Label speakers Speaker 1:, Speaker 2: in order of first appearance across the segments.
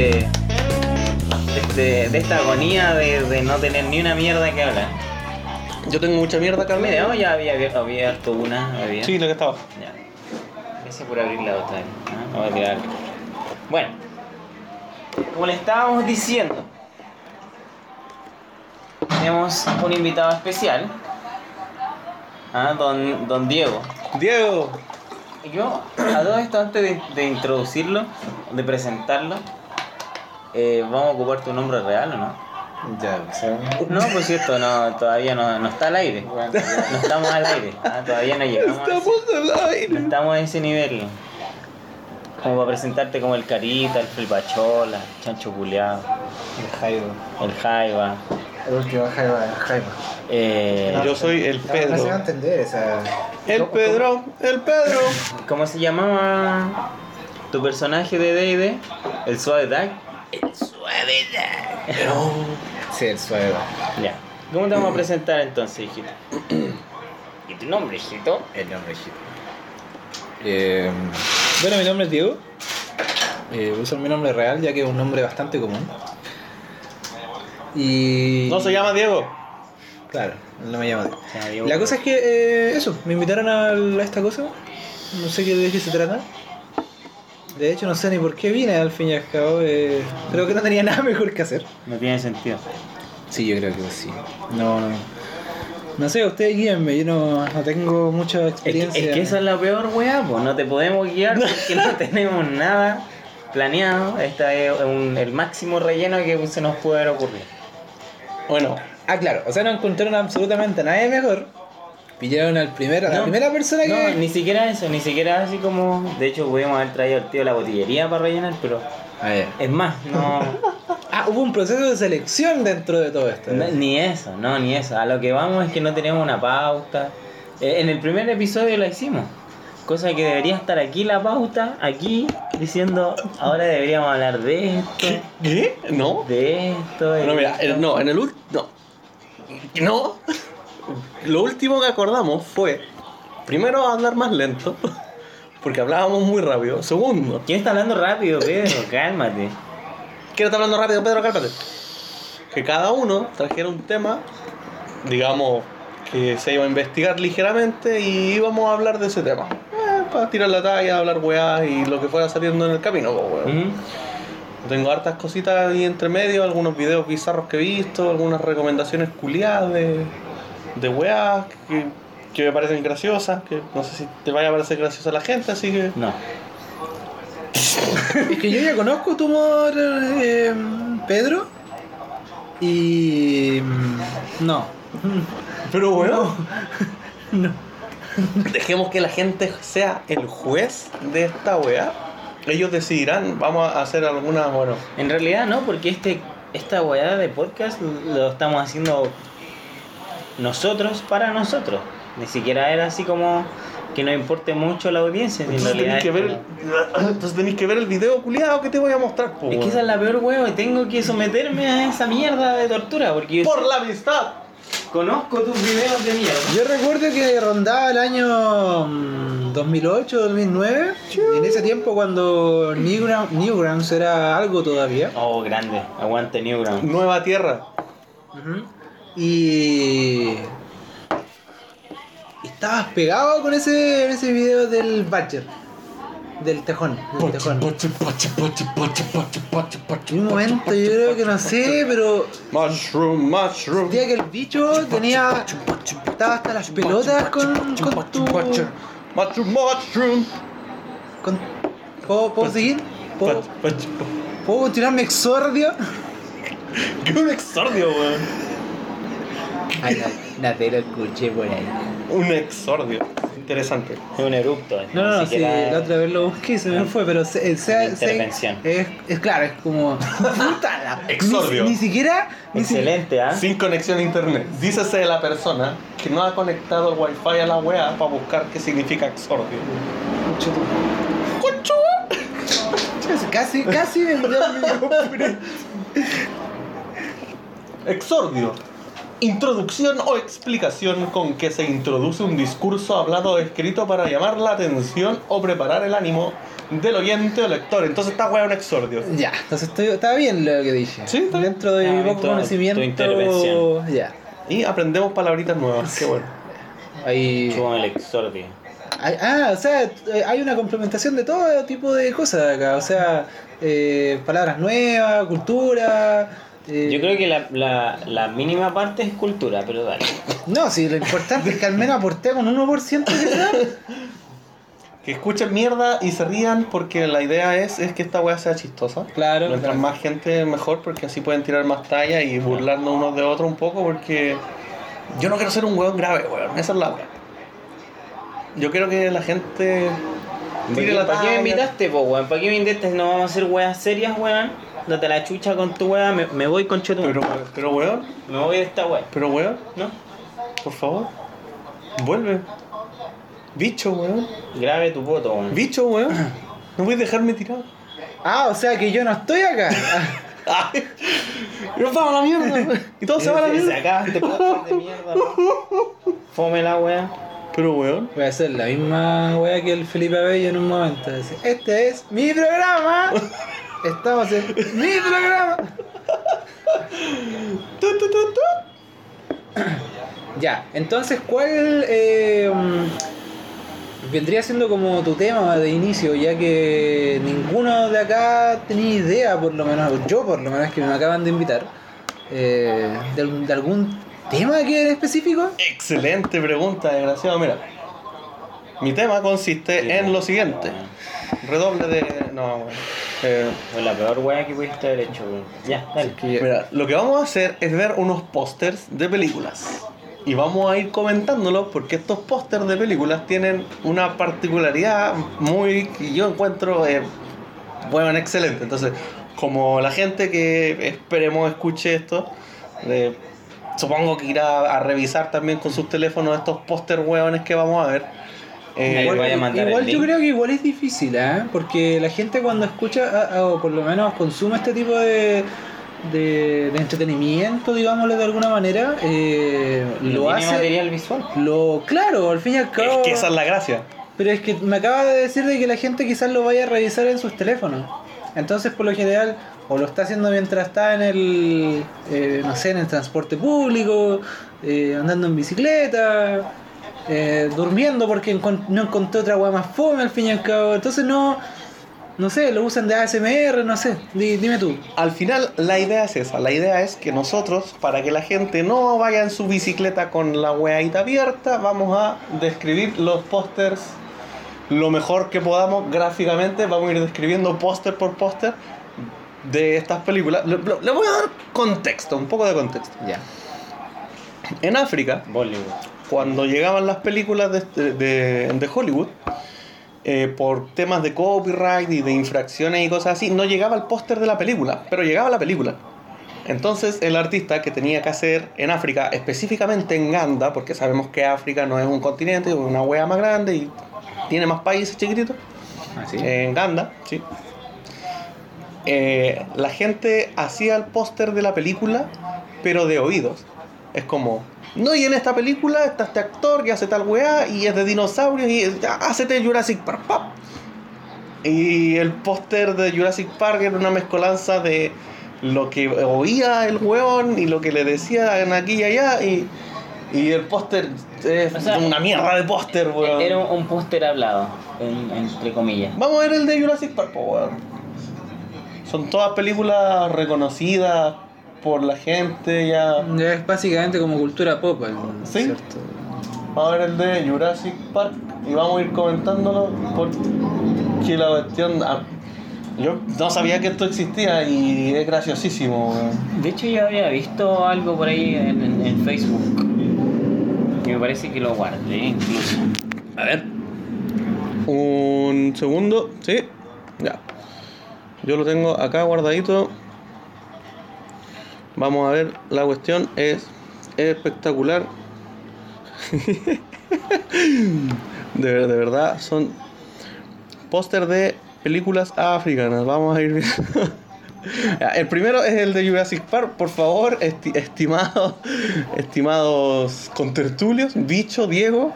Speaker 1: ¡Eh!
Speaker 2: este, agonía de, de no tener ni una mierda que hablar.
Speaker 1: Yo tengo mucha mierda acá.
Speaker 2: Mira, oh, ya había había abierto una, había.
Speaker 1: Sí, la que estaba.
Speaker 2: Ya. Gracias por abrir la otra. ¿eh? Vamos a tirar. Bueno, como le estábamos diciendo, tenemos un invitado especial, ah, don, don Diego.
Speaker 1: Diego.
Speaker 2: Yo, a todo esto, antes de, de introducirlo, de presentarlo, eh, ¿vamos a ocupar tu nombre real o no?
Speaker 3: Ya, o sea,
Speaker 2: No, por cierto, no, todavía no, no está al aire.
Speaker 3: bueno,
Speaker 2: No estamos al aire, ah, todavía no llegamos. a ese-
Speaker 1: al
Speaker 2: No
Speaker 1: aire.
Speaker 2: estamos a ese nivel. Como para presentarte como el Carita, el Flipachola, el Chancho Culeado,
Speaker 3: el Jaiba.
Speaker 2: el Jaiba.
Speaker 3: El último Jaiba, el Jaiba.
Speaker 2: eh,
Speaker 1: Yo soy el
Speaker 3: No, No, se va a
Speaker 1: Pedro.
Speaker 3: entender, o sea.
Speaker 1: El
Speaker 3: ¿cómo-
Speaker 1: Pedro, el Pedro.
Speaker 2: ¿Cómo se llamaba tu personaje de D&D? ¿El Suave Tag?
Speaker 3: cómo- Sí, el suave.
Speaker 2: Ya. ¿Cómo te
Speaker 3: Mm.
Speaker 2: vamos a presentar entonces, hijito? ¿Y tu nombre, hijito?
Speaker 3: El nombre hijito. Eh, bueno, mi nombre es Diego. Eh, uso mi nombre real ya que es un nombre bastante común. Y.
Speaker 1: No se llama Diego.
Speaker 3: Claro, no me llama Diego.
Speaker 2: Se me dio-
Speaker 3: La cosa es que, eh, eso, me invitaron a, la- a esta cosa. No sé qué de qué se trata. De hecho, no sé ni por qué vine al fin y al cabo. eh, creo que no tenía nada mejor que hacer.
Speaker 2: No tiene sentido.
Speaker 3: Sí, yo creo que sí. No, no. No sé, ustedes guíenme, yo no, no tengo mucha
Speaker 2: Es que,
Speaker 3: experiencia.
Speaker 2: es que esa es la peor weá, pues no te podemos guiar porque no tenemos nada planeado. Este es un- el máximo relleno que se nos puede haber ocurrido.
Speaker 1: Bueno,
Speaker 3: Ah, claro, o sea, no encontraron absolutamente a nadie mejor. Pillaron al primero, a la
Speaker 2: No,
Speaker 3: primera persona que.
Speaker 2: No, ni siquiera eso, ni siquiera así como. De hecho, pudimos haber traído al tío la botillería para rellenar, pero
Speaker 3: Ah, ya.
Speaker 2: es más, no.
Speaker 3: Ah, hubo un proceso de selección dentro de todo esto.
Speaker 2: No, ni eso, no, ni eso. A lo que vamos es que no tenemos una pauta. Eh, en el primer episodio la hicimos. Cosa que debería estar aquí la pauta, aquí, diciendo, ahora deberíamos hablar de esto,
Speaker 1: ¿qué? ¿Qué? ¿No?
Speaker 2: de esto. de
Speaker 1: No, mira,
Speaker 2: esto.
Speaker 1: el- no, en el último. No. No. Lo último que acordamos fue. Primero, hablar más lento. Porque hablábamos muy rápido. Segundo,
Speaker 2: ¿Quién está hablando rápido, Pedro? Cálmate.
Speaker 1: quiero estar hablando rápido, Pedro, cálmate. Que cada uno trajera un tema, digamos, que se iba a investigar ligeramente y íbamos a hablar de ese tema. Eh, para tirar la talla, hablar weá y lo que fuera saliendo en el camino, pues, weón.
Speaker 2: Ujú.
Speaker 1: Tengo hartas cositas ahí entre medio, algunos videos bizarros que he visto, algunas recomendaciones culiadas de, de weas que, que me parecen graciosas, que no sé si te vaya a parecer graciosa a la gente, así que...
Speaker 2: No.
Speaker 3: Es que yo ya conozco tu humor, eh, Pedro. Y. mm, No.
Speaker 1: Pero
Speaker 3: No. No.
Speaker 1: dejemos que la gente sea el juez de esta wea. Ellos decidirán, vamos a hacer algunas, bueno...
Speaker 2: En realidad no, porque este esta weá de podcast lo estamos haciendo nosotros para nosotros. Ni siquiera era así como que no importe mucho la audiencia. en
Speaker 1: Entonces
Speaker 2: realidad
Speaker 1: tenéis que
Speaker 2: es
Speaker 1: ver,
Speaker 2: como-
Speaker 1: entonces tenéis que ver el video culiado que te voy a mostrar, po,
Speaker 2: Es que
Speaker 1: weón.
Speaker 2: esa es la peor huevo y tengo que someterme a esa mierda de tortura porque yo
Speaker 1: Por la amistad.
Speaker 2: conozco tus videos de mierda.
Speaker 3: Yo recuerdo que rondaba el año mm, 2008, 2009. En ese tiempo, cuando Newgrounds, Newgrounds era algo todavía.
Speaker 2: Oh, grande, aguante Newground.
Speaker 1: Nueva tierra.
Speaker 3: Ujú. Y. Estabas pegado con ese, con ese video del Badger. Del tejón. Del tejón. En un momento, yo creo que no sé, pero
Speaker 1: Mushroom, mushroom.
Speaker 3: sentía que el bicho tenía. Estaba hasta las pelotas con. con tu.
Speaker 1: Mushroom, mushroom.
Speaker 3: con- ¿Puedo, puedo seguir? ¿Puedo, ¿Puedo continuar mi exordio?
Speaker 1: Qué un exordio, weón.
Speaker 3: Ay, no, no te lo escuché por ahí.
Speaker 1: Un exordio. Interesante.
Speaker 2: Es un erupto.
Speaker 3: No, no, no, sí, la otra vez lo busqué y se me
Speaker 2: Ah.
Speaker 3: fue, pero se, eh, sea-
Speaker 2: Una
Speaker 3: se-
Speaker 2: intervención.
Speaker 3: es, es claro, es como. puta la-
Speaker 1: Exordio.
Speaker 3: Ni, ni siquiera. Ni si-
Speaker 2: Excelente, ¿ah?
Speaker 1: Sin conexión a internet. Dícese de la persona que no ha conectado el wifi a la wea para buscar qué significa exordio.
Speaker 3: Casi, casi me murió mi-
Speaker 1: Exordio. Introducción o explicación con que se introduce un discurso hablado o escrito para llamar la atención o preparar el ánimo del oyente o lector. Entonces esta weá es un exordio.
Speaker 3: Ya, entonces estoy, estaba bien lo que dije.
Speaker 1: Sí, está bien.
Speaker 3: Dentro de
Speaker 2: Ah,
Speaker 3: mi
Speaker 2: bien,
Speaker 3: poco
Speaker 2: tu-
Speaker 3: conocimiento.
Speaker 2: tu intervención.
Speaker 3: Ya.
Speaker 1: Y aprendemos palabritas nuevas. Qué bueno.
Speaker 3: Ahí.
Speaker 2: Chupo el exordio.
Speaker 3: Hay- Ah, o sea, eh, hay una complementación de todo tipo de cosas acá. O sea, eh, palabras nuevas, cultura. eh,
Speaker 2: Yo creo que la, la, la mínima parte es cultura, pero dale.
Speaker 3: No, si lo importante es que al menos aportemos un 1% que sea.
Speaker 1: Que escuchen mierda y se rían porque la idea es, es que esta weá sea chistosa.
Speaker 3: Claro.
Speaker 1: Mientras más gente mejor porque así pueden tirar más talla y burlarnos unos de otros un poco porque yo no quiero ser un weón grave, weón. Esa es la weá. Yo quiero que la gente tire la
Speaker 2: ¿Para qué me
Speaker 1: talla.
Speaker 2: invitaste, po, weón? ¿Para qué me invitaste? No vamos a hacer weas serias, weón. Date la chucha con tu wea, me, me voy con Chetum.
Speaker 1: Pero, pero weón,
Speaker 2: Me voy de esta wea,
Speaker 1: pero weón,
Speaker 2: ¿no?
Speaker 1: por favor, vuelve. Bicho, weón.
Speaker 2: Grabe tu voto, weón.
Speaker 1: Bicho, weón. No voy a dejarme tirado.
Speaker 3: Ah, o sea que yo no estoy acá. Ah,
Speaker 1: Ay, Nos vamos a la mierda. Y todo se va a la
Speaker 2: Se
Speaker 1: mierda.
Speaker 2: acaba este podcast de mierda, weón. Fome la wea.
Speaker 1: Pero weón.
Speaker 3: Voy a hacer la misma wea que el Felipe Abello en un momento. así, Este es mi programa. Estamos en mi programa.
Speaker 1: Tu, tu, tu, tu.
Speaker 3: Ya, entonces, ¿cuál eh, mm, vendría siendo como tu tema de inicio? Ya que ninguno de acá tenía idea, por lo menos, o yo por lo menos, que me acaban de invitar, eh, de, algún- de algún tema que en específico.
Speaker 1: Excelente pregunta, desgraciado. Mira. Mi tema consiste en lo siguiente. Redoble de. No, weón. Eh,
Speaker 2: Fue la peor wea que pudiste haber hecho, weón. Ya, dale.
Speaker 1: Mira, lo que vamos a hacer es ver unos pósters de películas. Y vamos a ir comentándolos porque estos pósters de películas tienen una particularidad muy que yo encuentro eh, bueno, excelente. Entonces, como la gente que esperemos escuche esto, eh, supongo que irá a revisar también con sus teléfonos estos pósters hueones que vamos a ver. Eh,
Speaker 2: Ahí voy a mandar el
Speaker 3: igual yo
Speaker 2: link.
Speaker 3: creo que igual es difícil, ¿ah? Porque la gente cuando escucha, ah, ah, o por lo menos consume este tipo de, de, de entretenimiento, digámoslo de alguna manera, eh,
Speaker 2: No
Speaker 3: lo
Speaker 2: tiene
Speaker 3: hace...
Speaker 2: material visual.
Speaker 3: Lo, claro, al fin y al
Speaker 1: es
Speaker 3: cabo.
Speaker 1: que esa es la gracia.
Speaker 3: Pero es que me acaba de decir de que la gente quizás lo vaya a revisar en sus teléfonos. Entonces, por lo general, o lo está haciendo mientras está en el, eh, no sé, en el transporte público, eh, andando en bicicleta, eh, durmiendo porque encon- no encontré otra hueá más fome al fin y al cabo. Entonces, no, no sé, lo usan de ASMR, no sé. Di- dime tú.
Speaker 1: Al final la idea es esa, la idea es que nosotros, para que la gente no vaya en su bicicleta con la weadita abierta, vamos a describir los pósters lo mejor que podamos gráficamente, vamos a ir describiendo póster por póster de estas películas. Le, le- le voy a dar contexto, un poco de contexto.
Speaker 3: Ya.
Speaker 1: En África,
Speaker 2: Bollywood.
Speaker 1: cuando llegaban las películas de, este- de- de Hollywood, eh, por temas de copyright y de infracciones y cosas así, no llegaba el póster de la película, pero llegaba la película. Entonces el artista que tenía que hacer en África, específicamente en Ganda, porque sabemos que África no es un continente, es una wea más grande y tiene más países chiquititos,
Speaker 3: Así.
Speaker 1: en Ganda, sí. Eh, la gente hacía el póster de la película, pero de oídos. Es como, no, y en esta película está este actor que hace tal weá y es de dinosaurios y es- ah, hacete Jurassic Park. ¡pap! Y el póster de Jurassic Park era una mezcolanza de lo que oía el weón y lo que le decían aquí y allá. Y, y el póster es
Speaker 2: O sea,
Speaker 1: una mierda de póster, weón.
Speaker 2: E-, Era un póster hablado, en- entre comillas.
Speaker 1: Vamos a ver el de Jurassic Park, po, weón. Son todas películas reconocidas por la gente, ya.
Speaker 3: Ya es básicamente como cultura pop, al-
Speaker 1: Sí.
Speaker 3: ¿cierto?
Speaker 1: Vamos a ver el de Jurassic Park y vamos a ir comentándolo porque la cuestión. ah, Yo no sabía que esto existía y es graciosísimo, weón.
Speaker 2: De hecho, yo había visto algo por ahí en, en- en Facebook. Y me parece que lo guardé incluso.
Speaker 1: A ver. Un segundo, sí. Ya. Yo lo tengo acá guardadito. Vamos a ver, la cuestión es espectacular. de, ver- de verdad, son póster de películas africanas. Vamos a ir viendo. Ya, El primero es el de Jurassic Park. Por favor, esti- estimados, estimados contertulios, bicho, Diego,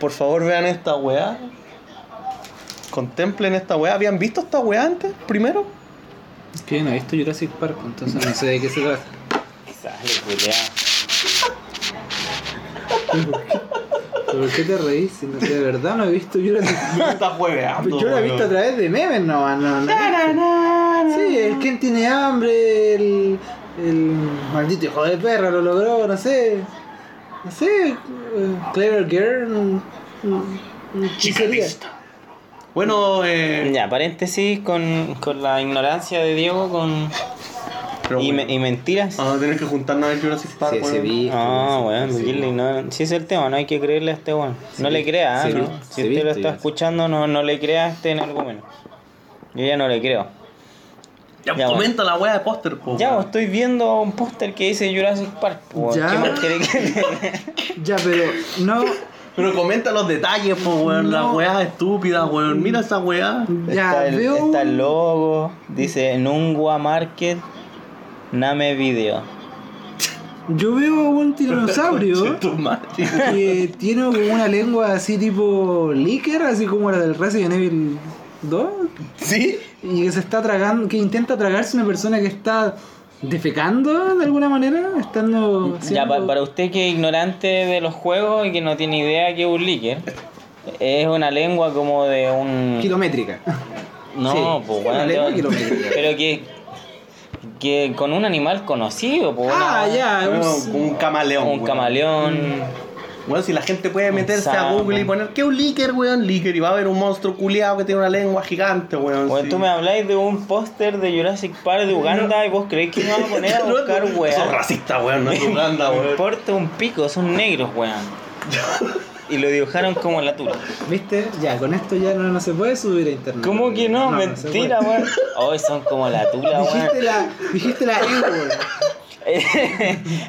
Speaker 1: por favor vean esta weá. Contemplen esta weá. ¿Habían visto esta weá antes? Primero.
Speaker 3: Es que yo no he visto Jurassic Park, entonces no sé de qué se trata.
Speaker 2: Sale, culiao.
Speaker 3: ¿Pero por qué te reís? Si no- de verdad no he visto Jurassic Park.
Speaker 1: Está hueveando.
Speaker 3: Ah, Yo lo he visto a
Speaker 1: weón.
Speaker 3: través de memes nomás, no, no. Sí, el quien tiene hambre, el, el maldito hijo de perra lo logró, no sé. No sé, eh, Clever Girl. mm, mm, mm, pizzería.
Speaker 1: Bueno, eh.
Speaker 2: Ya, paréntesis con, con la ignorancia de Diego con,
Speaker 1: pero
Speaker 2: y, me-
Speaker 1: bueno, Ah.
Speaker 2: y mentiras.
Speaker 1: Vamos a tener que juntarnos a ver Jurassic Park.
Speaker 3: Sí, ese
Speaker 1: weón.
Speaker 3: vi.
Speaker 2: No,
Speaker 3: sí,
Speaker 2: weón,
Speaker 3: sí,
Speaker 2: Kirli,
Speaker 3: sí.
Speaker 2: Ah, no, sí es el tema, no hay que creerle a este weón. no
Speaker 3: Sí,
Speaker 2: le crea, ¿ah,
Speaker 3: sí,
Speaker 2: ¿no?
Speaker 3: sí,
Speaker 2: Si
Speaker 3: sí,
Speaker 2: usted lo
Speaker 3: sí,
Speaker 2: está
Speaker 3: sí.
Speaker 2: escuchando, no, no le crea a este energúmeno. Yo ya no le creo.
Speaker 1: Ya,
Speaker 2: Ya,
Speaker 1: comenta la weá de póster, po.
Speaker 2: Ya,
Speaker 1: weón.
Speaker 2: pues, estoy viendo un póster que dice Jurassic Park. po,
Speaker 3: Ya.
Speaker 2: ¿Qué más quiere que le
Speaker 3: Ya, pero no.
Speaker 1: Pero comenta los detalles, po, weón. Las
Speaker 3: No.
Speaker 1: weas estúpidas, weón. Mira esa weá.
Speaker 3: Ya
Speaker 2: está, el,
Speaker 3: veo.
Speaker 2: está el logo, dice Nungua Market, Name Video.
Speaker 3: Yo veo a un tiranosaurio
Speaker 1: Conche tu madre.
Speaker 3: que tiene como una lengua así tipo líquer, así como la del Resident Evil 2.
Speaker 1: ¿Sí?
Speaker 3: Y que se está tragando, que intenta tragarse una persona que está defecando de alguna manera, estando.
Speaker 2: Ya,
Speaker 3: haciendo-
Speaker 2: pa- para usted que es ignorante de los juegos y que no tiene idea que es un líquido, es una lengua como de un...
Speaker 3: Kilométrica.
Speaker 2: No,
Speaker 3: Sí,
Speaker 2: pues
Speaker 3: sí, una
Speaker 2: bueno,
Speaker 3: lengua
Speaker 2: de-
Speaker 3: kilométrica.
Speaker 2: pero que, que con un animal conocido, pues
Speaker 3: Ah,
Speaker 2: una-
Speaker 3: ya,
Speaker 1: Bueno,
Speaker 3: un-
Speaker 1: como un camaleón.
Speaker 2: Un
Speaker 1: weón.
Speaker 2: camaleón.
Speaker 1: Bueno, si la gente puede meterse a
Speaker 2: sapo.
Speaker 1: Google y poner que un líquer, weón, líquer, y va a haber un monstruo culiado que tiene una lengua gigante,
Speaker 2: Bueno,
Speaker 1: weón. sí.
Speaker 2: Pues, tú me habláis de un póster de Jurassic Park de Uganda y vos creéis que me vas a poner a
Speaker 1: No,
Speaker 2: buscar
Speaker 1: no, Sos
Speaker 2: weá.
Speaker 1: racista, weón, no es Uganda,
Speaker 2: Me
Speaker 1: weón.
Speaker 2: importa un pico, son negros, weón. Y lo dibujaron como la tula.
Speaker 3: ¿Viste? Ya, con esto ya no, no se puede subir a internet.
Speaker 2: ¿Cómo que no?
Speaker 3: se
Speaker 2: Mentira,
Speaker 3: puede.
Speaker 2: weón. Hoy son como la tula, weón.
Speaker 3: Dijiste la, dijiste la E, weón.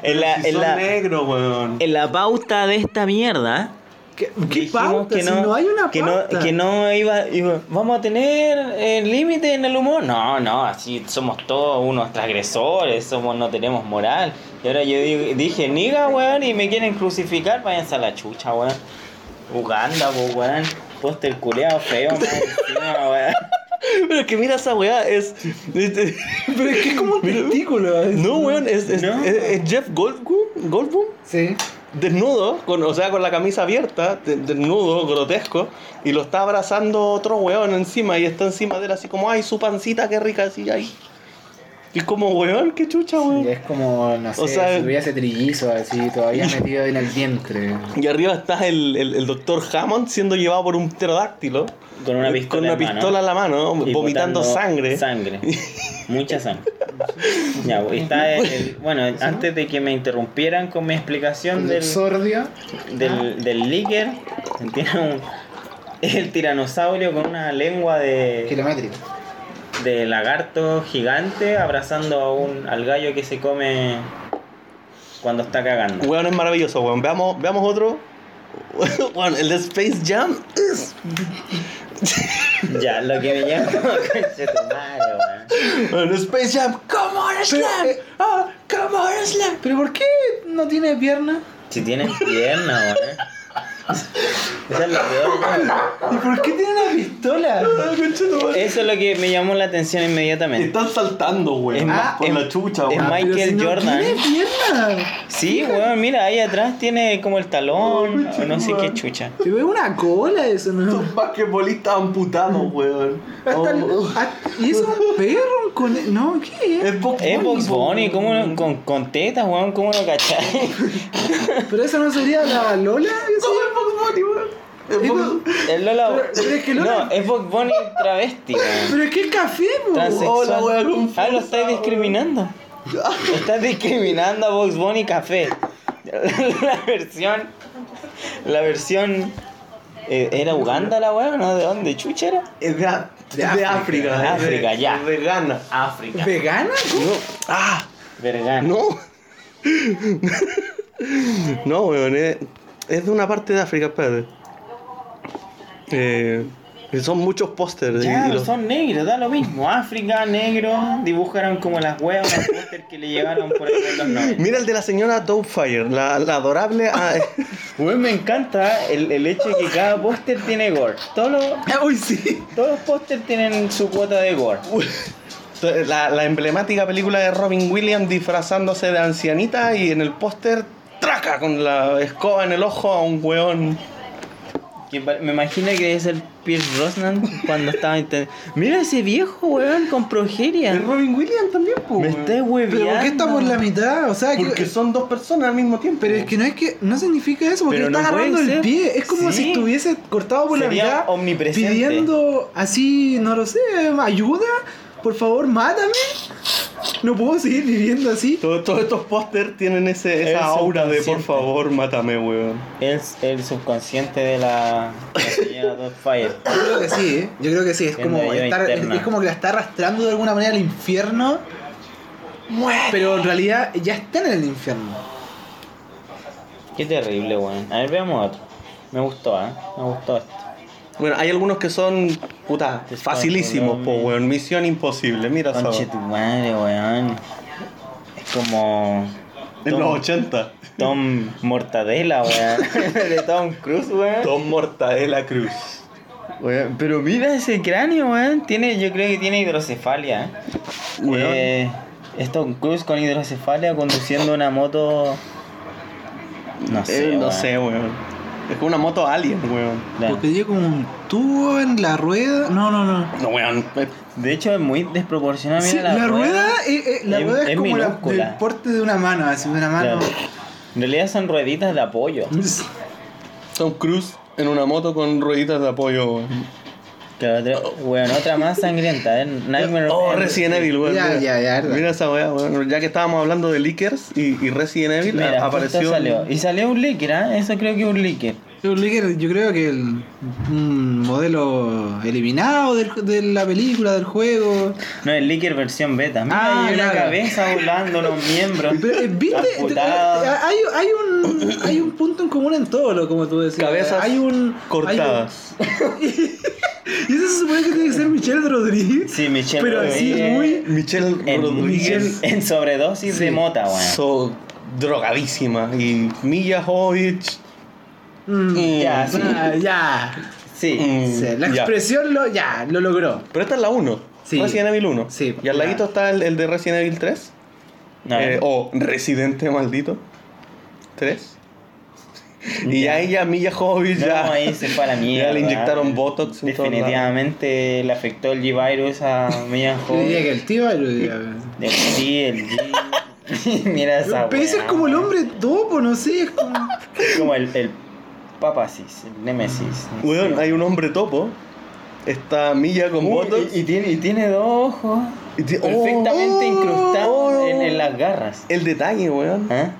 Speaker 2: en, la,
Speaker 1: Si
Speaker 2: en,
Speaker 1: son
Speaker 2: la,
Speaker 1: negros, weón.
Speaker 2: en la pauta de esta mierda.
Speaker 3: ¿Qué, qué
Speaker 2: dijimos
Speaker 3: pauta? si no hay una
Speaker 2: que
Speaker 3: pauta.
Speaker 2: No, que no iba, iba- Vamos a tener eh, límite en el humor. No, no, así somos todos unos transgresores, somos, no tenemos moral. Y ahora yo di- dije, niga, weón, y me quieren crucificar, váyanse a la chucha, weón. Uganda, po, weón. Póster culeado feo, más encima, weón.
Speaker 1: Pero es que mira esa weá, es. este, es-
Speaker 3: Pero es que es como un testículo. es-
Speaker 1: no, weón, es, es-
Speaker 2: No.
Speaker 1: es- es Jeff Goldblum, Goldblum
Speaker 3: Sí.
Speaker 1: desnudo, con, o sea, con la camisa abierta, de- desnudo, grotesco, y lo está abrazando otro weón encima, y está encima de él así como, ay, su pancita, qué rica, así, ay. Y como, weón, qué chucha, weón.
Speaker 3: es como, no
Speaker 1: sé, sea- si
Speaker 3: hubiese trillizo así, todavía metido en el vientre.
Speaker 1: Y arriba está el, el, doctor Hammond siendo llevado por un pterodáctilo.
Speaker 2: Con una pistola
Speaker 1: Eh, Con una
Speaker 2: en mano.
Speaker 1: pistola en la mano,
Speaker 2: Y
Speaker 1: vomitando
Speaker 2: botando
Speaker 1: sangre.
Speaker 2: Sangre. Mucha sangre. Ya, pues, está el- el- bueno, antes de que me interrumpieran con mi explicación del,
Speaker 3: sordio.
Speaker 2: del, del líquer, tiene un, el tiranosaurio con una lengua de,
Speaker 3: ah, Kilométrico.
Speaker 2: de lagarto gigante abrazando a un, al gallo que se come cuando está cagando.
Speaker 1: Weón, es maravilloso, weón. Veamos, veamos otro. Weón, el de Space Jam es.
Speaker 2: Ya, lo que me llama. Conchetumare, weón.
Speaker 1: weón, Space Jam, come on, Slam. Ah, come on, Slam.
Speaker 3: ¿Pero por qué no tiene pierna?
Speaker 2: Si tienen pierna, weón. Esa es la peor, weón.
Speaker 3: ¿Y por qué tiene una pistola?
Speaker 1: Ah, conchetumare.
Speaker 2: Eso es lo que me llamó la atención inmediatamente.
Speaker 1: Están saltando,
Speaker 2: Es
Speaker 1: weón. Ah,
Speaker 2: ma-
Speaker 1: por
Speaker 2: es-
Speaker 1: la chucha,
Speaker 2: es
Speaker 1: weón.
Speaker 2: ma- Michael
Speaker 3: Pero si no
Speaker 2: Jordan.
Speaker 3: tiene pierna.
Speaker 2: Sí, weón, mira, ahí atrás tiene como el talón, o no sé qué chucha.
Speaker 3: Se ve una cola eso, ¿no?
Speaker 1: Son basquetbolistas amputados, weón.
Speaker 3: Hasta el-
Speaker 1: Oh.
Speaker 3: hasta- Ah, y es un perro con. No, ¿qué es?
Speaker 1: Es Box
Speaker 2: Es Box
Speaker 1: Bunny,
Speaker 2: Bunny, ¿cómo no- con, con tetas, weón, ¿cómo lo cacháis?
Speaker 3: Pero esa no sería la Lola. ¿Eso?
Speaker 1: ¿Cómo Oh, es Box Bunny, weón? Es Box-
Speaker 2: El Lola.
Speaker 3: Pero- pero es que Lola-
Speaker 2: No, es Box Bunny travesti, weón.
Speaker 3: Pero es que es café, po.
Speaker 2: Transexual.
Speaker 1: Hola, weón, confusa,
Speaker 2: Ah, lo estáis
Speaker 1: weón.
Speaker 2: discriminando. Estás discriminando a Box Bunny Café. La versión. La versión. eh, ¿Era Uganda la weón? ¿No? ¿De dónde? ¿Chucha era?
Speaker 1: Es de, a-
Speaker 3: De
Speaker 1: de
Speaker 3: África.
Speaker 1: África,
Speaker 2: De
Speaker 1: es de-
Speaker 2: África, ya.
Speaker 1: es de Ghana.
Speaker 2: África.
Speaker 3: ¿Vegana?
Speaker 1: No. Ah,
Speaker 2: Vergana.
Speaker 1: no. no, weón, es, es de una parte de África, espérate. Eh, Son muchos pósters. y-
Speaker 2: Ya,
Speaker 1: y los-
Speaker 2: son negros, da lo mismo. África, negro, dibujaron como las huevas los póster que le llegaron por ahí en los 90.
Speaker 1: Mira el de la señora Doubtfire, la, la adorable. ah, eh,
Speaker 2: Güey, me encanta el, el hecho de que cada póster tiene gore. Todos los,
Speaker 1: ¡Uy, sí!
Speaker 2: todos los póster tienen su cuota de gore.
Speaker 1: La, la emblemática película de Robin Williams disfrazándose de ancianita y en el póster traca con la escoba en el ojo a un weón.
Speaker 2: Que pa- me imagino que debe ser Pierce Brosnan cuando estaba inten- Mira ese viejo, weón, con progeria.
Speaker 1: Robin Williams también,
Speaker 2: Me está hueveando.
Speaker 3: ¿Pero por qué estamos en la mitad? O sea, que-
Speaker 1: Porque son dos personas al mismo tiempo.
Speaker 3: pero es que no es que no significa eso, porque
Speaker 2: Pero
Speaker 3: le está
Speaker 2: no
Speaker 3: agarrando
Speaker 2: puede ser.
Speaker 3: el pie. Es como
Speaker 2: Sí.
Speaker 3: si estuviese cortado por
Speaker 2: Sería
Speaker 3: la mitad,
Speaker 2: omnipresente.
Speaker 3: pidiendo así, no lo sé, ayuda, por favor, mátame. No puedo seguir viviendo así.
Speaker 1: Todo- Todos estos pósters tienen ese,
Speaker 2: El
Speaker 1: esa aura de por
Speaker 2: subconsciente.
Speaker 1: favor, mátame, weón.
Speaker 2: Es el subconsciente de la, la señora Dotfire.
Speaker 3: Yo creo que sí, ¿eh? yo creo que sí. Es
Speaker 2: Siendo
Speaker 3: como,
Speaker 2: ayuda
Speaker 3: estar- es,
Speaker 2: interna.
Speaker 3: es como que la está arrastrando de alguna manera al infierno. Pero en realidad ya están en el infierno.
Speaker 2: Qué terrible, weón. A ver, veamos otro. Me gustó, ¿eh? Me gustó esto.
Speaker 1: Bueno, hay algunos que son, puta,
Speaker 2: Te está
Speaker 1: facilísimos, po,
Speaker 2: jugando,
Speaker 1: weón. Misión imposible, mira esa.
Speaker 2: Conche tu madre, weón. Es como.
Speaker 1: En los 80.
Speaker 2: Tom Mortadela, weón. De Tom Cruise, weón.
Speaker 1: Tom Mortadela Cruz.
Speaker 2: Weón, Pero mira ese cráneo, weón. Tiene, yo creo que tiene hidrocefalia. ¿eh?
Speaker 1: Weón.
Speaker 2: Eh, es Tom Cruise con hidrocefalia conduciendo una moto. No sé.
Speaker 1: Eh, no
Speaker 2: weón.
Speaker 1: sé, weón. Es como una moto alien, weón.
Speaker 2: Vean.
Speaker 3: Porque tiene como un tubo en la rueda. No, no, no.
Speaker 1: No, weón. eh,
Speaker 2: De hecho, es muy desproporcionada.
Speaker 3: Sí,
Speaker 2: mira
Speaker 3: la, rueda, eh, eh, la
Speaker 2: es-
Speaker 3: rueda es,
Speaker 2: es
Speaker 3: como la,
Speaker 2: minúscula.
Speaker 3: del porte de una mano, así de una
Speaker 1: Ah,
Speaker 3: mano.
Speaker 2: Claro. En realidad son rueditas de apoyo.
Speaker 1: Tom Cruise en una moto con rueditas de apoyo, weón.
Speaker 2: Claro, otra, weón, otra más sangrienta, ¿eh? Nightmare
Speaker 1: Oh,
Speaker 2: on Elm
Speaker 1: Resident
Speaker 2: Street.
Speaker 1: Evil, weón.
Speaker 3: Ya,
Speaker 1: mira.
Speaker 3: ya, ya, verdad.
Speaker 1: Mira esa weá, weón. Ya que estábamos hablando de leakers y, y Resident Evil,
Speaker 2: Mira, justo
Speaker 1: Ah, apareció.
Speaker 2: salió. Y salió un leaker, ¿ah? Eso creo que es un leaker.
Speaker 3: Yo creo que- yo creo que el un modelo eliminado del- de la película, del juego.
Speaker 2: No, el leaker versión beta. Mira,
Speaker 3: Ah,
Speaker 2: hay una
Speaker 3: claro.
Speaker 2: cabeza volando los miembros.
Speaker 3: Pero, eh, ¿viste? eh, Ah,
Speaker 2: Las putadas.
Speaker 3: Hay, hay un, hay un punto en común en todo, lo como tú decías.
Speaker 1: Cabezas
Speaker 3: hay un,
Speaker 1: cortadas.
Speaker 3: hay un- y eso se supone que tiene que ser Michelle Rodríguez.
Speaker 2: Sí, Michelle
Speaker 3: pero así
Speaker 2: Rodríguez
Speaker 3: muy.
Speaker 1: Michelle
Speaker 2: En,
Speaker 1: Rodríguez.
Speaker 2: en- en sobredosis de mota, weón.
Speaker 1: So drogadísima. Y Milla Jovovich.
Speaker 3: Mm,
Speaker 2: Ya, sí.
Speaker 3: ah, ya.
Speaker 2: Sí.
Speaker 1: Mm,
Speaker 3: Sí, la
Speaker 1: ya.
Speaker 3: expresión lo, ya, lo logró.
Speaker 1: Pero esta es la 1.
Speaker 3: Sí.
Speaker 1: Resident Evil 1.
Speaker 3: Sí,
Speaker 1: Y al
Speaker 3: ya.
Speaker 1: ladito está el, el de Resident Evil 3.
Speaker 2: No,
Speaker 1: eh, o Residente Maldito 3. Y ahí ya Milla Jovovich
Speaker 2: no,
Speaker 1: oh, ya.
Speaker 2: ahí se fue a la mierda.
Speaker 1: le inyectaron
Speaker 2: weón.
Speaker 1: Botox en todos lados.
Speaker 2: Definitivamente le afectó el G-Virus a Mia
Speaker 3: Yo diría
Speaker 2: Hawke.
Speaker 3: que el tío. eh, yo diría-
Speaker 2: El G, el G. Mira esa
Speaker 3: Pero eso es
Speaker 2: weá,
Speaker 3: como el
Speaker 2: weón.
Speaker 3: hombre topo, no sé. Es como.
Speaker 2: Como el, el Papasis, el Nemesis. no
Speaker 1: Weón,
Speaker 2: sé.
Speaker 1: hay un hombre topo. Está Milla con
Speaker 2: Uy,
Speaker 1: Botox.
Speaker 2: y, y tiene, y tiene dos ojos
Speaker 1: y ti- oh,
Speaker 2: perfectamente
Speaker 1: oh,
Speaker 2: incrustados en, en las
Speaker 1: oh.
Speaker 2: garras.
Speaker 1: El detalle, weón.
Speaker 2: ¿Ah?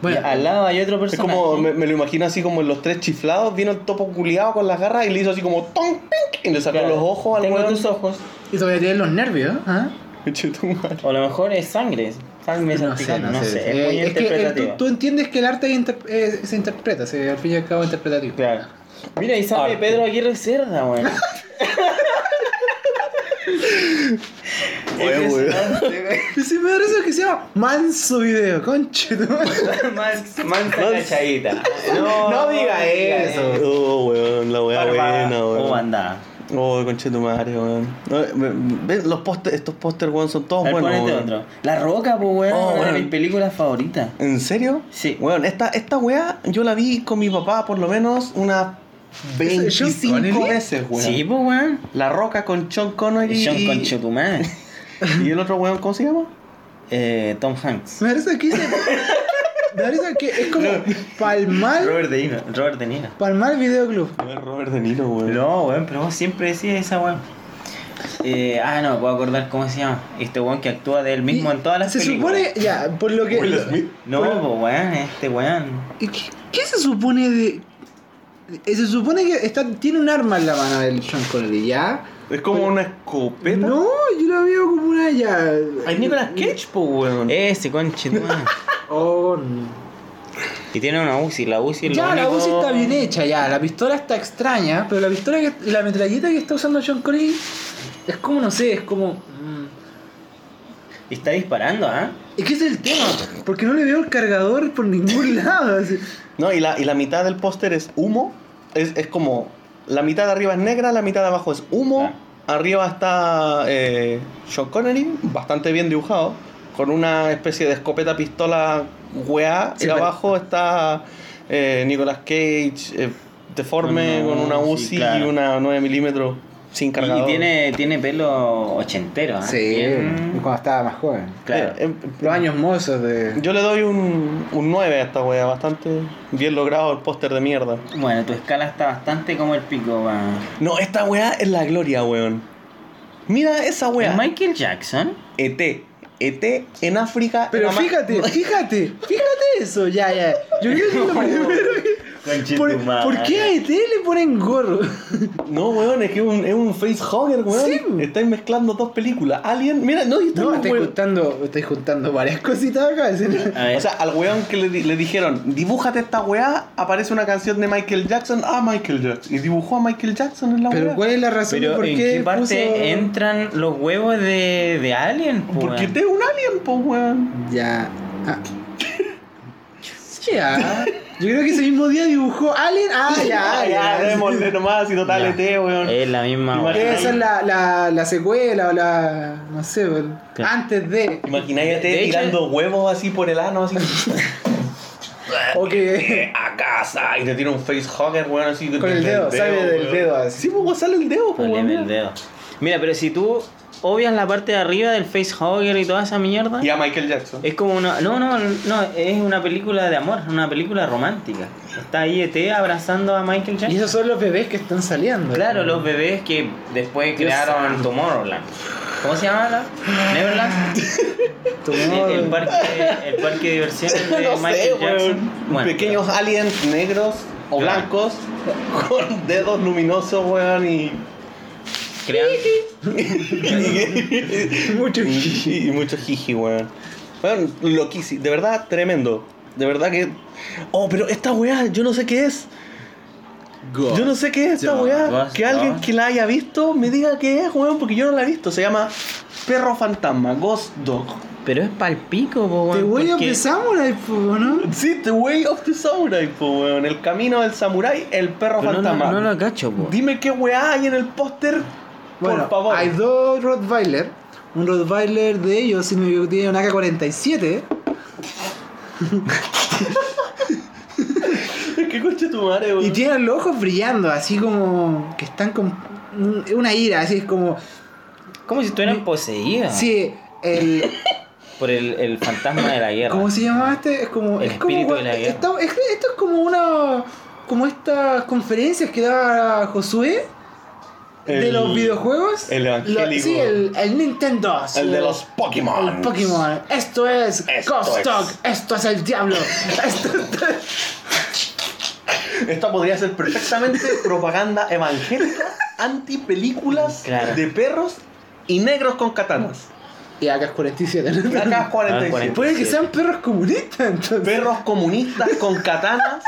Speaker 3: Bueno,
Speaker 2: Y al lado hay otro
Speaker 1: Es
Speaker 2: personaje.
Speaker 1: como, me, me lo imagino así como en los tres chiflados, vino el topo culiado con las garras y le hizo así como ¡Tonk! pink", Y le sacó
Speaker 2: Claro,
Speaker 1: los ojos al
Speaker 2: Tengo
Speaker 1: weón.
Speaker 2: tus ojos.
Speaker 3: y todavía tiene los nervios. ¿ah?
Speaker 1: Chetumare.
Speaker 2: O a lo mejor es sangre. Sangre salpicando, no, sé. Es
Speaker 3: Eh,
Speaker 2: muy
Speaker 3: es que eh,
Speaker 2: interpretativo.
Speaker 3: tú, tú entiendes que el arte inter- eh, se interpreta, se- al fin y al cabo interpretativo.
Speaker 2: Claro. Mira, y sale
Speaker 1: Arte.
Speaker 2: Pedro Aguirre Cerda, weón.
Speaker 1: Oye,
Speaker 3: Y si me parece que se llama Manso Video, conche tu madre.
Speaker 2: Mansa cachadita. No,
Speaker 3: No diga eso.
Speaker 1: Oh, weón, la weá
Speaker 2: Barba
Speaker 1: buena,
Speaker 2: o
Speaker 1: weón.
Speaker 2: bandada.
Speaker 1: Oh, conchetumare, weón. No, ve- ve, los póster- estos pósters, weón, son
Speaker 2: A
Speaker 1: todos
Speaker 2: ver,
Speaker 1: buenos.
Speaker 2: ponete
Speaker 1: weón.
Speaker 2: otro. La Roca, pues, weón.
Speaker 1: Oh,
Speaker 2: una de
Speaker 1: weón.
Speaker 2: mis películas favoritas.
Speaker 1: ¿En serio?
Speaker 2: Sí.
Speaker 1: Weón, esta, esta weá yo la vi con mi papá por lo menos unas
Speaker 3: ¿Eso es
Speaker 1: 25
Speaker 3: Sean Connery?
Speaker 1: veces, weón.
Speaker 2: Sí, pues, weón.
Speaker 1: La Roca con Sean Connery
Speaker 2: John
Speaker 1: y,
Speaker 2: Conchetumán.
Speaker 1: y el otro weón, ¿cómo se llama?
Speaker 2: Eh, Tom Hanks.
Speaker 3: Me parece que se- Me parece que es como Palmar,
Speaker 2: Robert De Niro. Robert De Niro.
Speaker 3: Palmar Videoclub.
Speaker 1: No es Robert De Niro, weón.
Speaker 2: No, weón, pero vos siempre decís esa weón. Eh, ah, no, puedo acordar cómo se llama. Este weón que actúa de él mismo
Speaker 3: Y
Speaker 2: en todas las
Speaker 3: Se
Speaker 2: películas.
Speaker 3: supone, ya, por lo que.
Speaker 1: Will Smith.
Speaker 2: No,
Speaker 3: Bueno.
Speaker 2: po, weón, este weón.
Speaker 3: ¿Y ¿Qué, qué se supone de.? eh, Se supone que está, tiene un arma en la mano del Sean Connery, ¿ya?
Speaker 1: Es como una escopeta.
Speaker 3: No, yo la veo como una ya. eh,
Speaker 1: Hay Nicolas Cage, po, weón.
Speaker 2: Ese conche, weón.
Speaker 3: Oh, no.
Speaker 2: Y que tiene una UCI. La UCI es lo
Speaker 3: Ya, la
Speaker 2: único-
Speaker 3: UCI está bien hecha, ya. La pistola está extraña, pero la pistola, que, la metralleta que está usando John Connery es como, no sé, es como. mm,
Speaker 2: Y está disparando, ¿ah?
Speaker 3: Es que ese es el tema, porque no le veo el cargador por ningún lado. así.
Speaker 1: No, y la, y la mitad del póster es humo. Es, es como. La mitad de arriba es negra, la mitad de abajo es humo.
Speaker 2: Ah.
Speaker 1: Arriba está eh, Sean Connery, bastante bien dibujado, con una especie de escopeta pistola weá.
Speaker 3: Sí,
Speaker 1: y
Speaker 3: pero-
Speaker 1: abajo está eh, Nicolas Cage, eh, deforme,
Speaker 2: No,
Speaker 1: con una
Speaker 2: sí,
Speaker 1: UCI
Speaker 2: claro.
Speaker 1: y una 9 milímetros sin
Speaker 2: Y,
Speaker 1: cargador. Eh,
Speaker 2: tiene, tiene pelo ochentero, ¿ah? Bien-
Speaker 3: cuando estaba más joven.
Speaker 2: Claro.
Speaker 1: Eh, eh,
Speaker 3: Los años mozos de.
Speaker 1: yo le doy un, un 9 a esta weá, bastante bien logrado el póster de mierda.
Speaker 2: Bueno, tu escala está bastante como el pico, va.
Speaker 1: No, esta weá es la gloria, weón. Mira esa
Speaker 2: ¿Es
Speaker 1: weá. E
Speaker 2: Michael Jackson.
Speaker 1: ET. ET en África.
Speaker 3: Pero
Speaker 1: era más-
Speaker 3: fíjate, fíjate, fíjate eso, ya, ya. Yo creo que es lo primero que- ¿Por, ¿por qué a ET le ponen gorro?
Speaker 1: No, weón, es que es un, es un facehugger, weón.
Speaker 3: Sí.
Speaker 1: Estáis mezclando dos películas. Alien. Mira, no, y está
Speaker 3: No,
Speaker 1: un
Speaker 3: estáis
Speaker 1: weón.
Speaker 3: juntando, estáis juntando varias cositas acá. así, ¿no?
Speaker 2: A ver,
Speaker 1: O sea, al weón que le, di- le dijeron, dibújate esta weá, aparece una canción de Michael Jackson. Ah, Michael Jackson. Y dibujó a Michael Jackson en la
Speaker 3: Pero
Speaker 1: weá.
Speaker 3: ¿cuál es la razón de
Speaker 2: pero
Speaker 3: por
Speaker 2: ¿en
Speaker 3: qué
Speaker 2: qué parte
Speaker 3: puso-
Speaker 2: entran los huevos de, de Alien? po,
Speaker 1: Porque
Speaker 2: weón?
Speaker 1: ET es un alien, pues, weón.
Speaker 3: Ya. Ah. Ya. Yo creo que ese mismo día dibujó Alien. Ah, ya, ya.
Speaker 1: démosle nomás y total
Speaker 2: Ya. Eh,
Speaker 1: ET, weón.
Speaker 2: Es la misma.
Speaker 1: Igual-
Speaker 2: weón.
Speaker 3: Debe ser la, la, la secuela o la. No sé, el-
Speaker 2: Claro.
Speaker 3: antes de.
Speaker 1: Imagináis a ET
Speaker 2: De hecho-
Speaker 1: tirando huevos así por el ano, así.
Speaker 3: O que.
Speaker 1: a casa y te tira un facehugger, weón, así.
Speaker 3: Con el dedo, sale del dedo así.
Speaker 1: Sí, pues sale el dedo, pues,
Speaker 2: Ponle
Speaker 1: weón.
Speaker 2: el dedo. Mira, pero si tú obvias la parte de arriba del facehugger y toda esa mierda,
Speaker 1: Y a Michael Jackson.
Speaker 2: es como una. No, no, no, es una película de amor, una película romántica. Está ahí E.T. abrazando a Michael
Speaker 3: Y
Speaker 2: Jackson.
Speaker 3: esos son los bebés que están saliendo.
Speaker 2: Claro, los bebés que después
Speaker 3: Dios
Speaker 2: crearon
Speaker 3: santo.
Speaker 2: Tomorrowland. ¿Cómo se llama la? ¿Neverland? El, el parque, el parque de diversiones de
Speaker 1: No sé,
Speaker 2: Michael Jackson.
Speaker 1: weón.
Speaker 2: Bueno,
Speaker 1: Pequeños aliens negros o
Speaker 2: Claro.
Speaker 1: blancos con dedos luminosos, weón, y,
Speaker 2: crean-
Speaker 3: Mucho.
Speaker 1: y, y mucho jiji, weón. Weón, loquísimo, de verdad, tremendo. De verdad que. Oh, pero esta weá, yo no sé qué es. Yo no sé qué es esta
Speaker 2: Yo,
Speaker 1: weá.
Speaker 2: Ghost,
Speaker 1: Que alguien
Speaker 2: Ghost.
Speaker 1: que la haya visto me diga qué es, weón, porque yo no la he visto. Se llama Perro Fantasma, Ghost Dog.
Speaker 2: Pero es palpico, po,
Speaker 3: Te
Speaker 2: weón,
Speaker 3: voy a
Speaker 2: porque-
Speaker 3: empezar, Samurai, po, ¿no?
Speaker 1: Sí, The Way of the Samurai, po, weón. El camino del samurái, el perro
Speaker 2: Pero no,
Speaker 1: fantasma.
Speaker 2: no, no lo cacho, po.
Speaker 1: Dime qué weá hay en el póster,
Speaker 3: Bueno,
Speaker 1: por favor.
Speaker 3: hay dos Rottweiler. Un Rottweiler de ellos, si no me equivoco, tiene un AK-47.
Speaker 1: ¿Qué coche tu madre, weón?
Speaker 3: Y tienen los ojos brillando, así como que están con un- una ira, así es como.
Speaker 2: Como si estuvieran poseídas
Speaker 3: Sí, el.
Speaker 2: por el, el fantasma de la guerra.
Speaker 3: ¿Cómo se llamaba este? Es como.
Speaker 2: El
Speaker 3: es como
Speaker 2: espíritu de la guerra.
Speaker 3: esta- es- esto es como una. Como estas conferencias que daba Josué de
Speaker 1: El-
Speaker 3: los videojuegos.
Speaker 1: el evangélico.
Speaker 3: Lo- sí, el, el Nintendo.
Speaker 1: El de
Speaker 3: el-
Speaker 1: los Pokémon.
Speaker 3: El Pokémon. Esto es
Speaker 1: Esto
Speaker 3: Ghost
Speaker 1: es.
Speaker 3: Dog. Esto es el diablo. Esto,
Speaker 1: Esta podría ser perfectamente propaganda evangélica, anti películas
Speaker 2: Claro.
Speaker 1: de perros y negros con katanas.
Speaker 3: Y acá es 47. ¿no?
Speaker 1: Acá 47.
Speaker 2: Ah, cuarenta.
Speaker 3: Puede que sean perros comunistas entonces.
Speaker 1: Perros comunistas con katanas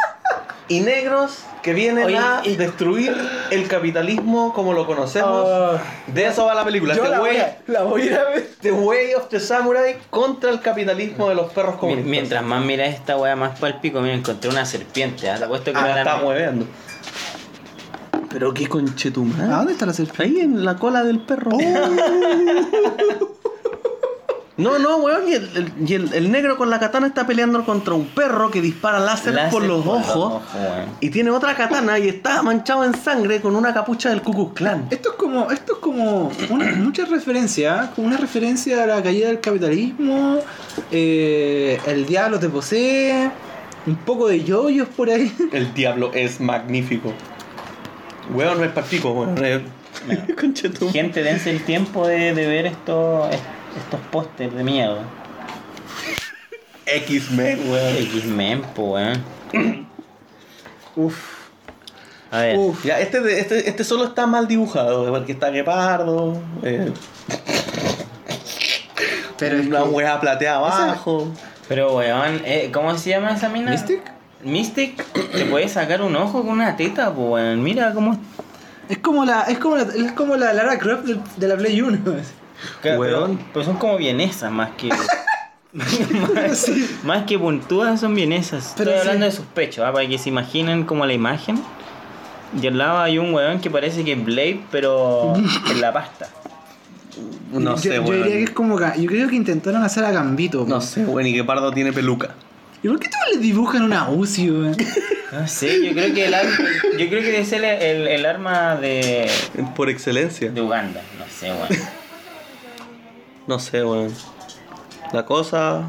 Speaker 1: y negros que vienen
Speaker 2: Oye,
Speaker 1: a
Speaker 2: y-
Speaker 1: destruir el capitalismo como lo conocemos.
Speaker 2: Oh.
Speaker 3: Ah.
Speaker 1: De eso va la película.
Speaker 3: Yo
Speaker 1: The,
Speaker 3: la voy,
Speaker 1: way,
Speaker 3: a, la voy a ir a ver.
Speaker 1: The Way of the Samurai contra el capitalismo de los perros
Speaker 2: Mi-
Speaker 1: comunistas.
Speaker 2: Mientras más mira esta weá, más palpico. Mira, encontré una serpiente. ¿ah? Te apuesto que
Speaker 1: Ah,
Speaker 2: no era-
Speaker 1: está hueveando. Pero qué
Speaker 3: ¿A
Speaker 1: conchetumada.
Speaker 3: dónde está la serpiente?
Speaker 1: Ahí en la Oh. cola del perro. No, no, weón, y, el, el- y el- el negro con la katana está peleando contra un perro que dispara láser,
Speaker 2: Láser
Speaker 1: por los
Speaker 2: por los
Speaker 1: ojos
Speaker 2: ojos, weón.
Speaker 1: y tiene otra katana y está manchado en sangre con una capucha del Ku Klux Klan.
Speaker 3: Esto es como, esto es como una- muchas referencias, ¿eh? como una referencia a la caída del capitalismo, eh, el diablo te posee, un poco de yoyos por ahí.
Speaker 1: El diablo es magnífico. Weón, no es partico, weón. es- Conchetum-
Speaker 2: Gente, dense el tiempo de, de ver esto, est- estos pósters de mierda.
Speaker 1: X-Men, weón.
Speaker 2: X-Men, po, weón.
Speaker 3: Uf,
Speaker 2: A ver.
Speaker 3: uf.
Speaker 1: Ya, este, de- este, este solo está mal dibujado, porque está guepardo, eh,
Speaker 3: Pero es
Speaker 1: una
Speaker 3: como-
Speaker 1: hueá plateada
Speaker 3: Esa-
Speaker 1: abajo.
Speaker 2: Pero, weón, eh, ¿cómo se llama esa mina?
Speaker 3: ¿Mystic?
Speaker 2: Mystic te puede sacar un ojo con una teta, pues weón. Mira cómo.
Speaker 3: Es como la, es como la, es como la Lara Croft del- de, la Play 1.
Speaker 2: Pero,
Speaker 1: Weón.
Speaker 2: pero son como vienesas más que.
Speaker 3: Sí.
Speaker 2: Más que puntudas son vienesas.
Speaker 3: Pero
Speaker 2: Estoy hablando
Speaker 3: sí.
Speaker 2: de sus pechos, ah, para que se imaginen como la imagen. Y al lado hay un weón que parece que es Blade, pero en la pasta.
Speaker 1: No
Speaker 3: yo,
Speaker 1: sé,
Speaker 3: yo
Speaker 1: weón.
Speaker 3: diría que es como. Ga- Yo creo que intentaron hacer a Gambito.
Speaker 1: No
Speaker 3: weón.
Speaker 1: sé, weón, y que Pardo tiene peluca.
Speaker 3: ¿Y por qué todos le dibujan una UCI, weón?
Speaker 2: No sé, yo creo que el, ar- yo creo que es el, el- el arma de,
Speaker 1: Por excelencia.
Speaker 2: de Uganda. No sé, weón.
Speaker 1: No sé, weón. La cosa.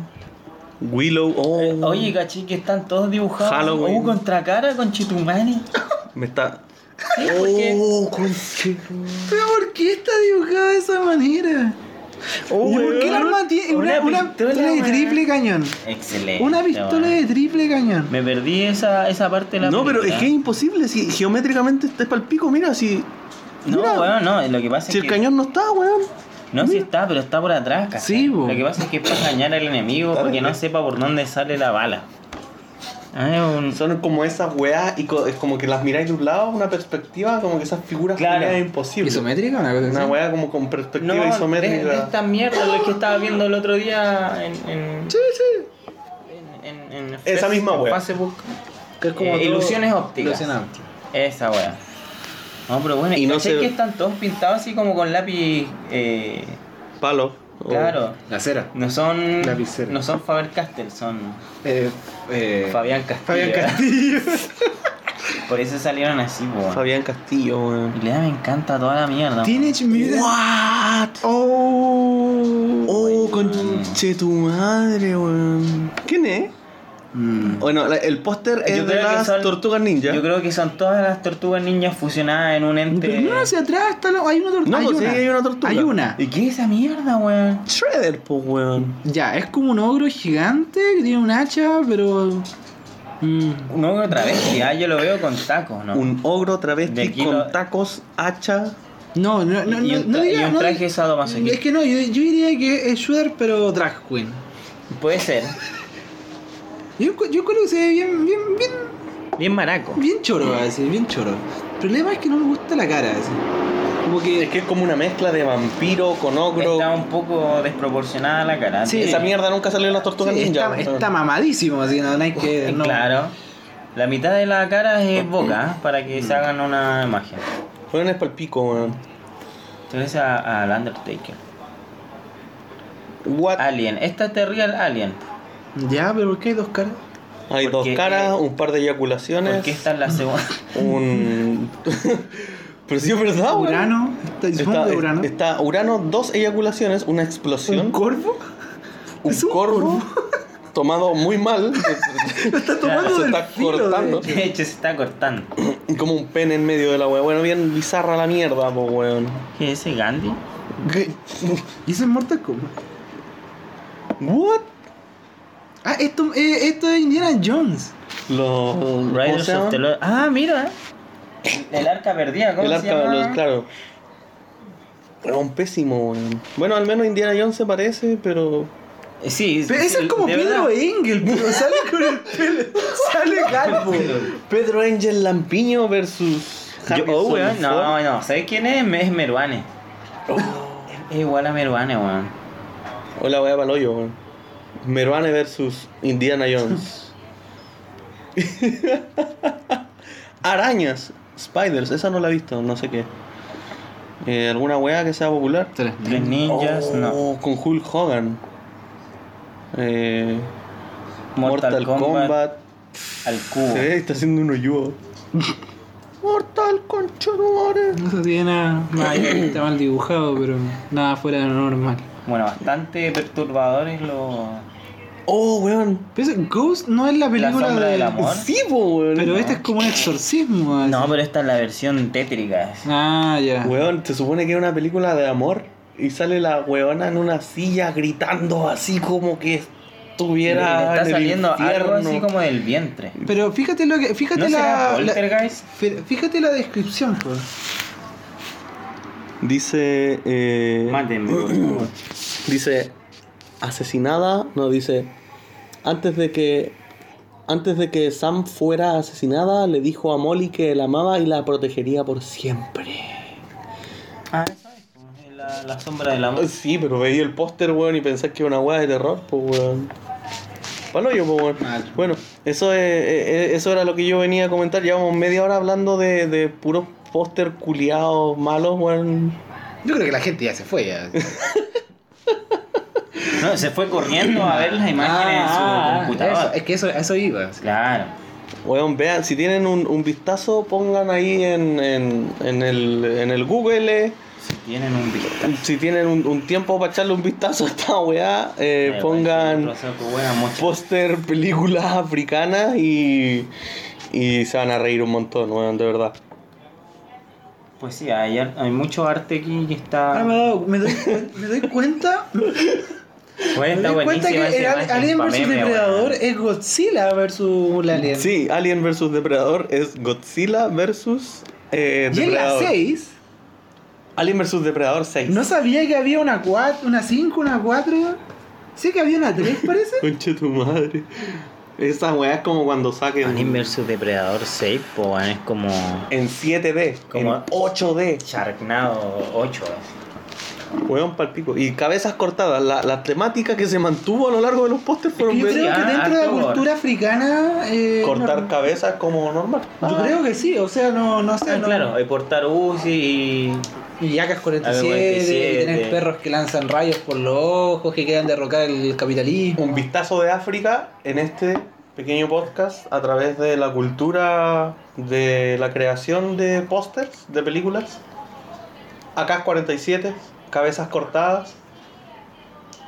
Speaker 1: Willow.
Speaker 3: Eh,
Speaker 1: Oh.
Speaker 2: Oye, caché que están todos dibujados.
Speaker 1: Halloween.
Speaker 2: Uh, contra cara con Chitumani.
Speaker 1: Me está.
Speaker 2: Sí, porque-
Speaker 1: Oh, conche.
Speaker 3: ¿Pero por qué está dibujada de esa manera? ¿Y por qué el arma tiene Oh, una,
Speaker 2: Una
Speaker 3: una
Speaker 2: pistola,
Speaker 3: pistola de
Speaker 2: weón.
Speaker 3: triple cañón?
Speaker 2: Excelente.
Speaker 3: Una pistola
Speaker 2: Eh, weón.
Speaker 3: de triple cañón.
Speaker 2: Me perdí esa, esa parte de la
Speaker 1: No, pero es
Speaker 2: película.
Speaker 1: que es imposible. Si geométricamente está para el pico, mira, si.
Speaker 2: No,
Speaker 1: mira,
Speaker 2: weón, no. Lo que pasa
Speaker 1: Si
Speaker 2: es
Speaker 1: el
Speaker 2: que.
Speaker 1: cañón no está, weón.
Speaker 2: No, sí está, pero está por atrás, ¿cachai?
Speaker 3: Sí, bo.
Speaker 2: Lo que pasa es que es para engañar al enemigo
Speaker 1: Claro,
Speaker 2: porque no
Speaker 1: güey.
Speaker 2: sepa por dónde sale la bala. Ah, es un-
Speaker 1: Son como esas weas y co- es como que las miráis de un lado, una perspectiva, como que esas figuras
Speaker 2: Claro.
Speaker 1: culiadas es imposible.
Speaker 3: ¿Isométrica? Una cosa
Speaker 1: Una
Speaker 3: así.
Speaker 1: wea como con perspectiva
Speaker 2: No, de,
Speaker 1: isométrica.
Speaker 2: de esta mierda lo que estaba viendo el otro día en. en
Speaker 3: Sí, sí.
Speaker 2: en- en- en
Speaker 1: Esa
Speaker 2: Face-
Speaker 1: misma
Speaker 2: en
Speaker 1: wea.
Speaker 2: Facebook.
Speaker 3: Que es
Speaker 2: Eh,
Speaker 3: todo-
Speaker 2: ilusiones ópticas.
Speaker 3: Ilusiones ópticas.
Speaker 2: Esa wea. No, pero bueno,
Speaker 1: Y no
Speaker 2: ¿cachai
Speaker 1: se-
Speaker 2: que están todos pintados así como con lápiz. eh,
Speaker 1: Palo. o-
Speaker 2: Claro.
Speaker 3: La cera.
Speaker 2: No son.
Speaker 3: Lapicero.
Speaker 2: No son Faber Castell, son
Speaker 3: Eh, eh,
Speaker 2: Fabián Castillo.
Speaker 3: Fabián Castillo.
Speaker 2: Por eso salieron así, weón.
Speaker 1: Oh, Fabián Castillo,
Speaker 2: Y
Speaker 1: weón.
Speaker 2: le me encanta toda la mierda.
Speaker 3: Teenage Mutant.
Speaker 1: What?
Speaker 3: Oh.
Speaker 1: Oh,
Speaker 2: Weón.
Speaker 1: conche tu madre, weón. ¿Quién es?
Speaker 3: Mm.
Speaker 1: Bueno, la- el póster
Speaker 2: Yo
Speaker 1: es de
Speaker 2: creo que
Speaker 1: las
Speaker 2: son-
Speaker 1: tortugas ninja.
Speaker 2: Yo creo que son todas las tortugas ninjas fusionadas en un ente.
Speaker 3: Pero no hacia atrás, está la- hay una tortuga.
Speaker 1: No,
Speaker 3: hay
Speaker 1: pues sí,
Speaker 3: una.
Speaker 1: hay una tortuga.
Speaker 3: Hay una.
Speaker 2: ¿Y qué es esa mierda, weón?
Speaker 1: Shredder, pues, weón.
Speaker 3: Ya, es como un ogro gigante que tiene un hacha, pero. Mm.
Speaker 2: Un ogro travesti, ah, yo lo veo con tacos, ¿no?
Speaker 1: Un ogro
Speaker 2: Ah. De
Speaker 1: travesti
Speaker 2: aquí
Speaker 1: con
Speaker 2: lo-
Speaker 1: tacos, hacha.
Speaker 3: No, no, no,
Speaker 2: Y
Speaker 3: no,
Speaker 2: un
Speaker 3: no
Speaker 2: tra-
Speaker 3: diría-
Speaker 2: y un
Speaker 3: no-
Speaker 2: traje sadomasoquista.
Speaker 3: Es que no, yo, yo diría que es shooter, pero drag queen.
Speaker 2: Puede ser.
Speaker 3: Yo, encu- yo creo que se ve bien, bien, bien,
Speaker 2: Bien maraco.
Speaker 3: bien choro, así, bien choro. El problema es que no me gusta la cara, así. Como que.
Speaker 1: Es que es como una mezcla de vampiro con ogro.
Speaker 2: Está un poco desproporcionada la cara.
Speaker 3: Sí,
Speaker 1: Esa mierda nunca salió en las tortugas
Speaker 3: sí,
Speaker 1: ninja.
Speaker 3: está,
Speaker 1: weón.
Speaker 3: está mamadísimo, así, no, no hay que.
Speaker 2: Eh,
Speaker 3: no.
Speaker 2: Claro. La mitad de la cara es boca, ¿ah? para que se hagan una imagen.
Speaker 1: Weón es pa'l pico, weón.
Speaker 2: Entonces a- al Undertaker.
Speaker 1: What?
Speaker 2: Alien. Esta es de Real Alien.
Speaker 3: Ya, pero ¿por qué hay dos caras?
Speaker 1: Hay dos
Speaker 2: porque- eh,
Speaker 1: caras, un par de eyaculaciones.
Speaker 2: Porque esta es la segunda.
Speaker 1: Un. Pero sí es
Speaker 2: Ah,
Speaker 1: verdad, weón.
Speaker 3: Urano, está,
Speaker 1: Está,
Speaker 3: de Urano.
Speaker 1: está Urano, dos eyaculaciones, una explosión,
Speaker 3: ¿Un
Speaker 1: un,
Speaker 3: corvo? es un
Speaker 1: corvo tomado muy mal,
Speaker 3: Lo está tomando
Speaker 1: se
Speaker 3: del
Speaker 1: está
Speaker 3: filo,
Speaker 1: cortando.
Speaker 3: de-
Speaker 2: De hecho, se está cortando.
Speaker 1: como un pene en medio de la wea. Bueno, bien bizarra la mierda, po, weón.
Speaker 2: ¿Qué es ese Gandhi?
Speaker 3: ¿Y eso es Mortal Kombat?
Speaker 1: ¿What?
Speaker 3: Ah, esto, eh, esto es Indiana Jones.
Speaker 1: Los. ¿cómo
Speaker 2: Riders
Speaker 1: se llama?
Speaker 2: of the Lo- Ah, mira. ¿eh? El arca perdida, ¿cómo
Speaker 1: El
Speaker 2: se
Speaker 1: arca
Speaker 2: llama?
Speaker 1: de los, claro. Era un pésimo, weón. Bueno, al menos Indiana Jones se parece, pero.
Speaker 2: Eh, Sí,
Speaker 3: Pero ese es como
Speaker 2: de
Speaker 3: Pedro
Speaker 2: verdad.
Speaker 3: Engel, pero sale con el pelo. Sale calvo.
Speaker 1: Pedro Angel Lampiño versus.
Speaker 2: Yo, oh,
Speaker 1: Harrison
Speaker 2: weón, no,
Speaker 1: Ford.
Speaker 2: no, ¿sabes quién es? Es Meruane. Es igual a Meruane, weón.
Speaker 1: Hola, weá, paloyo, weón. Meruane versus Indiana Jones. Arañas, Spiders, esa no la he visto, no sé qué. Eh, ¿Alguna weá que sea popular?
Speaker 2: Tres ninjas, no.
Speaker 1: Oh, Con Hulk Hogan. Eh,
Speaker 2: Mortal, Kombat,
Speaker 1: Kombat.
Speaker 2: al cubo.
Speaker 1: Se ve, está haciendo un hoyo. Mortal Conchetumare.
Speaker 3: No se tiene nada. nada, está mal dibujado, pero nada fuera de lo normal.
Speaker 2: Bueno, bastante perturbadores los.
Speaker 1: Oh, weón.
Speaker 3: Pero ese Ghost no es la película
Speaker 2: sombra
Speaker 3: de-
Speaker 2: del amor.
Speaker 1: Sí, po, weón.
Speaker 3: Pero este es como un exorcismo. así.
Speaker 2: No, pero esta es la versión tétrica.
Speaker 3: Ah, ya.
Speaker 1: Weón, se supone que era una película de amor y sale la weona en una silla gritando así como que
Speaker 2: Y le
Speaker 1: estuviera
Speaker 2: está
Speaker 1: en el
Speaker 2: saliendo algo
Speaker 1: infierno.
Speaker 2: así como del vientre.
Speaker 3: Pero fíjate lo que. Fíjate
Speaker 2: ¿No será
Speaker 3: la, la-
Speaker 2: Poltergeist?
Speaker 3: fe- Fíjate la descripción, pues. po.
Speaker 1: Dice eh,
Speaker 2: Mátenme, por favor.
Speaker 1: dice asesinada, no dice antes de que antes de que Sam fuera asesinada, le dijo a Molly que la amaba y la protegería por siempre.
Speaker 2: Ah, eso es. pues, es La, la sombra del amor.
Speaker 1: Sí, pero veía el póster, weón, y pensás que era una weá de terror, pues, weón. Bueno, yo, pues, weón.
Speaker 3: Mal.
Speaker 1: Bueno, eso, es- eh, eh, eso era lo que yo venía a comentar. Llevamos media hora hablando de, de puros póster culiados malos, weón.
Speaker 3: Yo creo que la gente ya se fue. Ya.
Speaker 2: No, se fue corriendo a ver las imágenes
Speaker 3: Ah,
Speaker 2: en su computador.
Speaker 3: eso, es que eso, a eso iba.
Speaker 2: Claro.
Speaker 1: Weón, vean, si tienen un, un vistazo, pongan ahí en, en, en el, en el Google. eh,
Speaker 2: Si tienen un vistazo.
Speaker 1: Si tienen un, un tiempo para echarle un vistazo a esta weá, eh,
Speaker 2: Eh,
Speaker 1: pongan.
Speaker 2: bueno, Rosaco, buena mocha.
Speaker 1: póster, películas africanas y, y se van a reír un montón, weón, de verdad.
Speaker 2: Pues sí, hay, ar- hay mucho arte aquí que está.
Speaker 3: Ahora Ah, me, he dado- me doy, cuen- me doy cuenta,
Speaker 2: Bueno,
Speaker 3: me
Speaker 2: Pues está
Speaker 3: doy cuenta
Speaker 2: buenísima
Speaker 3: que el
Speaker 2: esa
Speaker 3: Ali-
Speaker 2: imagen,
Speaker 3: Alien
Speaker 2: pa'
Speaker 3: vs
Speaker 2: meme,
Speaker 3: Depredador
Speaker 2: weón.
Speaker 3: es Godzilla vs Alien.
Speaker 1: Sí, Alien vs Depredador es Godzilla vs eh,
Speaker 3: y en la
Speaker 1: Depredador.
Speaker 3: 6,
Speaker 1: Alien vs Depredador 6.
Speaker 3: no sabía que había una 4, una 5, una 4. Sé que había una 3, parece.
Speaker 1: Conche tu madre. Esa weá es como cuando saquen
Speaker 2: Alien vs Depredador 6, po, weón, es como.
Speaker 1: en 7D,
Speaker 2: Como-
Speaker 1: en 8D.
Speaker 2: Sharknado 8.
Speaker 1: Weón palpico. Y cabezas cortadas. La, la temática que se mantuvo a lo largo de los pósters
Speaker 3: Yo
Speaker 1: fueron
Speaker 3: creo que
Speaker 1: ver-
Speaker 2: Ah,
Speaker 3: dentro de la
Speaker 2: Arturo.
Speaker 3: cultura africana. eh,
Speaker 1: cortar
Speaker 3: no-
Speaker 1: cabezas como normal.
Speaker 3: Yo creo que sí, o sea, no, no sé.
Speaker 2: Ah,
Speaker 3: no-
Speaker 2: claro, hay portar Uzi y.
Speaker 3: Y Yacas 47,
Speaker 2: Algo 47.
Speaker 3: y tener perros que lanzan rayos por los ojos, que quieran derrocar el capitalismo.
Speaker 1: un vistazo de África en este pequeño podcast a través de la cultura de la creación de pósters, de películas. Acá 47, cabezas cortadas.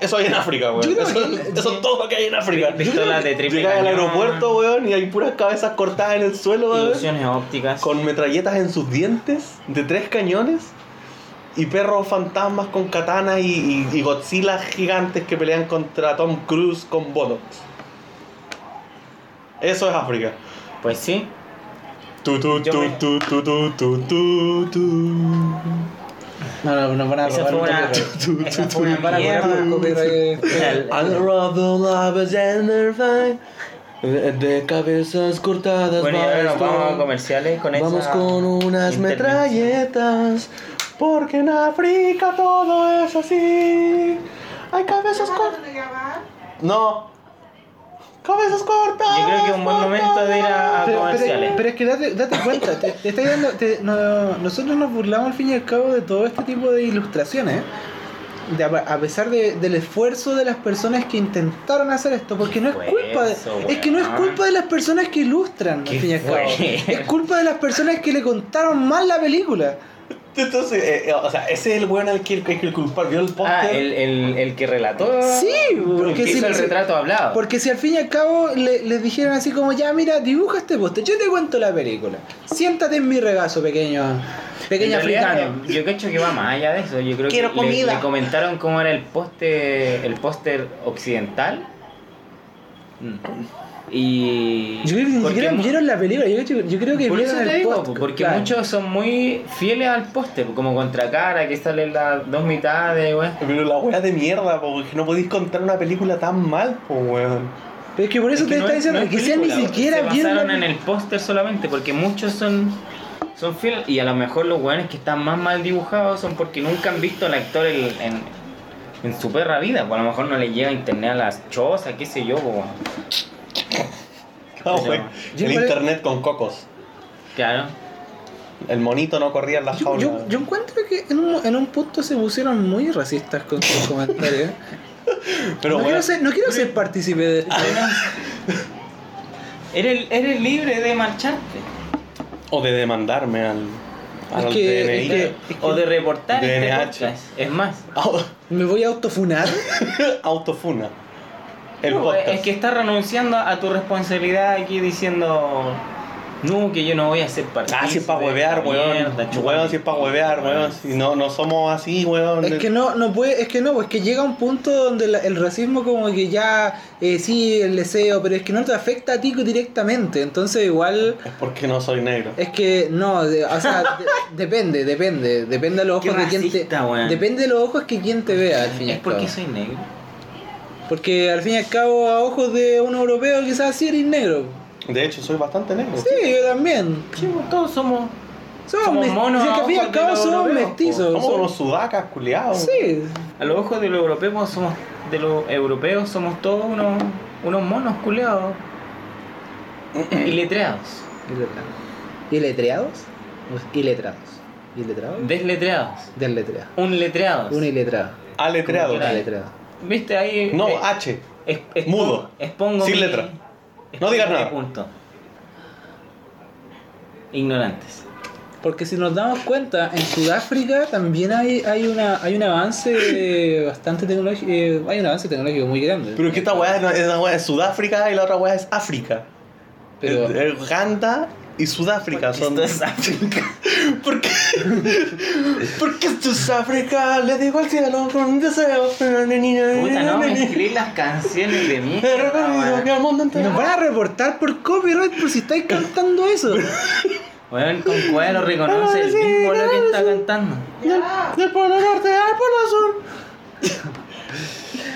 Speaker 1: Eso hay en África, weón.
Speaker 3: Yo creo
Speaker 1: Eso,
Speaker 3: que-
Speaker 1: eso es todo lo que hay en África.
Speaker 2: Pistolas
Speaker 1: Yo creo que
Speaker 2: de triple
Speaker 1: Llegas al
Speaker 2: cañón.
Speaker 1: aeropuerto, weón, y hay puras cabezas cortadas en el suelo, weón.
Speaker 2: Ilusiones ópticas.
Speaker 1: Con metralletas en sus dientes, de tres cañones. Y perros fantasmas con katanas y, y, y Godzilla gigantes que pelean contra Tom Cruise con botox. Eso es África.
Speaker 2: Pues sí.
Speaker 1: Tu, tu,
Speaker 2: Yo
Speaker 1: tu,
Speaker 2: me-
Speaker 1: tu, tu, tu, tu, tu, tu.
Speaker 3: No, no, nos van a
Speaker 2: Esa
Speaker 3: robar
Speaker 2: fue
Speaker 3: un
Speaker 2: una.
Speaker 3: copyright.
Speaker 2: Esa fue una
Speaker 3: Van a cobrarnos el
Speaker 2: mierda.
Speaker 3: copyright.
Speaker 2: El-
Speaker 1: I'd rather love a gender fight. Eh, De cabezas cortadas.
Speaker 2: Bueno, y ahora nos
Speaker 1: basta.
Speaker 2: vamos a comerciales con esa.
Speaker 1: Vamos con unas
Speaker 2: intervención.
Speaker 1: metralletas, porque en África todo es así. Hay cabezas cortas. No. Cabezas cortas.
Speaker 2: Yo creo que es un buen momento de ir a, a
Speaker 3: Pero,
Speaker 2: Ah, comerciales.
Speaker 3: pero- pero es que date, date cuenta, te, te estáis dando, te- no- nosotros nos burlamos al fin y al cabo de todo este tipo de ilustraciones. de- a pesar de- del esfuerzo de las personas que intentaron hacer esto, porque no es culpa de,
Speaker 2: Esfuerzo,
Speaker 3: es que no es
Speaker 2: weón.
Speaker 3: culpa de las personas que ilustran, al
Speaker 2: Qué
Speaker 3: fin y al cabo.
Speaker 2: fuerte.
Speaker 3: Es culpa de las personas que le contaron mal la película.
Speaker 1: Entonces, eh, eh, o sea, ese es el weón al que hay que culpar. Vio el póster.
Speaker 2: Ah, el, el, el que relató.
Speaker 3: Sí,
Speaker 2: porque
Speaker 3: porque
Speaker 2: hizo
Speaker 3: si,
Speaker 2: el
Speaker 3: si-
Speaker 2: retrato hablado.
Speaker 3: porque si al fin y al cabo le- les dijeron así como, ya mira, dibuja este póster, yo te cuento la película. Siéntate en mi regazo, pequeño, pequeño
Speaker 2: En realidad, eh,
Speaker 3: africano.
Speaker 2: Yo, yo cacho que va más allá de eso. Yo creo
Speaker 1: Quiero
Speaker 2: que le-
Speaker 1: comida.
Speaker 2: Le, comentaron cómo era el póster el póster occidental. Mm. Y
Speaker 3: Yo creo que ni
Speaker 2: porque
Speaker 3: siquiera
Speaker 2: mu-
Speaker 3: vieron la película, yo, creo- yo creo que
Speaker 2: por eso
Speaker 3: vieron
Speaker 2: te
Speaker 3: el
Speaker 2: digo,
Speaker 3: póster,
Speaker 2: porque
Speaker 3: claro.
Speaker 2: muchos son muy fieles al póster, como contracara, que salen las dos mitades, weón.
Speaker 1: Pero la weá de mierda, porque no podéis contar una película tan mal, po, weón.
Speaker 3: Pero es que por eso
Speaker 2: Es
Speaker 3: te
Speaker 2: no
Speaker 3: está
Speaker 2: es-
Speaker 3: diciendo
Speaker 2: no es
Speaker 3: que quizás ni
Speaker 2: película,
Speaker 3: siquiera
Speaker 2: se
Speaker 3: vieron la
Speaker 2: basaron en el póster solamente porque muchos son son fieles y a lo mejor los weones que están más mal dibujados son porque nunca han visto al actor en, en, en su perra vida, pues a lo mejor no le llega internet a las chozas, qué sé yo, pues, weón.
Speaker 1: Ah,
Speaker 2: Pero-
Speaker 1: weón.
Speaker 3: Yo
Speaker 1: El
Speaker 3: pare-
Speaker 1: internet con cocos.
Speaker 2: claro.
Speaker 1: El monito no corría en la
Speaker 3: Yo,
Speaker 1: jaula.
Speaker 3: yo, yo encuentro que en un, en un punto se pusieron muy racistas con sus comentarios.
Speaker 1: Pero
Speaker 3: no,
Speaker 1: weón,
Speaker 3: quiero ser, no quiero ser partícipe de esto.
Speaker 2: Eres, eres libre de marcharte
Speaker 1: O de demandarme al, al
Speaker 3: Es que-
Speaker 1: DNI.
Speaker 3: es que-
Speaker 2: o de reportar
Speaker 1: DNH.
Speaker 2: este podcast. Es más,
Speaker 1: Au-
Speaker 3: Me voy a autofunar.
Speaker 1: Autofuna. El
Speaker 2: no,
Speaker 1: podcast.
Speaker 2: es que estás renunciando a tu responsabilidad aquí diciendo no, que yo no voy a ser parte.
Speaker 1: Ah, si es para huevear, weón. Weón, si es para huevear, weón. Si no, no somos así, weón.
Speaker 3: Ah, Es que no, no puede, es que no, pues, es que llega un punto donde la- el racismo como que ya, eh, sí, el deseo, pero es que no te afecta a ti directamente. Entonces igual
Speaker 1: Es porque no soy negro.
Speaker 3: es que no, de- o sea, de- depende, depende, depende de los
Speaker 2: Qué
Speaker 3: ojos de quien te,
Speaker 2: racista, weón.
Speaker 3: depende de los ojos que quien te vea al fin y
Speaker 2: Es
Speaker 3: al cabo.
Speaker 2: porque soy negro.
Speaker 3: Porque al fin y al cabo, a ojos de un europeo, quizás sí eres negro.
Speaker 1: De hecho, soy bastante negro.
Speaker 3: Sí, yo también.
Speaker 2: Sí, pues, todos somos.
Speaker 3: Somos,
Speaker 2: Somos
Speaker 3: mes-
Speaker 2: monos
Speaker 3: si es que
Speaker 2: a
Speaker 3: al fin y al
Speaker 2: ojos de
Speaker 3: cabo
Speaker 2: los
Speaker 3: somos
Speaker 2: europeos,
Speaker 3: mestizos.
Speaker 1: Somos
Speaker 3: somos-
Speaker 1: unos sudacas, culiados.
Speaker 3: Sí,
Speaker 2: A los ojos de los europeos somos. De los europeos somos todos unos, unos monos culeados. y letreados.
Speaker 4: ¿Iletreados?
Speaker 2: Pues,
Speaker 4: ¿O Iletrados. ¿Iletrados?
Speaker 2: Desletreados.
Speaker 4: Desletreado.
Speaker 2: Un letreados.
Speaker 4: Un iletrado.
Speaker 1: Aletreados.
Speaker 2: Como
Speaker 4: Un iletrado.
Speaker 2: ¿Viste ahí?
Speaker 1: No,
Speaker 2: eh,
Speaker 1: H.
Speaker 2: es- expo-
Speaker 1: mudo.
Speaker 2: Expongo
Speaker 1: Sin
Speaker 2: mi-
Speaker 1: letra.
Speaker 2: expongo
Speaker 1: digas
Speaker 2: mi
Speaker 1: nada.
Speaker 2: Punto. Ignorantes.
Speaker 3: porque si nos damos cuenta, en Sudáfrica también hay, hay, una, hay un avance eh, bastante tecnológico. eh, hay un avance tecnológico muy grande.
Speaker 1: Pero es que esta weá es, esta weá es Sudáfrica y la otra weá es África.
Speaker 3: Pero-
Speaker 2: eh,
Speaker 1: Es- es Uganda y Sudáfrica son.
Speaker 2: Esto es África.
Speaker 1: ¿Por qué? Porque esto es África, le digo al cielo con un deseo.
Speaker 2: Puta, no, me
Speaker 1: He
Speaker 2: escribí las canciones de
Speaker 1: recorrido que
Speaker 2: mierda.
Speaker 1: al mundo
Speaker 3: Nos
Speaker 1: entero.
Speaker 3: van a reportar por copyright por si estáis cantando eso.
Speaker 2: Weón, con cuál lo reconoce el mismo lo que está cantando.
Speaker 1: Del, del polo norte al polo sur.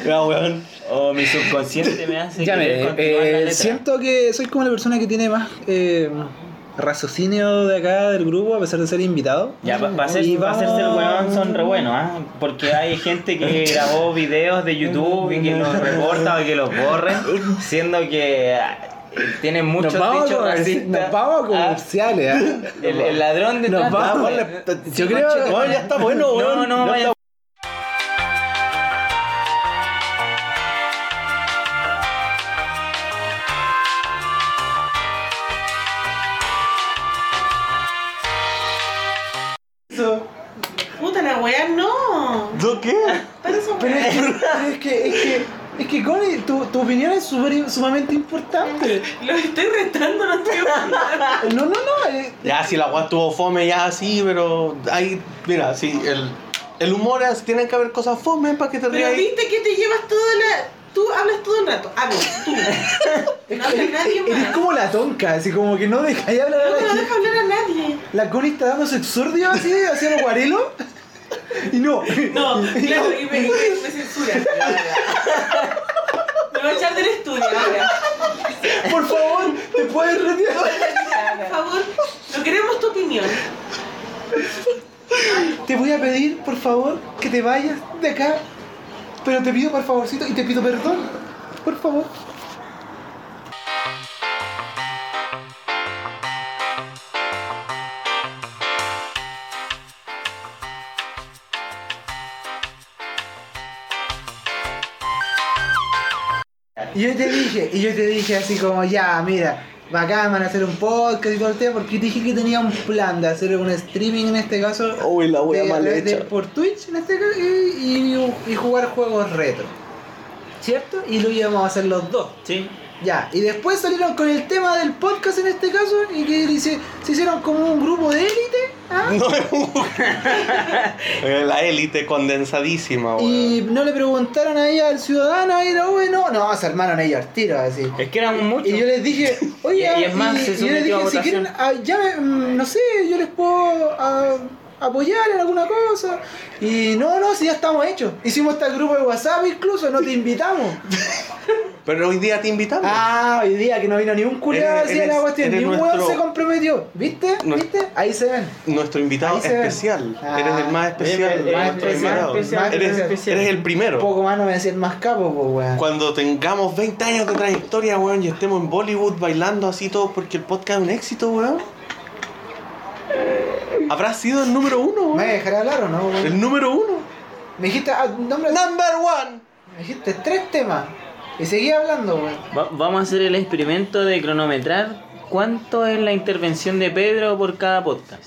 Speaker 1: Ya, weón.
Speaker 2: O mi subconsciente me hace
Speaker 3: Ya,
Speaker 2: querer
Speaker 3: mire,
Speaker 2: continuar la
Speaker 3: eh,
Speaker 2: letra.
Speaker 3: siento que soy como la persona que tiene más eh, raciocinio de acá del grupo, a pesar de ser invitado.
Speaker 2: Ya, para
Speaker 3: Y vamos-
Speaker 2: hacerse el weón son re buenos, ¿ah? Porque hay gente que grabó videos de YouTube y que los reporta o que los borren, siendo que ah, tienen
Speaker 3: Nos
Speaker 2: muchos
Speaker 3: vamos, a
Speaker 2: dichos
Speaker 3: comerci-
Speaker 2: racistas.
Speaker 3: nos vamos a
Speaker 2: Ah,
Speaker 3: comerciales. ¿ah?
Speaker 2: el, el ladrón de pues.
Speaker 3: Nos
Speaker 2: trata,
Speaker 3: vamos.
Speaker 2: weón.
Speaker 3: Yo creo- Oh,
Speaker 2: conchete,
Speaker 1: Weón, ya está bueno,
Speaker 2: No,
Speaker 1: weón.
Speaker 2: no,
Speaker 1: Ya
Speaker 2: vaya.
Speaker 5: Puta la weá, no.
Speaker 1: ¿Tú qué?
Speaker 5: Para eso
Speaker 3: Pero es que, pero es que, es que, es que Connie, tu, tu opinión es súper- sumamente importante.
Speaker 5: lo estoy retando, no estoy opinando.
Speaker 3: No, no, no. eh,
Speaker 1: Ya, si la weá tuvo fome, ya sí, pero. Ahí, mira, sí, el, el humor es. Tienen que haber cosas fome para que te
Speaker 5: Pero
Speaker 1: rías.
Speaker 5: viste que te llevas toda la. Tú hablas todo el rato. Hablas tú.
Speaker 3: es que-
Speaker 5: No habla nadie
Speaker 3: eres
Speaker 5: más.
Speaker 3: como la tonca, así como que no dejáis hablar a
Speaker 5: No
Speaker 3: la
Speaker 5: te lo
Speaker 3: gente.
Speaker 5: deja hablar a nadie.
Speaker 3: La Connie está dando su exordio así, hacia el guarelo. Y no.
Speaker 5: No,
Speaker 3: y
Speaker 5: claro, y me, y me, me censura. Me va a echar del estudio ahora.
Speaker 3: Por favor, te puedes retirar.
Speaker 5: Por favor, no queremos tu opinión.
Speaker 3: Te voy a pedir, por favor, que te vayas de acá. Pero te pido por favorcito y te pido perdón. Por favor. Y yo te dije, y yo te dije así como, ya, mira, bacán, van a hacer un podcast y todo el tema, porque dije que tenía un plan de hacer un streaming en este caso.
Speaker 1: Uy, la wea
Speaker 3: de-
Speaker 1: mal
Speaker 3: de-
Speaker 1: hecha.
Speaker 3: por Twitch en este caso y, y- y jugar juegos retro. ¿Cierto? Y lo íbamos a hacer los dos.
Speaker 2: Sí.
Speaker 3: Ya, y después salieron con el tema del podcast en este caso y que dice- se hicieron como un grupo de élite. ¿ah?
Speaker 1: No es un- Eh, La élite condensadísima, weón.
Speaker 3: Y no le preguntaron ahí al ciudadano, y no, bueno, no, se armaron ellos al tiro, así.
Speaker 2: Es que eran muchos.
Speaker 3: Y yo les dije, oye,
Speaker 2: Y- y es más, se
Speaker 3: y yo les
Speaker 2: sometió a
Speaker 3: dije, si
Speaker 2: votación.
Speaker 3: quieren, ah, ya me- mm, no sé, yo les puedo ah, apoyar en alguna cosa. Y no, no, si ya estamos hechos. Hicimos hasta el grupo de WhatsApp, incluso no te invitamos.
Speaker 1: Pero hoy día te invitamos.
Speaker 3: ah, hoy día que no vino ni un culiado
Speaker 1: Eres-
Speaker 3: así a la
Speaker 1: eres-
Speaker 3: cuestión, ni
Speaker 1: eres
Speaker 3: un weón
Speaker 1: nuestro-
Speaker 3: se comprometió. ¿Viste?
Speaker 1: Nuestro-
Speaker 3: ¿Viste? Ahí se ven.
Speaker 1: Nuestro invitado
Speaker 3: Ahí se ven.
Speaker 1: especial.
Speaker 3: Ah.
Speaker 1: Eres el más especial. de
Speaker 2: Eres-
Speaker 1: nuestros
Speaker 2: eres
Speaker 3: especial,
Speaker 1: invitados.
Speaker 3: especial,
Speaker 1: Eres-
Speaker 2: especial.
Speaker 1: eres el primero.
Speaker 3: Un poco más no me decían más capo, pues weón.
Speaker 1: Cuando tengamos 20 años de trayectoria, weón, y estemos en Bollywood bailando así todo porque el podcast es un éxito, weón. Habrá sido el número uno,
Speaker 3: ¿Me
Speaker 1: weón.
Speaker 3: dejará hablar o no, weón?
Speaker 1: El número uno.
Speaker 3: Me dijiste, ah, nombre-
Speaker 1: Number one.
Speaker 3: me dijiste tres temas. Y seguí hablando, weón.
Speaker 2: Va- vamos a hacer el experimento de cronometrar cuánto es la intervención de Pedro por cada podcast.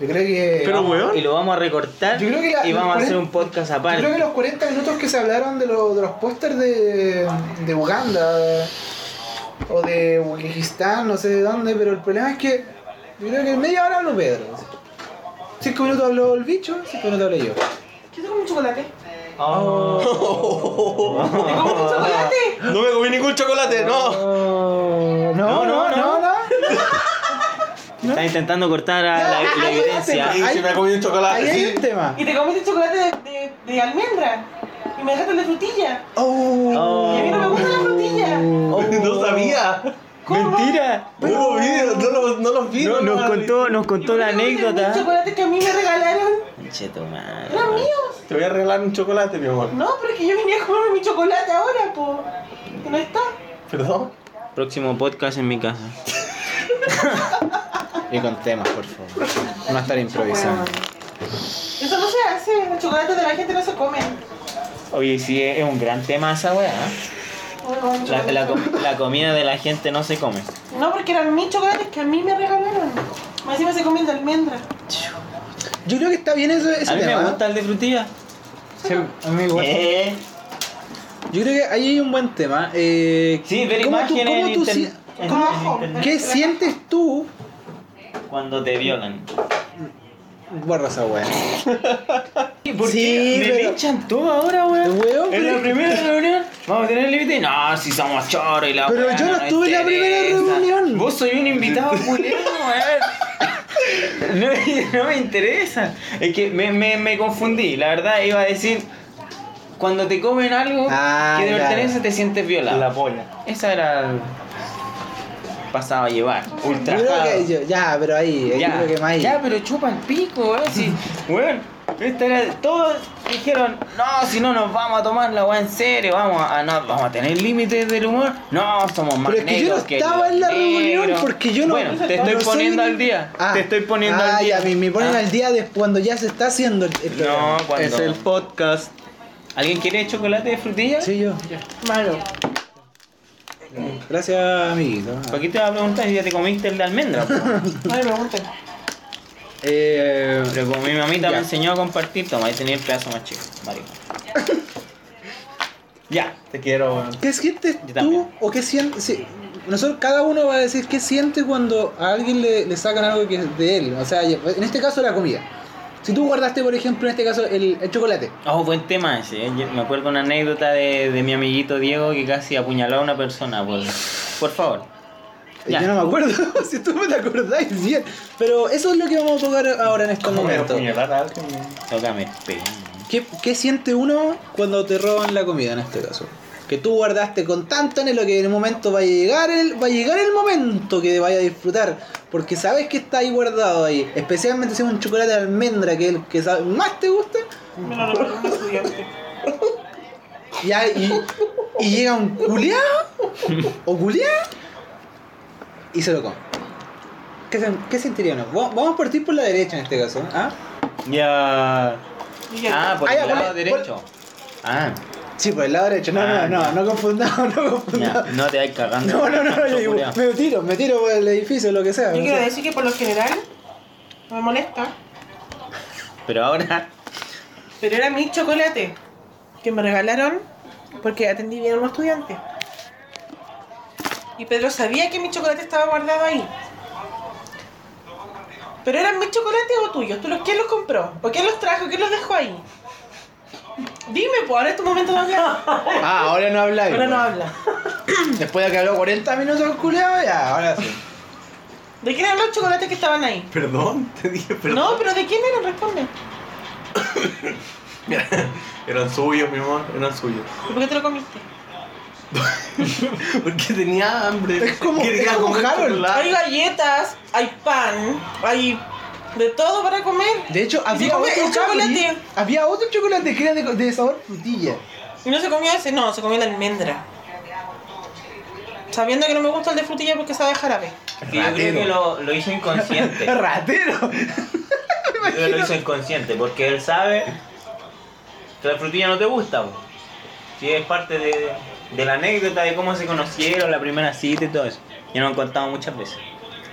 Speaker 3: Yo creo que.
Speaker 1: Pero,
Speaker 2: Vamos-
Speaker 1: weón.
Speaker 2: Y lo vamos a recortar
Speaker 3: Yo creo que la-
Speaker 2: y vamos a
Speaker 3: por
Speaker 2: hacer
Speaker 3: el-
Speaker 2: un podcast
Speaker 3: Yo creo que
Speaker 2: aparte.
Speaker 3: los 40 minutos que se hablaron de, lo- de los pósters de, de Uganda o de Uzbekistán, no sé de dónde, pero el problema es que yo creo que en media hora habló Pedro. Cinco minutos habló el bicho, cinco minutos hablé yo.
Speaker 5: ¿Quieres como un chocolate?
Speaker 2: Oh.
Speaker 5: ¿Te como
Speaker 3: Ah.
Speaker 5: un chocolate?
Speaker 1: No me comí ningún chocolate, no.
Speaker 3: Oh, no, no, no, no.
Speaker 2: Está intentando cortar a la, la
Speaker 3: Ahí hay un
Speaker 2: evidencia.
Speaker 3: tema,
Speaker 1: Sí,
Speaker 3: ahí-
Speaker 1: sí me comí un chocolate,
Speaker 3: Ahí hay
Speaker 1: sí.
Speaker 3: un tema.
Speaker 5: ¿Y te comiste chocolate de, de, de almendra? y me dejaste la frutilla.
Speaker 2: Oh.
Speaker 5: Y a mí no me gusta la frutilla.
Speaker 3: Oh.
Speaker 1: No sabía.
Speaker 5: ¿Cómo?
Speaker 2: Mentira.
Speaker 1: No lo vi, no lo, no lo vi.
Speaker 2: No,
Speaker 1: lo
Speaker 2: nos
Speaker 1: vi.
Speaker 2: contó, nos contó la
Speaker 5: ¿Y por qué no me gusta El
Speaker 2: anécdota.
Speaker 5: chocolate que a mí me regalaron
Speaker 2: Conche tu madre.
Speaker 5: eran míos.
Speaker 1: Te voy a regalar un chocolate, mi amor.
Speaker 5: No, pero es que yo venía a comerme mi chocolate ahora, po. Y no está.
Speaker 1: ¿Perdón?
Speaker 2: Próximo podcast en mi casa.
Speaker 3: Y con temas, por favor. No estar improvisando.
Speaker 5: Bueno, Eso no se hace. Los chocolates de la gente no se comen.
Speaker 2: Oye, sí, es un gran tema esa weá. ¿eh?
Speaker 5: Bueno,
Speaker 2: La, la com- la comida de la gente no se come.
Speaker 5: No, porque eran mis chocolates que a mí me regalaron. Más encima se comen de almendra.
Speaker 3: Yo creo que está bien eso, ese
Speaker 2: A mí
Speaker 3: tema.
Speaker 2: me gusta el de frutilla.
Speaker 6: Sí, a mí igual.
Speaker 2: Eh,
Speaker 3: Yo creo que ahí hay un buen tema. Eh,
Speaker 2: Sí, ver
Speaker 3: ¿cómo tú-
Speaker 2: imágenes
Speaker 3: cómo
Speaker 2: en
Speaker 3: tú
Speaker 2: inter-
Speaker 3: si-
Speaker 2: en-
Speaker 5: ¿Cómo?
Speaker 2: en internet
Speaker 3: ¿Qué sientes tú?
Speaker 2: Cuando te violan.
Speaker 3: Borra esa weá.
Speaker 2: ¿Por qué
Speaker 3: Sí,
Speaker 2: me
Speaker 3: pero-
Speaker 2: pinchan todo ahora, weón?
Speaker 3: Weón,
Speaker 2: En la
Speaker 3: pero-
Speaker 2: primera reunión vamos a tener límite. No, si somos choros y la
Speaker 3: Pero
Speaker 2: weá
Speaker 3: yo no estuve en la primera
Speaker 2: interesa.
Speaker 3: reunión.
Speaker 2: Vos soy un invitado culero, weón. No, me- no me interesa. Es que me, me, me confundí. La verdad iba a decir, cuando te comen algo
Speaker 3: Ah,
Speaker 2: que de
Speaker 3: claro.
Speaker 2: pertenencia te sientes violado.
Speaker 1: La polla.
Speaker 2: Esa era el... pasaba a llevar.
Speaker 3: Yo creo
Speaker 2: Ultrajado.
Speaker 3: que yo- ya, pero ahí, eh, yo creo que más ahí.
Speaker 2: Ya, pero chupa el pico, weón. Si, weón, esta era- todos dijeron, no, si no nos vamos a tomar la weá en serio, vamos a, no, vamos a tener límites del humor. No, somos más
Speaker 3: Pero es que yo no
Speaker 2: negros
Speaker 3: estaba
Speaker 2: los
Speaker 3: en la reunión,
Speaker 2: negros".
Speaker 3: porque yo no-
Speaker 2: Bueno, te
Speaker 3: no
Speaker 2: estoy
Speaker 3: soy
Speaker 2: poniendo
Speaker 3: ni-
Speaker 2: al día.
Speaker 3: Ah.
Speaker 2: te estoy poniendo
Speaker 3: ah,
Speaker 2: al día.
Speaker 3: ya, me, me ponen
Speaker 2: Ah.
Speaker 3: al día de cuando ya se está haciendo el, el
Speaker 2: No,
Speaker 3: programa.
Speaker 2: cuando.
Speaker 1: Es el podcast.
Speaker 2: ¿Alguien quiere chocolate de frutilla?
Speaker 3: Sí, yo.
Speaker 5: Malo.
Speaker 3: Gracias, amiguito.
Speaker 2: ¿Para qué te vas a preguntar si ya te comiste el de almendra? po?
Speaker 5: Ay, me gustan.
Speaker 3: Eh,
Speaker 2: Pero como mi mamita me
Speaker 3: Ya.
Speaker 2: enseñó a compartir, toma, ahí tenía el pedazo más chico, maricón. ya.
Speaker 1: Te quiero, weón.
Speaker 3: ¿Qué sientes
Speaker 2: Yo
Speaker 3: tú
Speaker 2: también.
Speaker 3: o qué sientes? nosotros cada uno va a decir qué siente cuando a alguien le, le sacan algo que es de él. O sea, en este caso la comida. Si tú guardaste, por ejemplo, en este caso el, el chocolate.
Speaker 2: Oh, buen tema ese. ¿eh? Yo- Me acuerdo una anécdota de, de mi amiguito Diego que casi apuñaló a una persona. Por, por favor. Ya.
Speaker 3: Yo no me acuerdo si tú me la acordáis bien. Pero eso es lo que vamos a tocar ahora en este estos
Speaker 1: ¿Cómo me
Speaker 3: momentos.
Speaker 1: apuñalar a alguien? weón?
Speaker 2: Tócame. pe.
Speaker 3: ¿Qué, qué siente uno cuando te roban la comida en este caso? Que tú guardaste con tanto anhelo que en el momento va a llegar el, va a llegar el momento que vaya a disfrutar. Porque sabes que está ahí guardado ahí. Especialmente si es un chocolate de almendra que es el que sa- más te gusta.
Speaker 5: Me lo regaló un estudiante.
Speaker 3: Y, ahí- y, y llega un culeado o culeado y se lo come. ¿Qué, sen- qué sentiría uno? Va- Vamos a partir por la derecha en este caso. ¿ah?
Speaker 2: Ya.
Speaker 5: Y ya.
Speaker 2: Ah, por
Speaker 3: Ah, ya,
Speaker 2: el lado
Speaker 3: ponle-
Speaker 2: derecho. Ah,
Speaker 3: Sí, por el lado derecho. No,
Speaker 2: Ah,
Speaker 3: no,
Speaker 2: ya.
Speaker 3: no, no confundamos, no confundamos.
Speaker 2: ya, no te vayas cagando.
Speaker 3: No, no, no, yo
Speaker 2: Chancho
Speaker 3: digo,
Speaker 2: culiao.
Speaker 3: me tiro, me tiro por el edificio, lo que sea.
Speaker 5: Yo
Speaker 3: no
Speaker 5: quiero
Speaker 3: sé.
Speaker 5: decir que por lo general no me molesta,
Speaker 2: Pero ahora.
Speaker 5: pero era mi chocolate que me regalaron porque atendí bien a un estudiante. Y Pedro sabía que mi chocolate estaba guardado ahí. Pero eran mis chocolates o tuyos. ¿Tú los, ¿Quién los compró? ¿O quién los trajo? ¿Quién los dejó ahí? Dime, pues ahora es tu momento de hablar.
Speaker 3: Ah, ahora no habláis.
Speaker 5: Ahora no
Speaker 3: weón.
Speaker 5: habla.
Speaker 3: Después de que habló 40 minutos culeado, ya, ahora sí.
Speaker 5: ¿De quién eran los chocolates que estaban ahí?
Speaker 1: Perdón, te dije perdón.
Speaker 5: No, pero ¿de quién eran? Responde.
Speaker 1: Mira, eran suyos, mi amor, eran suyos.
Speaker 5: ¿Y por qué te lo comiste?
Speaker 1: Porque tenía hambre.
Speaker 3: Es como- es como
Speaker 1: comer
Speaker 3: Harold.
Speaker 1: chocolate.
Speaker 5: Hay galletas, hay pan, hay de todo para comer.
Speaker 3: De hecho,
Speaker 5: se
Speaker 3: había
Speaker 5: come
Speaker 3: otro
Speaker 5: el chocolate.
Speaker 3: Había otro chocolate que era de, de sabor frutilla.
Speaker 5: Y no se comió ese, no, se comió la almendra. Sabiendo que no me gusta el de frutilla porque sabe a jarabe.
Speaker 2: que yo creo que lo, lo hizo inconsciente. Yo
Speaker 3: Ratero.
Speaker 2: creo que lo hizo inconsciente porque él sabe que la frutilla no te gusta. po. Sí, es parte de, de la anécdota de cómo se conocieron, la primera cita y todo eso. Ya nos han contado muchas veces.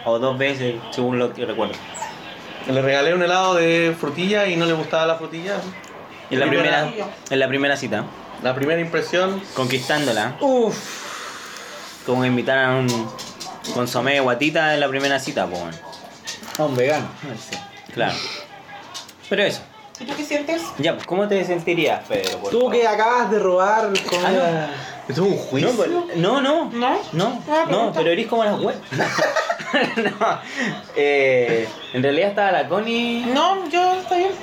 Speaker 2: O dos veces, según lo que recuerdo.
Speaker 1: Le regalé un helado de frutilla y no le gustaba la frutilla.
Speaker 2: En la primera,
Speaker 5: Primera.
Speaker 2: en la primera cita,
Speaker 1: La primera impresión.
Speaker 2: conquistándola,
Speaker 3: Uff.
Speaker 2: como invitar a un consomé de guatita en la primera cita, pues bueno.
Speaker 3: A un vegano. no sé.
Speaker 2: Claro. Pero eso.
Speaker 5: ¿Y tú qué sientes?
Speaker 2: Ya, pues, ¿cómo te sentirías, Pedro? por
Speaker 3: Tú
Speaker 2: favor?
Speaker 3: que acabas de robar comida.
Speaker 1: Esto es un
Speaker 2: No,
Speaker 1: juicio.
Speaker 2: pues, no, no.
Speaker 5: ¿No?
Speaker 2: No,
Speaker 5: Ah,
Speaker 2: no,
Speaker 5: pregunta.
Speaker 2: pero eres como las web. no. eh, en realidad estaba la Connie.
Speaker 5: No, yo estoy bien.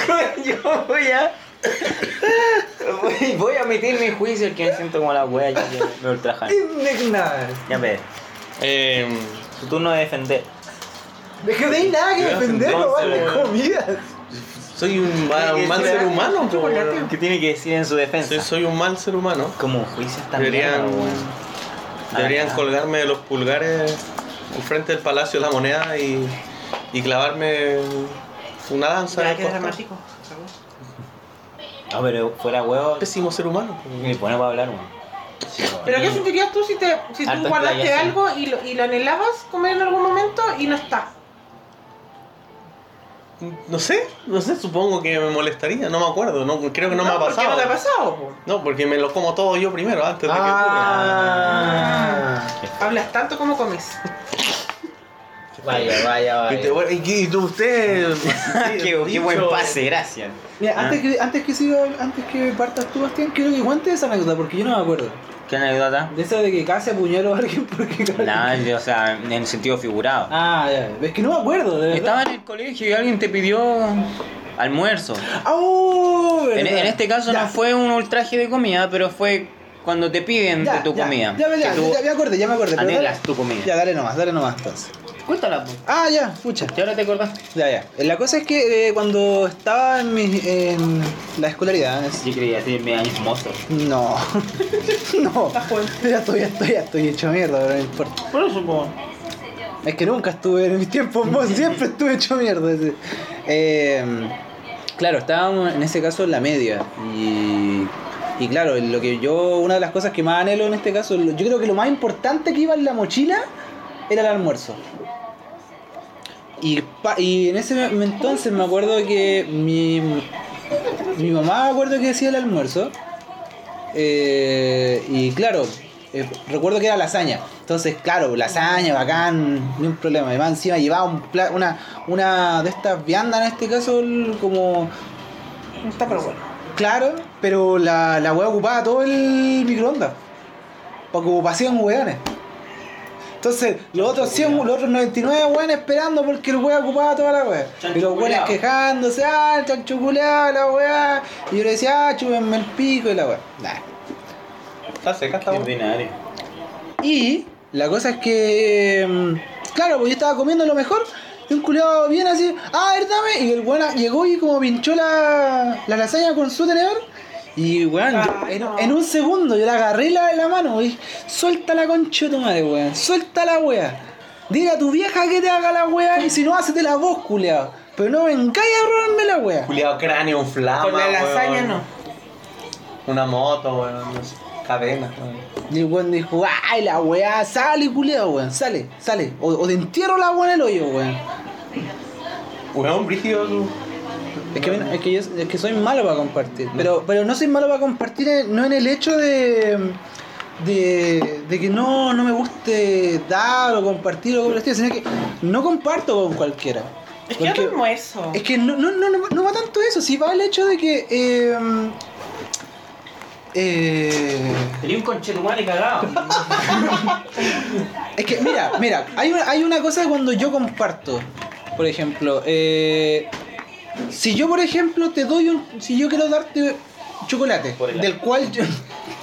Speaker 2: yo voy a. Voy, voy a emitir mi juicio que me siento como la wea ya que me ultrajan.
Speaker 3: Ah, Indignada.
Speaker 2: Ya Pedro,
Speaker 1: Eh,
Speaker 2: tu turno de defender.
Speaker 3: Es que no hay nada que
Speaker 1: Ya,
Speaker 3: defender,
Speaker 1: entonces,
Speaker 3: weón, de
Speaker 1: weón.
Speaker 3: comidas.
Speaker 1: soy un, va- un mal ser humano, po, weón.
Speaker 2: ¿Qué tiene que decir en su defensa?
Speaker 1: Sí, soy un mal ser humano.
Speaker 2: Como juicio está
Speaker 1: Deberían-
Speaker 2: mierda, weón.
Speaker 1: Deberían
Speaker 2: Ah,
Speaker 1: colgarme de los pulgares al frente del Palacio de la Moneda y, y clavarme una danza. en
Speaker 5: Ya,
Speaker 1: el
Speaker 5: que
Speaker 1: costado.
Speaker 5: dramático.
Speaker 2: No, ah, pero fuera huevo.
Speaker 1: Pésimo ser humano. po.
Speaker 2: Me pone para hablar, weón. Sí, weón.
Speaker 5: ¿Pero qué sentirías tú si, te, si tú
Speaker 2: Harto
Speaker 5: guardaste
Speaker 2: playazo.
Speaker 5: algo y lo, y lo anhelabas comer en algún momento y no está?
Speaker 1: No sé, no sé, supongo que me molestaría, no me acuerdo, no, creo que no, me ha
Speaker 5: ¿por qué
Speaker 1: pasado.
Speaker 5: no te ha pasado? po?
Speaker 1: No, porque me lo como todo yo primero, antes de que ocurra.
Speaker 3: Ah.
Speaker 5: Hablas tanto como comes.
Speaker 2: Vaya, vaya,
Speaker 1: Y, te- bueno, y- y tú, usted.
Speaker 2: Ah, qué, qué
Speaker 1: dicho-
Speaker 2: buen pase, gracias.
Speaker 3: Mira,
Speaker 2: Ah.
Speaker 3: antes, que, antes, que siga, antes que partas tú, Bastián, quiero que cuentes esa anécdota porque yo no me acuerdo.
Speaker 2: ¿Qué anécdota?
Speaker 3: De esa de que casi apuñaló a alguien porque.
Speaker 2: Nada, yo, o sea, en el sentido figurado.
Speaker 3: Ah, ya. Es que no me acuerdo, de verdad.
Speaker 2: Estaba en el colegio y alguien te pidió almuerzo.
Speaker 3: Ah, ¡Oh!
Speaker 2: En,
Speaker 3: verdad.
Speaker 2: en este caso
Speaker 3: Ya,
Speaker 2: no fue un ultraje de comida, pero fue cuando te piden
Speaker 3: ya,
Speaker 2: de tu
Speaker 3: ya,
Speaker 2: comida.
Speaker 3: Ya, ya, ya,
Speaker 2: que tú
Speaker 3: ya me acordé, ya me acordé. pero
Speaker 2: anhelas
Speaker 3: dale-
Speaker 2: tu comida.
Speaker 3: Ya, dale nomás, dale nomás entonces.
Speaker 2: Cuéntala, po.
Speaker 3: Ah, ya, pucha.
Speaker 2: ¿Y ahora te acordás?
Speaker 3: Ya, ya. La cosa es que eh, cuando estaba en, mi, en la escolaridad, es-
Speaker 2: Yo quería decir mi años mozo.
Speaker 3: no. no. Ya estoy, ya estoy, ya estoy hecho mierda, pero no importa.
Speaker 2: Por eso, po.
Speaker 3: Es que nunca estuve en mis tiempos, vos siempre estuve hecho mierda. ese. Eh, claro, estábamos en ese caso en la media. Y, y claro, lo que yo, una de las cosas que más anhelo en este caso, lo- yo creo que lo más importante que iba en la mochila era el almuerzo. Y, pa- y en ese me- entonces me acuerdo que mi, mi mamá me acuerdo que hacía el almuerzo. Eh, y claro, eh, recuerdo que era lasaña. Entonces, claro, lasaña, bacán, ni un problema. Además, encima llevaba un pla- una, una de estas viandas, en este caso, el- como
Speaker 5: No está, pero bueno.
Speaker 3: claro, pero la, la weá ocupaba todo el microondas. Para que pasaban hueones. Entonces, los otros 100, los otros 99 weones esperando porque el weón ocupaba toda la weá.
Speaker 2: Chancho
Speaker 3: Y los weones
Speaker 2: culiao.
Speaker 3: quejándose, ah, el chancho culiao, la weá. Y yo le decía, ah, chúpenme el pico y la weá. Nah.
Speaker 1: Está seca, está buena.
Speaker 2: ordinario.
Speaker 3: Y la cosa es que. mm, Claro, pues yo estaba comiendo lo mejor. Y un culiado bien así, ah, a ver, dame. Y el weón llegó y como pinchó la, la lasaña con su tenedor. Y weón, yo-
Speaker 5: Ah,
Speaker 3: en,
Speaker 5: no.
Speaker 3: en un segundo yo le agarré la, la mano y suelta la concha de tu madre, weón. Suelta la wea. Dile a tu vieja que te haga la wea y si no, hacete la vos, culiado. Pero no vengáis a robarme la wea.
Speaker 1: Culeado cráneo, un flama.
Speaker 5: Con la
Speaker 1: weón.
Speaker 5: lasaña no.
Speaker 1: Una moto, weón. no sé, Cadena, weón.
Speaker 3: Y el weón dijo, ay, la weá, sale, culiado, weón, sale, sale. O, o te entierro la weá en el hoyo, weón.
Speaker 1: Weón, brígido. tú.
Speaker 3: Es que, a mí no- es que yo es que soy malo para compartir. Pero, pero no soy malo para compartir en- no en el hecho de, de, de que no, no me guste dar o compartir o algo por el estilo, sino que no comparto con cualquiera.
Speaker 5: Es que
Speaker 3: Porque-
Speaker 5: otro almuerzo.
Speaker 3: es que no, no, no, no va- no va tanto eso, si va el hecho de que... eh, eh,
Speaker 2: Tenía un conchetumare cagado.
Speaker 3: Es que, mira, mira, hay una, hay una cosa cuando yo comparto. Por ejemplo, eh, si yo, por ejemplo, te doy un. Si yo quiero darte chocolate,
Speaker 2: Por el
Speaker 3: del cual yo.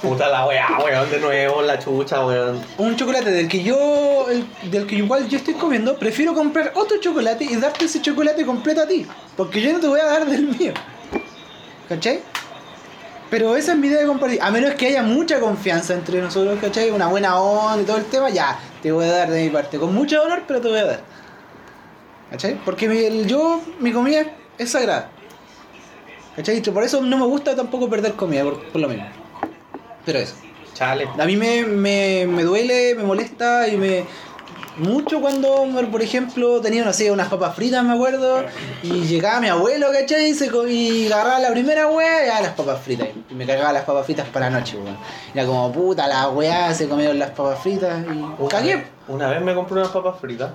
Speaker 1: Puta la weá, weón, de nuevo, la chucha, weón.
Speaker 3: Un chocolate del que yo. el- del que igual yo estoy comiendo, prefiero comprar otro chocolate y darte ese chocolate completo a ti. Porque yo no te voy a dar del mío. ¿Cachai? Pero esa es mi idea de compartir. A menos que haya mucha confianza entre nosotros, ¿cachai? Una buena onda y todo el tema, ya, te voy a dar de mi parte. Con mucho dolor, pero te voy a dar. ¿Cachai? Porque mi- el- yo, mi comida es, es sagrada. ¿Cachai? Y Por eso no me gusta tampoco perder comida, por, por lo mismo. Pero eso.
Speaker 1: Chale.
Speaker 3: A mí me, me, me duele, me molesta y me. Mucho cuando, por ejemplo, tenía, no sé, unas papas fritas, me acuerdo, y llegaba mi abuelo, ¿cachai? Y, se co- y agarraba la primera weá y ah, las papas fritas. Y me cargaba las papas fritas para la noche, weón. Era como, puta, la weá se comieron las papas fritas y.
Speaker 1: Una
Speaker 3: ¡Cagué!
Speaker 1: vez- Una vez me compré unas papas fritas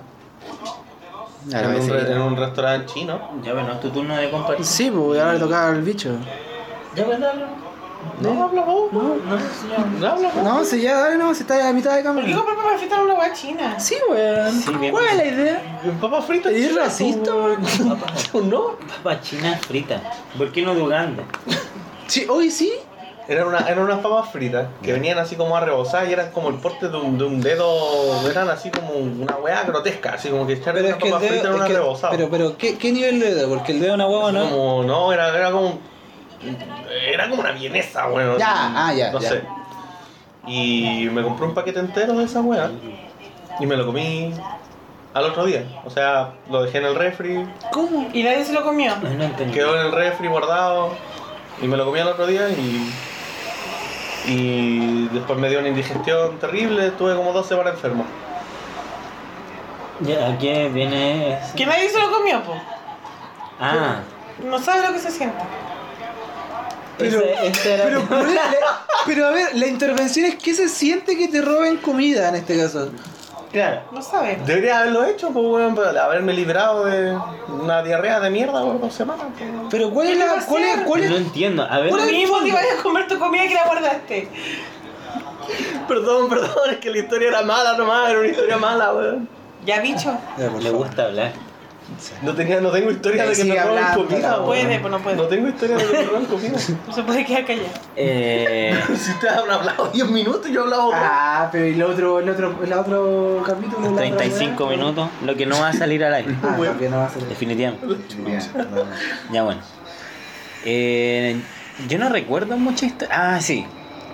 Speaker 3: Ah,
Speaker 1: en, un, re- en un restaurante chino.
Speaker 2: Ya, pero no es tu turno de compartir.
Speaker 3: Sí, pues ahora le tocaba al bicho.
Speaker 2: Ya, pues, dale.
Speaker 1: No, habla vos.
Speaker 3: No,
Speaker 2: No, señor.
Speaker 1: Habla vos.
Speaker 4: No, si ya, dale, no, si está a la mitad de
Speaker 5: ¿Por qué
Speaker 4: cámara.
Speaker 5: comprar papas fritas en una hueá china?
Speaker 4: Sí, weón.
Speaker 2: Sí, bien.
Speaker 4: ¿Cuál es la idea?
Speaker 1: Papas fritas.
Speaker 4: ¿Eres
Speaker 1: chinas,
Speaker 4: racista, weón?
Speaker 1: ¿O no?
Speaker 2: Papa china frita. ¿Por qué no de Uganda?
Speaker 4: Sí, hoy sí.
Speaker 1: Eran, una, eran unas papas fritas que venían así como a rebosar y eran como el porte de un, de un dedo. Eran así como una weá grotesca, así como que echar
Speaker 4: Pero
Speaker 1: una
Speaker 4: es que
Speaker 1: papa
Speaker 4: el
Speaker 1: frita en
Speaker 4: dedo.
Speaker 1: una
Speaker 4: es que-
Speaker 1: rebosada.
Speaker 4: pero, pero, ¿qué, ¿qué nivel de dedo? Porque el dedo de una huevo
Speaker 1: Así
Speaker 4: no.
Speaker 1: Como, no, era, era como. Era como una vienesa, bueno.
Speaker 4: Ya, ah, ya,
Speaker 1: No
Speaker 4: ya.
Speaker 1: sé. Y me compré un paquete entero de esa weá y me lo comí al otro día. O sea, lo dejé en el refri,
Speaker 4: ¿Cómo?
Speaker 5: Y nadie se lo comió.
Speaker 2: No, no entendí.
Speaker 1: quedó en el refri guardado y me lo comí al otro día y. Y después me dio una indigestión terrible, estuve como dos semanas enfermo.
Speaker 2: Ya, ¿A qué viene eso?
Speaker 5: Que nadie se lo comió, po.
Speaker 2: Ah,
Speaker 5: No sabes lo que se siente.
Speaker 4: Pero-
Speaker 2: ese, ese era.
Speaker 4: Pero, pero, la- pero a ver, la intervención es que se siente que te roben comida en este caso.
Speaker 1: Claro.
Speaker 5: No sabes.
Speaker 1: Debería haberlo hecho, pues, weón, para haberme librado de una diarrea de mierda, weón, dos semanas. pues, weón.
Speaker 4: Pero ¿cuál es
Speaker 5: ¿Qué le va
Speaker 4: la
Speaker 5: a
Speaker 4: cuál es,
Speaker 5: hacer?
Speaker 4: cuál
Speaker 2: No
Speaker 4: es,
Speaker 2: entiendo. A ver,
Speaker 5: Por mismo te ibas a comer tu comida que la guardaste.
Speaker 1: Perdón, perdón, es que la historia era mala nomás, era una historia mala, weón.
Speaker 5: Ya, bicho.
Speaker 2: le gusta hablar.
Speaker 1: No, tenía, no tengo historia de que
Speaker 4: Sigue
Speaker 1: me roban
Speaker 4: hablando,
Speaker 1: comida,
Speaker 4: la
Speaker 1: weón.
Speaker 5: Puede, pues no puede.
Speaker 1: No tengo historia de que me roban comida.
Speaker 5: No se puede quedar callado.
Speaker 2: Eh,
Speaker 1: si ustedes han hablado 10 minutos, yo he hablado dos.
Speaker 4: Ah, pero el otro el otro el otro capítulo la otra
Speaker 2: 35
Speaker 4: weá?
Speaker 2: minutos, lo que no va a salir al aire.
Speaker 4: Ah, porque no va a ser.
Speaker 2: Definitivamente.
Speaker 4: Bien, no, no.
Speaker 2: Ya bueno. Eh, yo no recuerdo mucha historia. Ah, sí.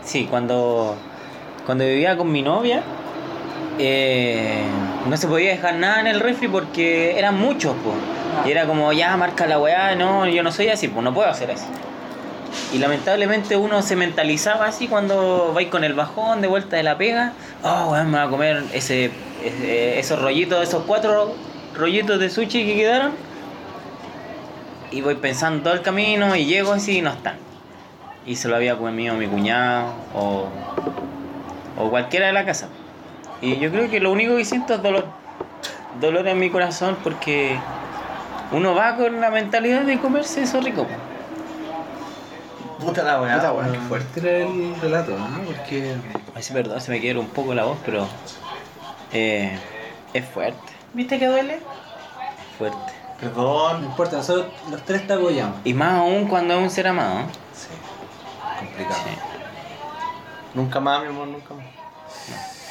Speaker 2: Sí, cuando, cuando vivía con mi novia, eh, no se podía dejar nada en el refri porque eran muchos, pues. Y era como, ya, marca la weá, no, yo no soy así, pues no puedo hacer eso. Y lamentablemente uno se mentalizaba así cuando vais con el bajón de vuelta de la pega. Oh, weón, me va a comer ese, ese- esos rollitos, esos cuatro rollitos de sushi que quedaron. Y voy pensando todo el camino y llego así y no están. Y se lo había comido mi cuñado o, o cualquiera de la casa. Y yo creo que lo único que siento es dolor. Dolor en mi corazón porque uno va con la mentalidad de comerse eso rico. po.
Speaker 1: Puta la weá.
Speaker 4: Puta, weón, qué fuerte era el relato, ¿no? Porque
Speaker 2: Ay, sí, perdón, se me quiebra un poco la voz, pero eh, es fuerte,
Speaker 5: ¿Viste que duele?
Speaker 2: fuerte.
Speaker 4: no
Speaker 1: Perdón.
Speaker 4: importa, nosotros los tres tagoyamos.
Speaker 2: Y más aún cuando es un ser amado. ¿eh?
Speaker 4: Sí. Complicado.
Speaker 2: Sí.
Speaker 1: Nunca más, mi amor, nunca más.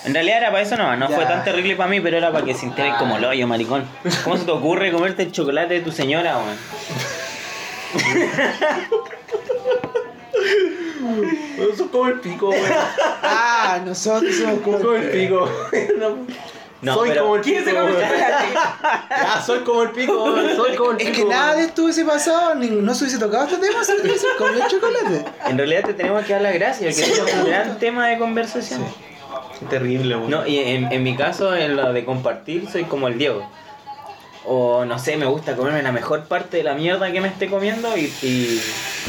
Speaker 2: En realidad era para eso no, no
Speaker 4: Ya.
Speaker 2: fue tan terrible para mí, pero era para que sintieras
Speaker 4: Ah.
Speaker 2: como el hoyo, maricón. ¿Cómo se te ocurre comerte el chocolate de tu señora, weón?
Speaker 1: Eso es como el pico, weón.
Speaker 4: Ah, nosotros somos como
Speaker 1: como el pico. No.
Speaker 2: No,
Speaker 1: soy
Speaker 2: pero-
Speaker 1: como el
Speaker 5: ¿Quién
Speaker 1: pico.
Speaker 5: se come el
Speaker 1: weón.
Speaker 5: chocolate?
Speaker 1: Ah, soy como el pico, weón, soy como el pico.
Speaker 4: Es que nada
Speaker 1: weón.
Speaker 4: de esto hubiese pasado, ni, no se hubiese tocado este tema, se lo hubiese comido chocolate.
Speaker 2: En realidad te tenemos que dar las gracias, que es un gran tema de conversación.
Speaker 1: Qué terrible, weón.
Speaker 2: No, y en, en mi caso, en lo de compartir, soy como el Diego. O no sé, me gusta comerme la mejor parte de la mierda que me esté comiendo y, y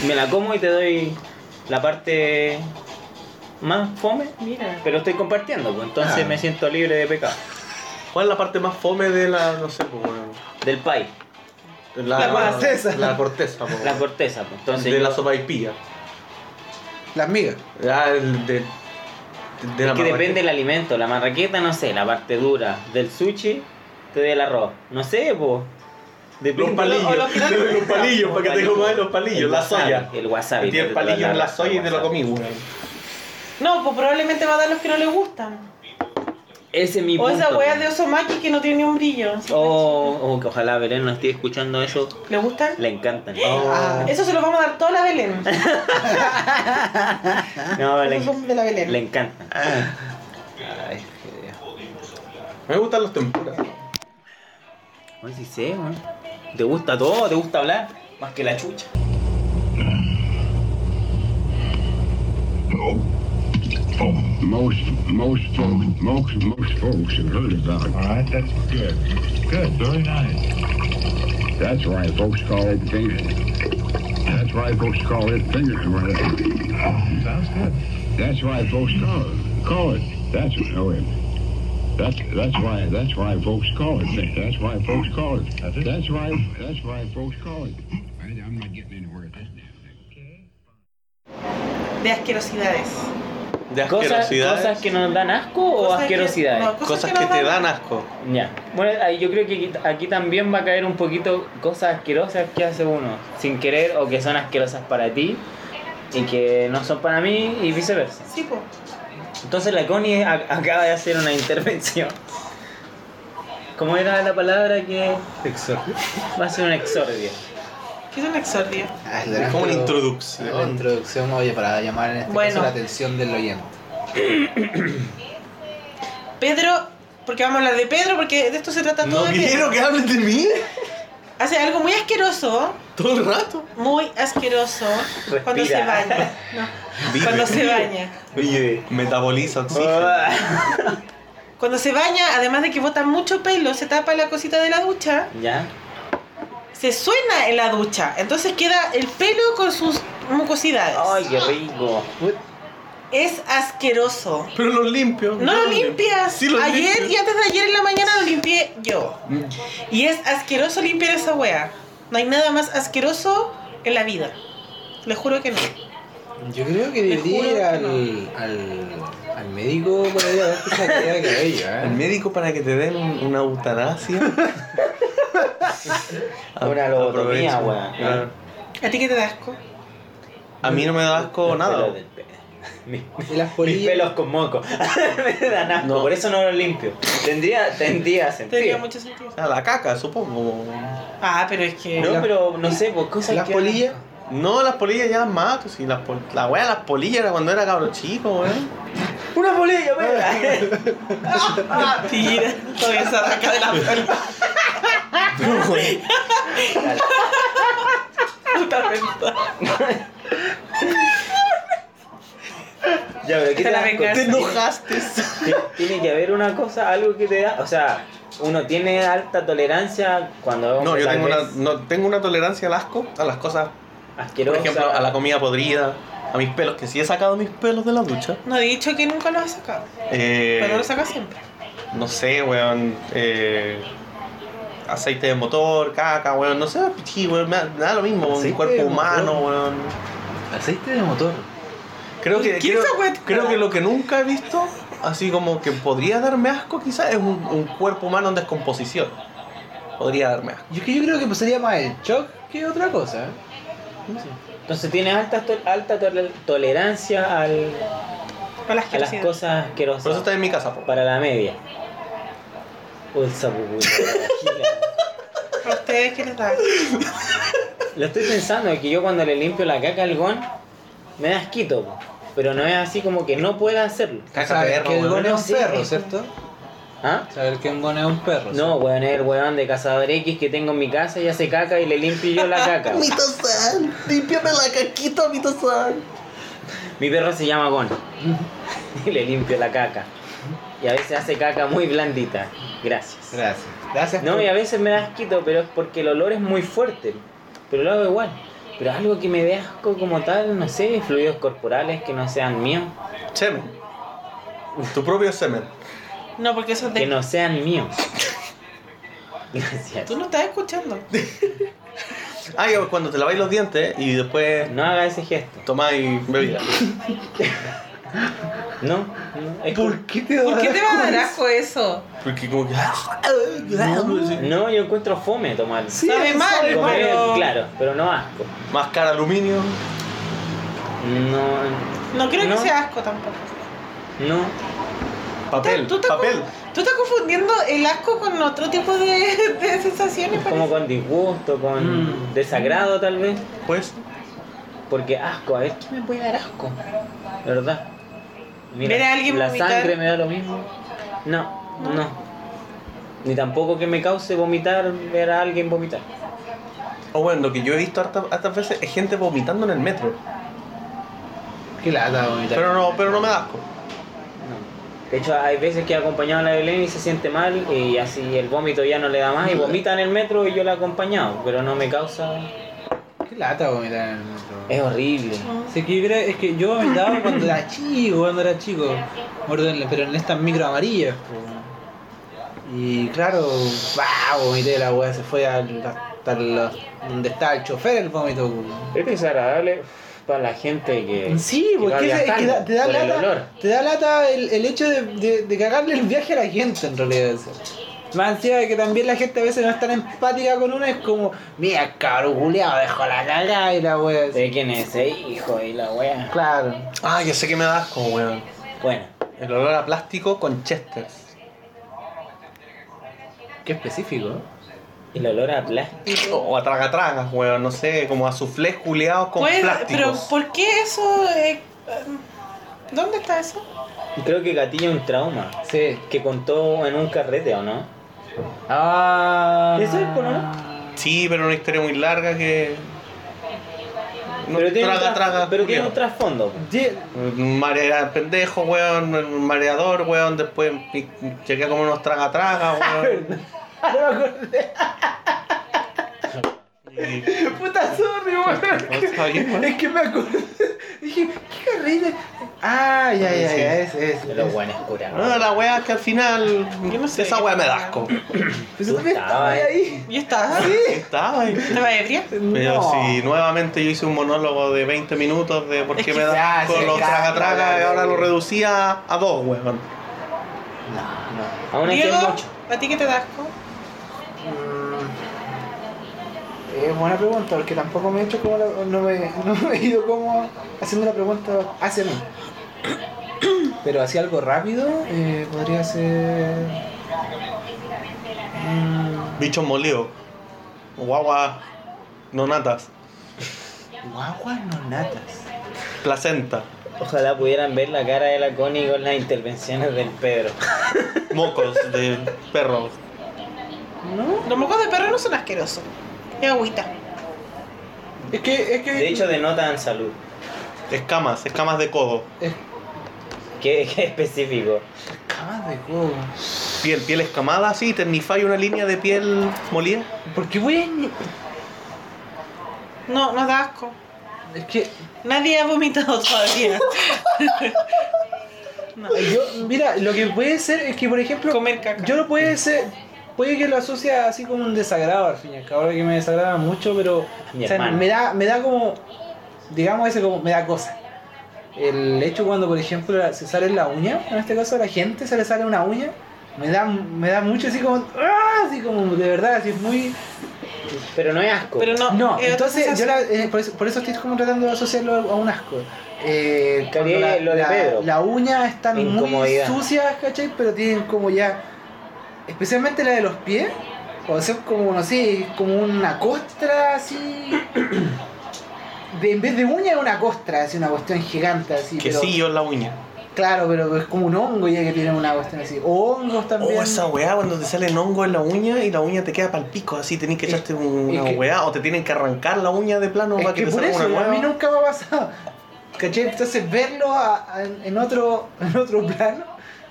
Speaker 2: me la como y te doy la parte más fome,
Speaker 5: Mira.
Speaker 2: pero estoy compartiendo, pues, entonces
Speaker 4: Ah.
Speaker 2: me siento libre de pecado.
Speaker 1: ¿Cuál es la parte más fome de la, no sé, pues, weón?
Speaker 2: Del pay,
Speaker 5: La corteza.
Speaker 1: La corteza, pues,
Speaker 2: la
Speaker 1: weón.
Speaker 2: corteza, pues. Entonces,
Speaker 1: De
Speaker 2: yo-
Speaker 1: la sopa y pilla.
Speaker 4: Las migas.
Speaker 1: Ah, el de, de la
Speaker 2: es que
Speaker 1: marraqueta.
Speaker 2: depende del alimento, la marraqueta, no sé, la parte dura del sushi, te doy el arroz. No sé, pues.
Speaker 1: Los palillos,
Speaker 5: los palillos.
Speaker 1: los palillos, para que te comas los palillos,
Speaker 2: El
Speaker 1: la
Speaker 2: wasabi,
Speaker 1: soya.
Speaker 2: El wasabi.
Speaker 1: Metí el
Speaker 2: te-
Speaker 1: palillo en la soya y te lo
Speaker 2: wasabi.
Speaker 1: comí, weón.
Speaker 5: No, pues probablemente va a dar los que no le gustan.
Speaker 2: Ese es mi
Speaker 5: O
Speaker 2: punto.
Speaker 5: esa weá de oso maki que no tiene ni un brillo.
Speaker 2: Oh, oh, que ojalá Belén no esté escuchando eso.
Speaker 5: ¿Le gustan?
Speaker 2: Le encantan.
Speaker 1: Oh.
Speaker 4: Ah,
Speaker 5: Eso se lo vamos a dar toda la Belén.
Speaker 2: No, le,
Speaker 5: Esos son de la Belén.
Speaker 2: le encantan.
Speaker 1: Ah.
Speaker 4: Ay, qué-
Speaker 1: Me gustan los tempuras.
Speaker 2: Oye, sí sé, weón. Te gusta todo, te gusta hablar, más que la chucha.
Speaker 7: Most most folks most most folks have heard about it.
Speaker 8: All right, that's good. Good, very nice.
Speaker 7: That's why folks call it finger. That's why folks call it finger running.
Speaker 8: Sounds good.
Speaker 7: That's why folks call it call it. That's oh, wait. That's that's why that's why folks call it. finger. That's why folks call
Speaker 8: That's
Speaker 7: it.
Speaker 8: it?
Speaker 7: That's why that's why folks call it. I, I'm not getting anywhere with this now.
Speaker 5: de asquerosidades.
Speaker 1: De
Speaker 2: Cosas,
Speaker 1: asquerosidades.
Speaker 2: cosas que nos dan asco o
Speaker 5: Cosas que-
Speaker 2: asquerosidades.
Speaker 5: no,
Speaker 1: Oh, cosas que
Speaker 5: nos
Speaker 1: te dan asco.
Speaker 2: Ya. Bueno, ahí yo creo que aquí- aquí también va a caer un poquito cosas asquerosas que hace uno sin querer o que son asquerosas para ti y que no son para mí y viceversa.
Speaker 5: Sí, po.
Speaker 2: Entonces la Connie a- acaba de hacer una intervención. ¿Cómo era la palabra que
Speaker 3: Exordio.
Speaker 2: va a ser un exordio?
Speaker 5: ¿Qué es un exordio?
Speaker 4: Ah, le
Speaker 1: Es
Speaker 4: dan
Speaker 1: como una
Speaker 4: todo- Una
Speaker 1: Oh, introducción.
Speaker 4: introducción, oye, para llamar en este
Speaker 5: Bueno.
Speaker 4: caso la atención del oyente.
Speaker 5: Pedro, porque vamos a hablar de Pedro, porque de esto se trata todo.
Speaker 1: No
Speaker 5: de
Speaker 1: quiero
Speaker 5: Pedro.
Speaker 1: que hables de mí
Speaker 5: Hace algo muy asqueroso,
Speaker 1: todo el rato.
Speaker 5: muy asqueroso cuando se
Speaker 2: Respira.
Speaker 5: baña. No,
Speaker 1: Vive.
Speaker 5: cuando se baña.
Speaker 1: Oye, metaboliza oxígeno.
Speaker 5: Cuando se baña, además de que bota mucho pelo, se tapa la cosita de la ducha,
Speaker 2: ¿Ya?
Speaker 5: se suena en la ducha. Entonces queda el pelo con sus mucosidades.
Speaker 2: ¡Ay, qué rico!
Speaker 5: Es asqueroso.
Speaker 1: Pero los limpio.
Speaker 5: No
Speaker 1: yo
Speaker 5: lo limpias.
Speaker 1: Sí, lo
Speaker 5: ayer
Speaker 1: limpio. Mm.
Speaker 5: y antes de ayer en la mañana lo limpié yo. Y es asqueroso limpiar esa wea. No hay nada más asqueroso en la vida. Le juro que no.
Speaker 4: Yo creo que
Speaker 5: Te
Speaker 4: debería
Speaker 5: juro
Speaker 4: ir
Speaker 5: que
Speaker 4: al,
Speaker 5: no.
Speaker 4: al, al médico por ahí a ver qué se le queda de cabello,
Speaker 1: Al
Speaker 4: ¿eh?
Speaker 1: médico para que te den un- una eutanasia. A-
Speaker 2: Una lobotomía,
Speaker 1: aprovecha.
Speaker 2: weón.
Speaker 1: Claro.
Speaker 5: ¿A ti qué te da asco?
Speaker 1: A mí no me da asco
Speaker 2: Los
Speaker 1: nada.
Speaker 2: pelos del pe- Mi-
Speaker 4: Y las
Speaker 2: Mis
Speaker 4: polillas.
Speaker 2: pelos con moco. Me dan asco,
Speaker 1: No.
Speaker 2: por eso no los limpio. Tendría, tendría
Speaker 5: Tendría
Speaker 2: sentido.
Speaker 5: mucho sentido.
Speaker 1: O sea, la caca, supongo.
Speaker 5: Ah, pero es que.
Speaker 2: No, pero no sé, pues cosas
Speaker 4: Las
Speaker 2: que-
Speaker 4: polillas.
Speaker 1: No, las polillas ya las mato. Si las pol- la wea de las polillas era cuando era cabro chico, weón.
Speaker 2: ¡Una polilla, perra!
Speaker 5: Mentira. Todavía se arranca de la puta verdad.
Speaker 2: ya, pero ¿qué
Speaker 5: Esta
Speaker 2: te
Speaker 5: es la
Speaker 2: das
Speaker 5: venganza.
Speaker 1: Te
Speaker 2: cuenta?
Speaker 1: enojaste.
Speaker 2: Tiene que haber una cosa, algo que te da. O sea, uno tiene alta tolerancia cuando.
Speaker 1: No, yo
Speaker 2: tal
Speaker 1: tengo una,
Speaker 2: vez,
Speaker 1: no, tengo una tolerancia al asco, a las cosas. Por
Speaker 2: Asquerosa.
Speaker 1: ejemplo, a la comida podrida, a mis pelos, que sí he sacado mis pelos de la ducha.
Speaker 5: No he dicho que nunca lo has sacado.
Speaker 1: Eh,
Speaker 5: Pero lo sacas siempre.
Speaker 1: no sé, weón. eh, aceite de motor, caca, weón. No sé, pichí, weón. Me da, me da lo mismo, un
Speaker 4: Aceite de
Speaker 1: cuerpo humano,
Speaker 4: motor.
Speaker 1: weón.
Speaker 4: Aceite de motor.
Speaker 1: Creo que,
Speaker 5: ¿Qué
Speaker 1: creo,
Speaker 5: esa weá?
Speaker 1: creo que lo que nunca he visto, así como que podría darme asco, quizás, es un, un cuerpo humano en descomposición. Podría darme asco.
Speaker 4: Yo, es que yo creo que pues, sería más el shock que otra cosa. ¿eh?
Speaker 2: Entonces tienes alta, to- alta tol- tolerancia al,
Speaker 5: Para las
Speaker 2: a las cosas asquerosas.
Speaker 1: Por eso está en mi casa, po.
Speaker 2: Para la media. Ulsa pupula.
Speaker 5: ¿A ustedes qué les da?
Speaker 2: Lo estoy pensando, es que yo cuando le limpio la caca al gon, me da asquito. po. Pero no es así como que no pueda hacerlo.
Speaker 1: Caca
Speaker 4: Saber
Speaker 1: perro,
Speaker 4: que el
Speaker 1: weón.
Speaker 4: gon es un
Speaker 2: Sí.
Speaker 4: perro, ¿cierto?
Speaker 2: ¿Ah?
Speaker 4: Saber que un gon es un perro.
Speaker 2: No, weón, es el weón de cazador X que tengo en mi casa y hace caca y le limpio yo la caca. weón.
Speaker 1: Mito-san, límpiame la caquita, Mito-san.
Speaker 2: Mi perro se llama Gon. Y le limpio la caca. Y a veces hace caca muy blandita. Gracias.
Speaker 4: Gracias. Gracias.
Speaker 2: No,
Speaker 4: por-
Speaker 2: y a veces me da asquito, pero es porque el olor es muy fuerte. Pero lo hago igual. Pero algo que me dé asco como tal, no sé, fluidos corporales que no sean míos.
Speaker 1: Semen. Tu propio semen.
Speaker 5: No, porque eso es de.
Speaker 2: Que no sean míos. Gracias.
Speaker 5: Tú no estás escuchando.
Speaker 1: Ah, yo cuando te laváis los dientes y después
Speaker 2: No haga ese gesto.
Speaker 1: tomáis bebida.
Speaker 2: No, no. es
Speaker 4: ¿Por qué te
Speaker 5: ¿Por
Speaker 4: da
Speaker 5: qué te va a dar
Speaker 4: asco?
Speaker 5: asco eso?
Speaker 1: Porque como que. ah,
Speaker 2: que- No, yo encuentro fome tomar.
Speaker 4: Sí,
Speaker 5: Sabe mal,
Speaker 4: sabe
Speaker 2: Comer,
Speaker 5: pero.
Speaker 2: claro, pero no asco.
Speaker 1: Máscara aluminio.
Speaker 2: No,
Speaker 5: No creo que
Speaker 2: No.
Speaker 5: sea asco tampoco.
Speaker 2: no.
Speaker 1: Papel.
Speaker 5: ¿Tú te-
Speaker 1: Papel.
Speaker 5: Tú estás confundiendo el asco con otro tipo de, de sensaciones.
Speaker 2: Es como
Speaker 5: parece.
Speaker 2: con disgusto, con desagrado tal vez.
Speaker 1: Pues.
Speaker 2: Porque asco, a ver, ¿qué me puede dar asco? De verdad.
Speaker 5: Ver a alguien
Speaker 2: la
Speaker 5: vomitar.
Speaker 2: sangre me da lo mismo. No, no, Ni tampoco que me cause vomitar, ver a alguien vomitar.
Speaker 1: O bueno, lo que yo he visto harta- hartas veces es gente vomitando en el metro.
Speaker 4: Qué lata, vomitar.
Speaker 1: Pero no, pero no me da asco.
Speaker 2: No. De hecho, hay veces que he acompañado a la Belén y se siente mal y así el vómito ya no le da más y vomita en el metro y yo la he acompañado, pero no me causa...
Speaker 4: Qué lata vomitar en el metro.
Speaker 2: Es horrible.
Speaker 4: Sí, que yo creo- es que yo vomitaba cuando era chico, cuando era chico. Morderle, pero en estas micro amarillas. po. Y claro, wow, vomité la weá, se fue al- hasta los- donde estaba el chofer el vómito. po.
Speaker 2: Es desagradable para la gente que.
Speaker 3: Sí,
Speaker 2: que va
Speaker 3: porque es- es que
Speaker 2: viajando,
Speaker 3: da- te, da
Speaker 2: por el olor.
Speaker 3: lata, te da lata el, el hecho de, de- de cagarle el viaje a la gente en realidad. o sea. Más encima de que también la gente a veces no es tan empática con uno, es como, mira, cabrón culiado, dejó la lata y la wea. así.
Speaker 2: Sé quién es ese hijo y la wea.
Speaker 3: Claro.
Speaker 1: Ah, ya sé que me da asco, weón.
Speaker 2: Bueno,
Speaker 1: El olor a plástico con chesters.
Speaker 3: Qué específico. ¿eh?
Speaker 2: el olor a plástico.
Speaker 1: O a tragatragas, weón. No sé, como a suflés juliados con
Speaker 5: Pues, pero
Speaker 1: plásticos.
Speaker 5: ¿por qué eso? eh, ¿Dónde está eso?
Speaker 2: Creo que gatilla un trauma
Speaker 3: Sí.
Speaker 2: que contó en un carrete, ¿o no?
Speaker 3: Ah.
Speaker 2: Eso es, po, ¿no?
Speaker 1: Sí, pero una historia muy larga que. No,
Speaker 2: pero tiene, un,
Speaker 1: traga,
Speaker 2: tras-
Speaker 1: traga,
Speaker 2: pero tiene
Speaker 1: culiao.
Speaker 2: un trasfondo. po.
Speaker 3: Sí,
Speaker 1: Un Marea, pendejo, weón, un mareador, weón, después pi- llegué a comer unos traga traga, weón.
Speaker 3: no me acordé.
Speaker 1: Y-
Speaker 3: Puta sorry, weón.
Speaker 1: no, está bien, weón.
Speaker 3: Es que me acordé. Dije, qué carrete. Ah, ya, ya,
Speaker 1: Sí.
Speaker 3: ya, es, es.
Speaker 2: De los buenos curados.
Speaker 1: No, la weá es que al final.
Speaker 5: Yo no sé.
Speaker 1: Esa weá me da asco.
Speaker 3: Pues
Speaker 2: Tú
Speaker 3: también estaba
Speaker 2: estabas
Speaker 3: ahí. Ah,
Speaker 5: ¿Y está?
Speaker 1: Estaba ahí.
Speaker 5: ¿Estaba ebria?
Speaker 1: Pero
Speaker 3: No.
Speaker 1: si nuevamente yo hice un monólogo de 20 minutos de por qué me da
Speaker 3: Ya,
Speaker 1: asco
Speaker 3: sí,
Speaker 1: los
Speaker 3: ya,
Speaker 1: traga traga
Speaker 3: ya,
Speaker 1: y
Speaker 3: ya,
Speaker 1: ahora
Speaker 3: ya.
Speaker 1: lo reducía a dos, weón.
Speaker 2: Aún así es
Speaker 5: Diego,
Speaker 2: mucho.
Speaker 5: ¿a ti qué te da asco?
Speaker 3: Mm. Es buena pregunta, porque tampoco me he hecho como la- no, me, no me he ido como haciendo la pregunta hacia mí. Pero así algo rápido, eh, podría ser. mm,
Speaker 1: Bichos molidos. Guagua. Nonatas.
Speaker 3: Guaguas no natas.
Speaker 1: Placenta.
Speaker 2: Ojalá pudieran ver la cara de la Connie con las intervenciones del Pedro.
Speaker 1: Mocos de perros.
Speaker 3: No,
Speaker 5: Los mocos de perro no son asquerosos. Es agüita.
Speaker 3: es que. Es que
Speaker 2: De hecho, denotan salud.
Speaker 1: Escamas, escamas de codo.
Speaker 2: Qué, qué específico.
Speaker 3: Camas de codo.
Speaker 1: Piel, piel escamada, sí, ternify una línea de piel molida.
Speaker 3: ¿Por qué voy a.?
Speaker 5: No, no da asco.
Speaker 3: Es que.
Speaker 5: Nadie ha vomitado todavía.
Speaker 3: Yo, mira, lo que puede ser es que, por ejemplo.
Speaker 5: Comer caca.
Speaker 3: Yo lo puede ser. Puede que lo asocie así como un desagrado al fin y al cabo, ahora que me desagrada mucho, pero.
Speaker 2: Mi
Speaker 3: o sea,
Speaker 2: hermano.
Speaker 3: me da, me da como. Digamos ese como. Me da cosa. El hecho cuando, por ejemplo, la- se sale la uña, en este caso a la gente se le sale una uña, me da, me da mucho así como. ¡ah! Así como, de verdad, así es muy.
Speaker 2: Pero no es asco.
Speaker 5: Pero no.
Speaker 3: No,
Speaker 5: es otra
Speaker 3: entonces yo
Speaker 5: sensación.
Speaker 3: la- eh, por, eso, por eso estoy como tratando de asociarlo a un asco. Eh,
Speaker 2: Está bien,
Speaker 3: cuando
Speaker 2: lo de Pedro.
Speaker 3: la uña están muy
Speaker 2: Incomodidad.
Speaker 3: sucias, ¿cachai? Pero tienen como ya, especialmente la de los pies, o sea, como, no sé, como una costra así. De, en vez de uña, una costra, así, una cuestión gigante, así. pero-
Speaker 1: Quesillo en la uña.
Speaker 3: Claro, pero es como un hongo ya que tiene una cuestión así. O hongos también.
Speaker 1: Oh, esa weá cuando te sale el hongo en la uña y la uña te queda pa'l pico, así tenés que
Speaker 3: Es-
Speaker 1: echarte un-
Speaker 3: es
Speaker 1: una
Speaker 3: que-
Speaker 1: weá o te tienen que arrancar la uña de plano
Speaker 3: Es
Speaker 1: para que,
Speaker 3: que
Speaker 1: te
Speaker 3: por
Speaker 1: salga
Speaker 3: eso,
Speaker 1: una
Speaker 3: a mí
Speaker 1: nueva.
Speaker 3: nunca me ha pasado. ¿Cachai? Entonces verlo a- a- en, otro, en otro plano,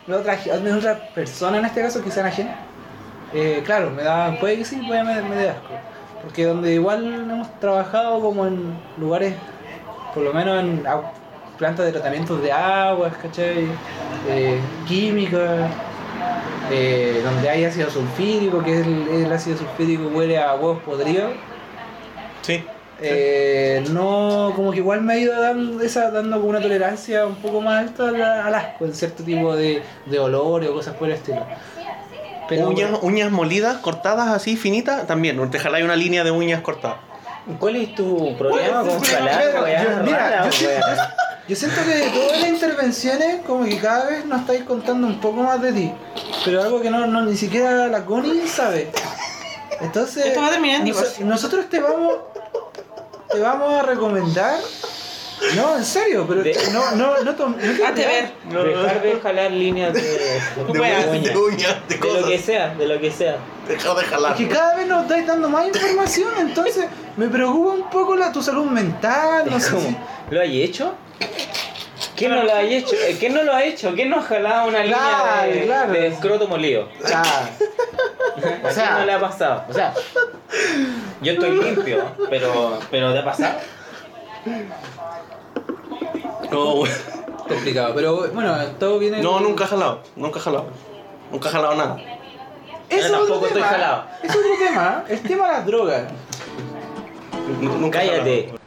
Speaker 3: en otra, en otra persona en este caso, quizá en ajena, eh, claro, me da, puede que sí, puede que me, me dé asco. Porque donde igual hemos trabajado como en lugares, por lo menos en au- plantas de tratamientos de aguas, ¿cachai? Eh, químicas, eh, donde hay ácido sulfídico, que es el, el ácido sulfídico huele a huevos podridos.
Speaker 1: Sí.
Speaker 3: Eh, no, como que igual me ha ido dando, esa, dando como una tolerancia un poco más alta al, al asco en cierto tipo de, de olores o cosas por el estilo. Pero
Speaker 1: uñas, uñas molidas, cortadas así, finitas, también. Te jaláis una línea de uñas cortadas.
Speaker 2: ¿Cuál es tu problema
Speaker 3: Bueno,
Speaker 2: con
Speaker 3: sí,
Speaker 2: jalar
Speaker 3: Pedro,
Speaker 2: weá
Speaker 3: yo- mira,
Speaker 2: rara,
Speaker 3: yo sí-
Speaker 2: weá?
Speaker 3: yo siento que de todas las intervenciones, como que cada vez nos estáis contando un poco más de ti. Pero algo que no, no ni siquiera la Connie sabe. Entonces,
Speaker 5: Esto va a terminar en
Speaker 3: noso-
Speaker 5: divorcio.
Speaker 3: nosotros te vamos, te vamos a recomendar. No, en serio, pero
Speaker 2: De-
Speaker 3: no, no, no, tom- no te-
Speaker 5: Hazte Ah, ver.
Speaker 2: Dejar de jalar líneas de, de
Speaker 5: Weá.
Speaker 1: uñas,
Speaker 2: uña.
Speaker 1: de uñas, de
Speaker 2: De lo que
Speaker 1: cosas.
Speaker 2: sea, de lo que sea.
Speaker 1: Deja de
Speaker 3: Es
Speaker 1: jalar.
Speaker 3: que cada vez nos estáis dando más información, entonces me preocupa un poco la, tu salud mental, no
Speaker 2: Es
Speaker 3: sé.
Speaker 2: como,
Speaker 3: si-
Speaker 2: ¿Lo hay hecho? ¿Quién no lo ha hecho? Eh, ¿Quién no lo ha hecho? ¿Quién no ha jalado una
Speaker 3: Claro,
Speaker 2: línea de,
Speaker 3: claro.
Speaker 2: de escroto molido?
Speaker 3: Ah,
Speaker 2: O
Speaker 3: O sea-
Speaker 2: no le ha pasado?
Speaker 3: o sea,
Speaker 2: Yo estoy limpio, pero, pero ¿te ha pasado?
Speaker 1: No, weón.
Speaker 3: complicado, pero bueno, todo viene.
Speaker 1: No, nunca he jalado. Nunca he jalado. Nunca he jalado nada.
Speaker 3: Eso es
Speaker 2: Yo
Speaker 3: otro
Speaker 2: tampoco estoy
Speaker 3: tema,
Speaker 2: jalado.
Speaker 3: Es otro tema, ¿eh? el tema de las drogas.
Speaker 1: N- Nunca he
Speaker 2: Cállate.
Speaker 1: jalado.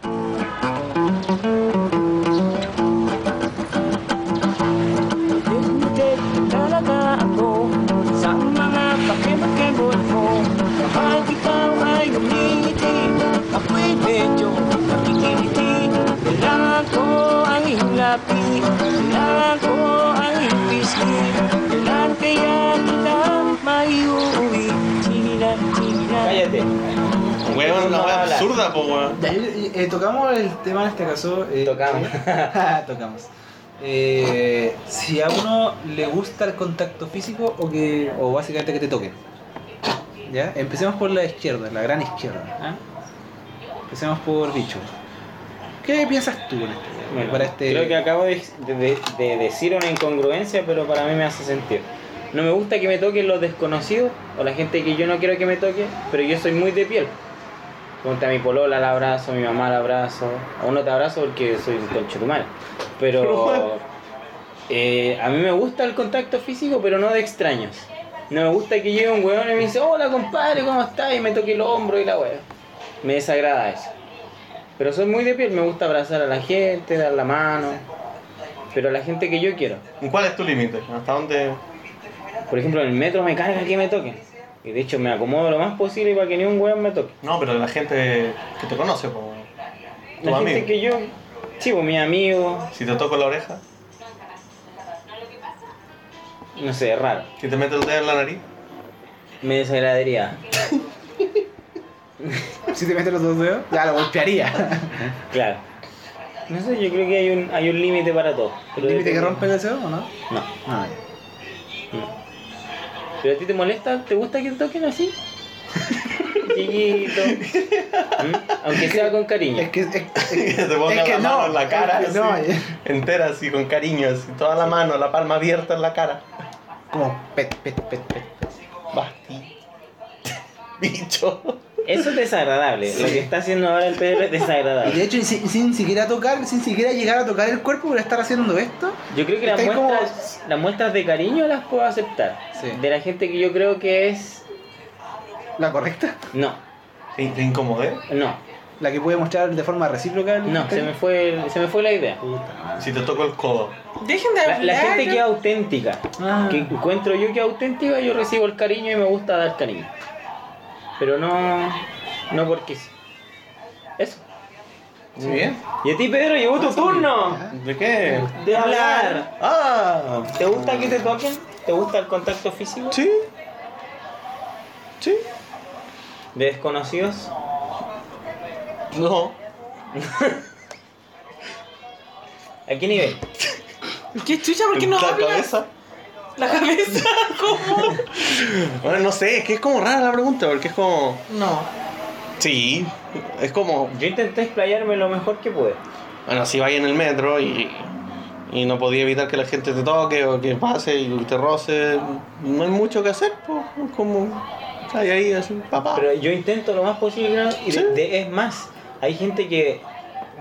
Speaker 2: Sí.
Speaker 1: Weón, una
Speaker 2: No va
Speaker 1: weá
Speaker 2: a hablar.
Speaker 1: absurda, po, weón.
Speaker 4: Ya, eh, eh, tocamos el tema en este caso. eh,
Speaker 2: Tocamos.
Speaker 4: tocamos. Eh, si a uno le gusta el contacto físico o que o básicamente que te toquen. ¿Ya? Empecemos por la izquierda, la gran izquierda. ¿ah? Empecemos por bicho. ¿Qué piensas tú en este,
Speaker 2: Bueno,
Speaker 4: para este
Speaker 2: Creo que acabo de, de- de decir una incongruencia, pero para mí me hace sentido. No me gusta que me toquen los desconocidos o la gente que yo no quiero que me toque, pero yo soy muy de piel. Ponte a mi polola la abrazo, a mi mamá la abrazo. Aún no te abrazo porque soy un conchetumal. Pero eh, a mí me gusta el contacto físico, pero no de extraños. No me gusta que llegue un weón y me dice, hola compadre, ¿cómo estás? Y me toque el hombro y la weá. Me desagrada eso. Pero soy muy de piel, me gusta abrazar a la gente, dar la mano. Pero a la gente que yo quiero.
Speaker 1: ¿Cuál es tu límite? ¿Hasta dónde?
Speaker 2: Por ejemplo, en el metro me carga que me toquen. Y de hecho me acomodo lo más posible para que ni un weón me toque.
Speaker 1: No, pero la gente que te conoce, po, weón. Tu
Speaker 2: La gente
Speaker 1: amigo.
Speaker 2: que yo... Sí, pues mis amigos,
Speaker 1: Si te toco la oreja,
Speaker 2: no sé, es raro.
Speaker 1: si te meto el dedo en la nariz.
Speaker 2: Me desagradaría.
Speaker 4: si te metes los dos dedos, ya lo golpearía.
Speaker 2: Claro. No sé, yo creo que hay un, hay un límite para todo. pero
Speaker 4: ¿Límite que
Speaker 2: depende-
Speaker 4: rompe el deseo o no?
Speaker 2: No.
Speaker 4: No.
Speaker 2: ¿Pero a ti te molesta? ¿Te gusta que te toquen así? Chiquito. ¿Mm? Aunque sea con cariño.
Speaker 4: Es que, es, es-
Speaker 1: Que te pongan
Speaker 4: Es que
Speaker 1: la
Speaker 4: no,
Speaker 1: mano en la cara,
Speaker 4: es que no,
Speaker 1: así,
Speaker 4: eh.
Speaker 1: entera, así, con cariño, así, toda la mano, la palma abierta en la cara.
Speaker 4: como pet, pet, pet, pet.
Speaker 1: Basti. Bicho.
Speaker 2: Eso es desagradable. Lo que está haciendo ahora el Pedro es
Speaker 4: Y de
Speaker 2: desagradable.
Speaker 4: hecho, y sin, sin siquiera tocar, sin siquiera llegar a tocar el cuerpo por estar haciendo esto,
Speaker 2: Yo creo que las
Speaker 4: Estáis como-
Speaker 2: muestras, las muestras de cariño las puedo aceptar.
Speaker 4: Sí.
Speaker 2: De la gente que yo creo que es.
Speaker 4: la correcta,
Speaker 2: No,
Speaker 1: ¿Te, te incomodé?
Speaker 2: no,
Speaker 4: la que puede mostrar de forma recíproca. el-
Speaker 2: no. Se me fue, el- se me fue la idea.
Speaker 1: Si te toco el codo.
Speaker 5: Dejen de
Speaker 2: La,
Speaker 5: hablar.
Speaker 2: la gente
Speaker 5: yo-
Speaker 2: que es auténtica,
Speaker 4: Ah.
Speaker 2: que encuentro yo que es auténtica, yo recibo el cariño y me gusta dar cariño. Pero no, no porque sí. Eso.
Speaker 1: Muy bien.
Speaker 2: Y a ti, Pedro, llegó tu turno
Speaker 1: ¿De qué?
Speaker 2: de hablar.
Speaker 1: Ah.
Speaker 2: ¿Te gusta que te toquen? ¿Te gusta el contacto físico?
Speaker 1: Sí. Sí.
Speaker 2: ¿De desconocidos?
Speaker 1: No.
Speaker 2: ¿A qué nivel?
Speaker 5: ¿Qué chucha? ¿Por qué no
Speaker 1: la
Speaker 5: hablas?
Speaker 1: cabeza.
Speaker 5: La cabeza. ¿Cómo?
Speaker 1: Bueno, no sé, es que es como rara la pregunta, porque es como.
Speaker 5: No.
Speaker 1: Sí. Es como.
Speaker 2: Yo intenté explayarme lo mejor que pude.
Speaker 1: Bueno, si vais en el metro y. Y no podía evitar que la gente te toque o que pase y te roce. No hay mucho que hacer, pues. Es como. Ahí, ahí, así, papá.
Speaker 2: Pero yo intento lo más posible ¿no? y de-
Speaker 1: Sí.
Speaker 2: de- es más, hay gente que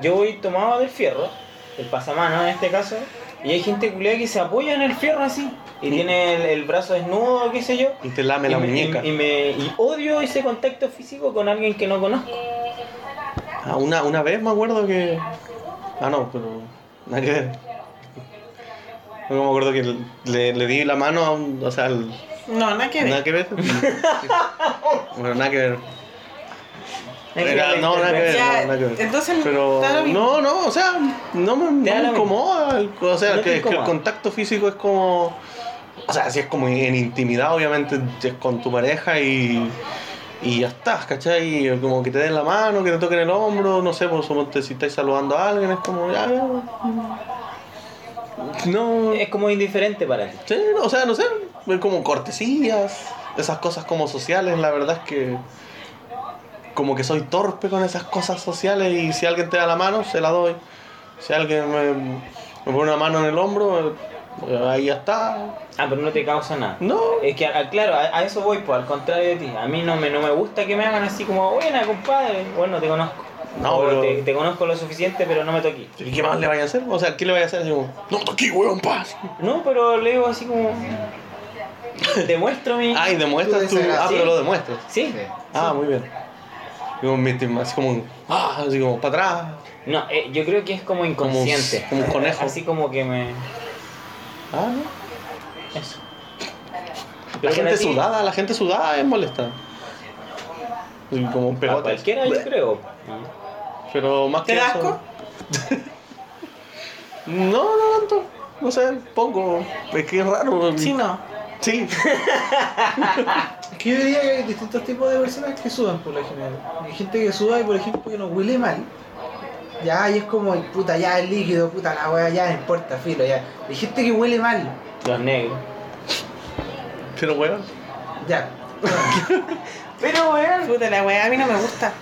Speaker 2: yo voy tomado del fierro, el pasamano en este caso, y hay gente culiada que se apoya en el fierro así y
Speaker 1: Mm.
Speaker 2: tiene el, el brazo desnudo, qué sé yo.
Speaker 1: Y te lame
Speaker 2: y
Speaker 1: la
Speaker 2: me- y-
Speaker 1: muñeca.
Speaker 2: y me- y odio ese contacto físico con alguien que no conozco.
Speaker 1: Ah, una, una vez me acuerdo que. Ah, no, pero. Nada que ver. No me acuerdo que le, le di la mano a un. O sea, al-
Speaker 5: No, nada que ver.
Speaker 1: nada que ver. bueno, nada que ver. Era- no, nada que ver.
Speaker 5: Ya,
Speaker 1: no, nada que ver.
Speaker 5: entonces,
Speaker 1: pero,
Speaker 5: da lo mismo.
Speaker 1: no, no, o sea, no me, no
Speaker 2: Te da
Speaker 1: me
Speaker 2: lo mismo.
Speaker 1: incomoda. el- O
Speaker 2: No
Speaker 1: sea,
Speaker 2: te
Speaker 1: que, que el
Speaker 2: incomoda.
Speaker 1: contacto físico es como. O sea, si es como en intimidad, obviamente, es con tu pareja y. Y ya estás, ¿cachai? Como que te den la mano, que te toquen el hombro, no sé, pues, suponte, si estáis saludando a alguien, es como. Ya,
Speaker 2: Eh,
Speaker 1: no.
Speaker 2: Es como indiferente para ti.
Speaker 1: Sí, no, o sea, no sé, ver como cortesías, esas cosas como sociales, la verdad es que como que soy torpe con esas cosas sociales y si alguien te da la mano, se la doy. Si alguien me, me pone una mano en el hombro, eh, ahí ya está.
Speaker 2: Ah, pero no te causa nada.
Speaker 1: No,
Speaker 2: Es que, ah, claro, a, a eso voy, pues, al contrario de ti. A mí no me, no me gusta que me hagan así como, buena, compadre. Bueno, te conozco.
Speaker 1: No,
Speaker 2: O
Speaker 1: pero-
Speaker 2: te, te conozco lo suficiente, pero no me toquí.
Speaker 1: ¿y qué más le vaya a hacer? O sea, ¿qué le vaya a hacer? Digo, no, aquí, weón, paz.
Speaker 2: No, pero le digo así como, demuestro mi...
Speaker 1: Ay, demuestras tú.
Speaker 4: Tú
Speaker 1: Ah,
Speaker 2: desagradable.
Speaker 1: pero lo demuestras.
Speaker 2: Sí.
Speaker 1: Ah, muy bien. Digo, me- así como, ah, así como, para atrás.
Speaker 2: No, eh, yo creo que es como inconsciente.
Speaker 1: como un conejo.
Speaker 2: Así como que me...
Speaker 1: Ah, no.
Speaker 2: Eso.
Speaker 1: La
Speaker 2: Pero
Speaker 1: gente
Speaker 2: para ti,
Speaker 1: sudada, la gente sudada es molesta. Y Como
Speaker 2: a
Speaker 1: pelotas.
Speaker 2: cualquiera yo creo.
Speaker 1: Pero más
Speaker 5: ¿Te
Speaker 1: que
Speaker 5: da
Speaker 1: eso-
Speaker 5: asco?
Speaker 1: No, no tanto. No sé, poco. Es que es raro.
Speaker 5: Sí, no.
Speaker 1: Sí.
Speaker 3: que yo diría que hay distintos tipos de personas que sudan por lo general. Hay gente que suda y por ejemplo que no huele mal. Ya, y es como, "Ay, puta, ya el líquido, puta la weá, ya no importa, filo, ya. Hay gente que huele mal,
Speaker 2: Los negros.
Speaker 1: Pero weón.
Speaker 3: ya.
Speaker 5: Pero weón. Puta la weá, a mí no me gusta.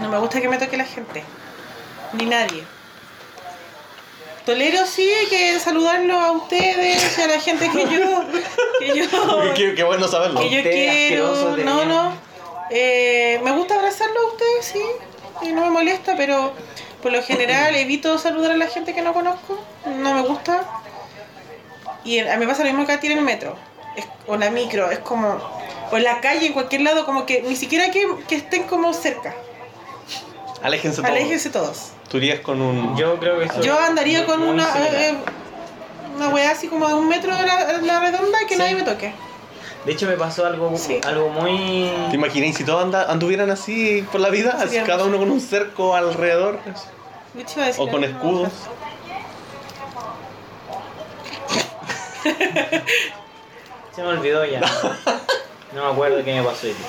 Speaker 5: No me gusta que me toque la gente. Ni nadie. Tolero sí que saludarlo a ustedes y a la gente que yo. Que yo.
Speaker 1: Qué, qué bueno saberlo.
Speaker 5: que yo
Speaker 2: Usted, asqueroso
Speaker 5: quiero.
Speaker 2: de
Speaker 5: No,
Speaker 2: mierda.
Speaker 5: no. Eh, me gusta abrazarlo a ustedes, sí. Y no me molesta, pero por lo general evito saludar a la gente que no conozco. No me gusta. Y en- a mí me pasa lo mismo que a ti en el metro. es- o la micro, es como. O en la calle, en cualquier lado, como que ni siquiera que, que estén como cerca.
Speaker 1: Aléjense todos.
Speaker 5: Aléjense todos.
Speaker 1: Tú irías con un.
Speaker 2: Yo creo que soy
Speaker 5: Yo andaría con
Speaker 2: muy
Speaker 5: una.
Speaker 2: similar.
Speaker 5: eh, eh, una weá así como de un metro a la, a la redonda y que
Speaker 2: Sí.
Speaker 5: nadie me toque.
Speaker 2: De hecho me pasó algo,
Speaker 5: Sí.
Speaker 2: algo muy...
Speaker 1: ¿Te imaginas si todos anda- anduvieran así por la vida? Así,
Speaker 5: Sería
Speaker 1: cada uno con un cerco alrededor.
Speaker 5: Yo te iba a decir
Speaker 1: O con
Speaker 5: algo.
Speaker 1: escudos.
Speaker 2: Se me olvidó ya. No me acuerdo qué me pasó hoy día.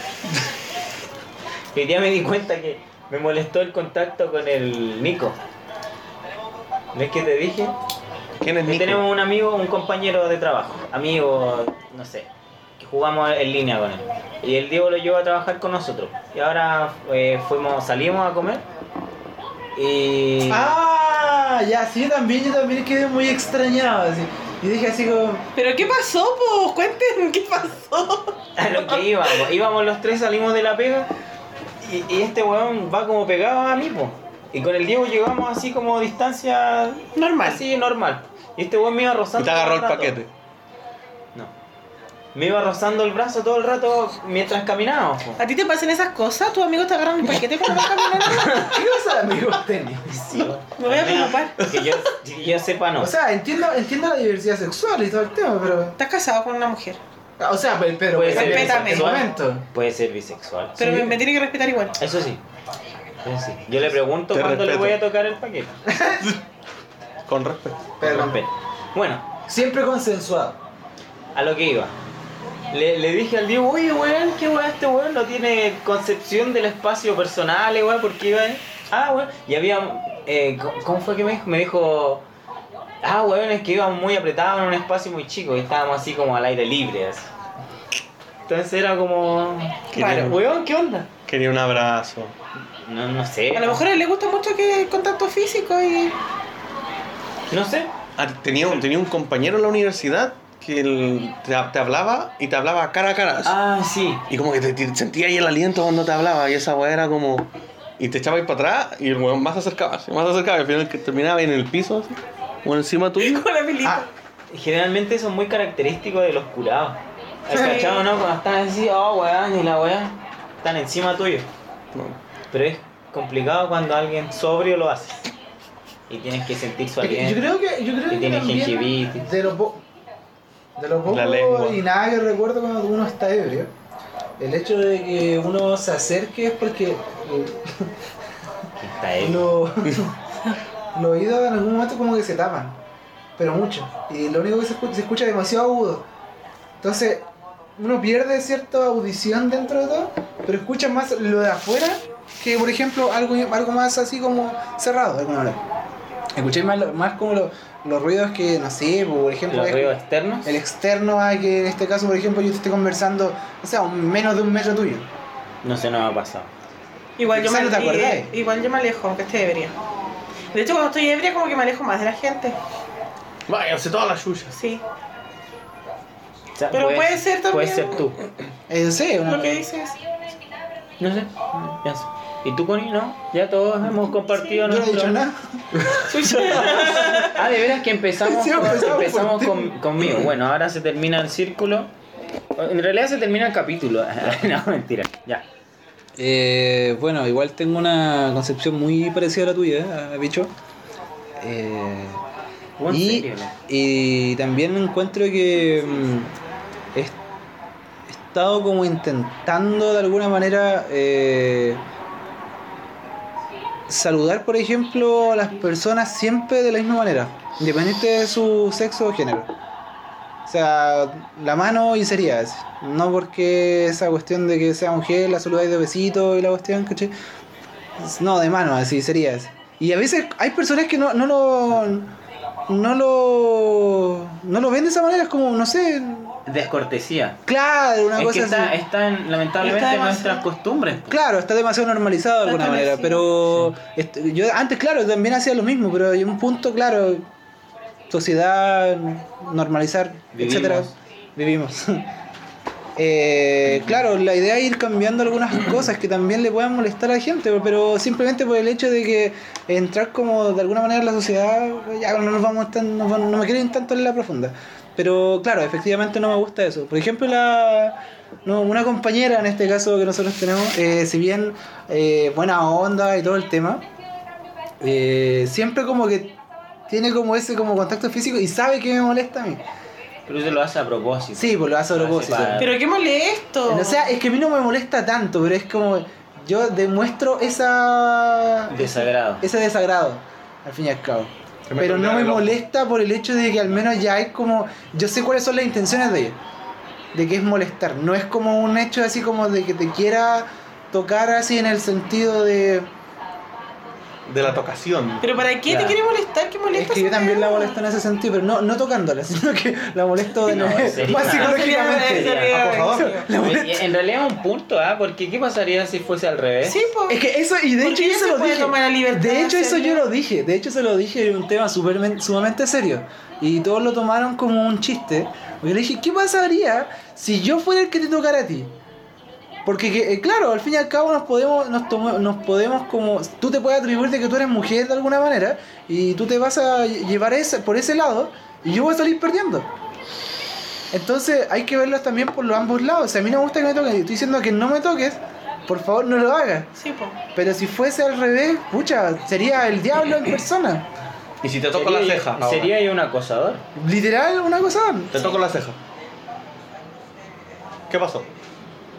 Speaker 2: Hoy día me di cuenta que me molestó el contacto con el Nico. ¿Ves que te dije?
Speaker 1: ¿Quién es
Speaker 2: Que
Speaker 1: Nico?
Speaker 2: tenemos un amigo, un compañero de trabajo, amigo, no sé, que jugamos en línea con él. Y el Diego lo llevó a trabajar con nosotros. Y ahora eh, fuimos, salimos a comer. Y
Speaker 3: Ah, ya, sí, yo también, yo también quedé muy extrañado, así. Y dije así como,
Speaker 5: ¿Pero qué pasó, pues? Cuenten, ¿qué pasó?
Speaker 2: a lo que íbamos, íbamos los tres, salimos de la pega. Y, y este weón va como pegado a mí, po. Y con el Diego llegamos así como distancia
Speaker 5: Normal.
Speaker 2: así normal. Y este weón me iba
Speaker 1: Y
Speaker 2: rozando.
Speaker 1: te agarró el
Speaker 2: todo rato.
Speaker 1: paquete.
Speaker 2: No. Me iba rozando el brazo todo el rato mientras caminábamos. po.
Speaker 5: ¿A ti te pasan esas cosas? ¿Tus amigos te agarran el paquete cuando vas caminando?
Speaker 3: ¿qué pasa, amigo tenis?
Speaker 5: Me voy a preocupar.
Speaker 2: Que yo, que yo sepa no.
Speaker 3: O sea, entiendo, entiendo la diversidad sexual y todo el tema, pero.
Speaker 5: Estás casado con una mujer.
Speaker 3: O sea, pe- pero
Speaker 2: Puede ser
Speaker 5: Respétame.
Speaker 3: en ese momento.
Speaker 2: Puede ser bisexual.
Speaker 5: Pero
Speaker 3: Sí.
Speaker 5: me, me tiene que respetar igual.
Speaker 2: Eso sí. Eso sí. Yo le pregunto
Speaker 1: Te
Speaker 2: cuándo le
Speaker 1: respeto.
Speaker 2: voy a tocar el paquete.
Speaker 1: Con respeto.
Speaker 3: Pero-
Speaker 2: Respeto. Bueno,
Speaker 3: Siempre consensuado.
Speaker 2: a lo que iba. Le, le dije al Diego, oye weón, qué weón este weón no tiene concepción del espacio personal, eh, weón, porque iba. Ah, weón. Y había. eh, ¿cómo- ¿Cómo fue que me dijo? Me dijo. Ah, weón, es que íbamos muy apretados en un espacio muy chico y estábamos así como al aire libre, así. Entonces era como.
Speaker 5: Claro.
Speaker 2: Weón, ¿qué onda?
Speaker 1: Quería un abrazo.
Speaker 2: No, no sé.
Speaker 5: A lo mejor a él le gusta mucho que el contacto físico y.
Speaker 2: No sé.
Speaker 1: Ah, tenía, un, tenía un compañero en la universidad que él te, te hablaba y te hablaba cara a cara. así.
Speaker 2: Ah, sí.
Speaker 1: Y como que te, te sentía ahí el aliento cuando te hablaba y esa weá era como... Y te echaba ahí para atrás y el weón más se acercaba, así, más se acercaba y al final que terminaba en el piso, así, o encima tuyo.
Speaker 5: Con la pelita.
Speaker 3: Ah,
Speaker 2: Generalmente eso es muy característico de los curados. ¿Has
Speaker 5: Sí.
Speaker 2: cachado, no? Cuando están así, oh weón, y la weá, están encima tuyo.
Speaker 1: No.
Speaker 2: Pero es complicado cuando alguien sobrio lo hace. Y tienes que sentir su
Speaker 3: Es que Yo
Speaker 2: aliento.
Speaker 3: creo que. Yo creo
Speaker 2: Que
Speaker 3: que
Speaker 2: tiene
Speaker 3: también
Speaker 2: gingivitis.
Speaker 3: De lo, po- de lo poco
Speaker 1: La lengua.
Speaker 3: y nada que recuerdo cuando uno está ebrio, el hecho de que uno se acerque es porque eh,
Speaker 2: Que está ahí.
Speaker 3: lo- los oídos en algún momento como que se tapan, pero mucho. Y lo único que se escucha, se escucha demasiado agudo. Entonces, uno pierde cierta audición dentro de todo, pero escucha más lo de afuera que, por ejemplo, algo, algo más así como cerrado. de alguna manera. Escuché más, lo- más como lo- los ruidos que, no sé, pues, por ejemplo,
Speaker 2: Los
Speaker 3: es-
Speaker 2: ruidos externos.
Speaker 3: el externo a que en este caso, por ejemplo, yo te esté conversando, o sea, un- menos de un metro tuyo.
Speaker 2: No se nos ha pasado.
Speaker 5: Igual yo,
Speaker 3: Quizás
Speaker 5: me,
Speaker 3: no te acordás.
Speaker 5: y- igual yo me alejo, aunque esté ebria. De hecho, cuando estoy ebria, como que me alejo más de la gente.
Speaker 1: Váyanse todas las suyas.
Speaker 5: Sí.
Speaker 2: O sea,
Speaker 5: Pero puede ser también-
Speaker 2: Puede ser tú.
Speaker 3: Eh, sí, una-
Speaker 5: Lo que dices.
Speaker 2: No sé. pienso. ¿Y tú, Connie, no? Ya todos hemos compartido
Speaker 3: yo no he
Speaker 2: nuestro-
Speaker 3: dicho nada.
Speaker 2: Ah, de veras que empezamos,
Speaker 3: Sí,
Speaker 2: con-
Speaker 3: empezamos por
Speaker 2: empezamos
Speaker 3: ti.
Speaker 2: con- conmigo. Bueno, ahora se termina el círculo. En realidad se termina el capítulo. no, mentira. Ya.
Speaker 4: Eh, bueno, igual tengo una concepción muy parecida a la tuya, eh, bicho. Eh,
Speaker 2: Bueno, en
Speaker 4: y,
Speaker 2: serio, ¿no?
Speaker 4: y también encuentro que mm, he, he estado como intentando de alguna manera eh, saludar, por ejemplo, a las personas siempre de la misma manera, independiente de su sexo o género.
Speaker 3: O sea, la mano y sería así. No porque esa cuestión de que sea mujer, la saludáis de besito y la cuestión, ¿cachai? No, de mano, así sería así. Y a veces hay personas que no, no lo. No lo. No lo ven de esa manera, es como, no sé.
Speaker 2: Descortesía.
Speaker 3: Claro, una
Speaker 2: es
Speaker 3: cosa
Speaker 2: que está,
Speaker 3: así.
Speaker 2: está en, lamentablemente,
Speaker 5: Está demasiado-
Speaker 2: nuestras costumbres. pues. po.
Speaker 3: Claro, está demasiado normalizado de
Speaker 5: Está
Speaker 3: alguna manera, pero este, yo antes, claro, también hacía lo mismo, pero hay un punto, claro, sociedad, normalizar,
Speaker 2: Vivimos.
Speaker 3: etcétera, vivimos. Eh, claro, la idea es ir cambiando algunas cosas que también le puedan molestar a la gente, pero simplemente por el hecho de que entrar como de alguna manera en la sociedad, ya no nos vamos tan, no, no me quieren tanto en la profunda. Pero claro, efectivamente no me gusta eso. Por ejemplo, la, no, una compañera en este caso que nosotros tenemos, eh, si bien eh, buena onda y todo el tema, eh, siempre como que tiene como ese como contacto físico y sabe que me molesta a mí.
Speaker 2: Pero eso lo hace a propósito.
Speaker 3: Sí, pues lo hace a
Speaker 2: Lo hace
Speaker 3: propósito.
Speaker 2: para-
Speaker 5: Pero qué molesto.
Speaker 3: O sea, es que a mí no me molesta tanto, pero es como yo demuestro esa
Speaker 2: Desagrado.
Speaker 3: ese desagrado, al fin y al cabo.
Speaker 1: Se me
Speaker 3: Pero no
Speaker 1: tornea
Speaker 3: me
Speaker 1: el ojo.
Speaker 3: molesta por el hecho de que al menos ya hay como. Yo sé cuáles son las intenciones de ella. De que es molestar. No es como un hecho así como de que te quiera tocar así en el sentido de.
Speaker 1: De la tocación.
Speaker 5: Pero para qué
Speaker 2: Claro.
Speaker 5: te quiere molestar? ¿Qué
Speaker 3: Es
Speaker 5: molesta?
Speaker 3: que yo
Speaker 5: esa
Speaker 3: también la
Speaker 5: weá?
Speaker 3: molesto en ese sentido, pero no, no tocándola, sino que la molesto de
Speaker 2: No, sería-
Speaker 3: más
Speaker 5: Sería-
Speaker 3: psicológicamente. Ah,
Speaker 5: sería-
Speaker 3: Acosador. La
Speaker 2: Oye,
Speaker 3: molesto.
Speaker 2: En realidad es un punto, ¿ah? Porque ¿qué pasaría si fuese al revés?
Speaker 5: Sí, pues.
Speaker 3: Es que eso, y de
Speaker 5: ¿Por
Speaker 3: hecho
Speaker 5: qué
Speaker 3: yo
Speaker 5: ella
Speaker 3: se
Speaker 5: se
Speaker 3: lo
Speaker 5: puede
Speaker 3: dije.
Speaker 5: tomar la libertad
Speaker 3: de
Speaker 5: de
Speaker 3: hecho eso yo
Speaker 5: hacerlo?
Speaker 3: lo dije. De hecho se lo dije en un tema supermen- sumamente serio. Y todos lo tomaron como un chiste. Porque le dije, ¿qué pasaría si yo fuera el que te tocara a ti? Porque que, eh, claro, al fin y al cabo nos podemos, nos, tomo- nos podemos como, tú te puedes atribuir de que tú eres mujer de alguna manera y tú te vas a lle- llevar ese, por ese lado y yo voy a salir perdiendo. Entonces hay que verlos también por los ambos lados. Si a mí no me gusta que me toquen, y estoy diciendo que no me toques, por favor no lo hagas.
Speaker 5: Sí, pues.
Speaker 3: Pero si fuese al revés, pucha, sería el diablo en persona.
Speaker 1: Y si te toco la
Speaker 2: Sería-
Speaker 1: ceja. ahora?
Speaker 2: Sería yo un acosador.
Speaker 3: Literal, una cosa.
Speaker 1: Te toco la ceja. ¿Qué pasó?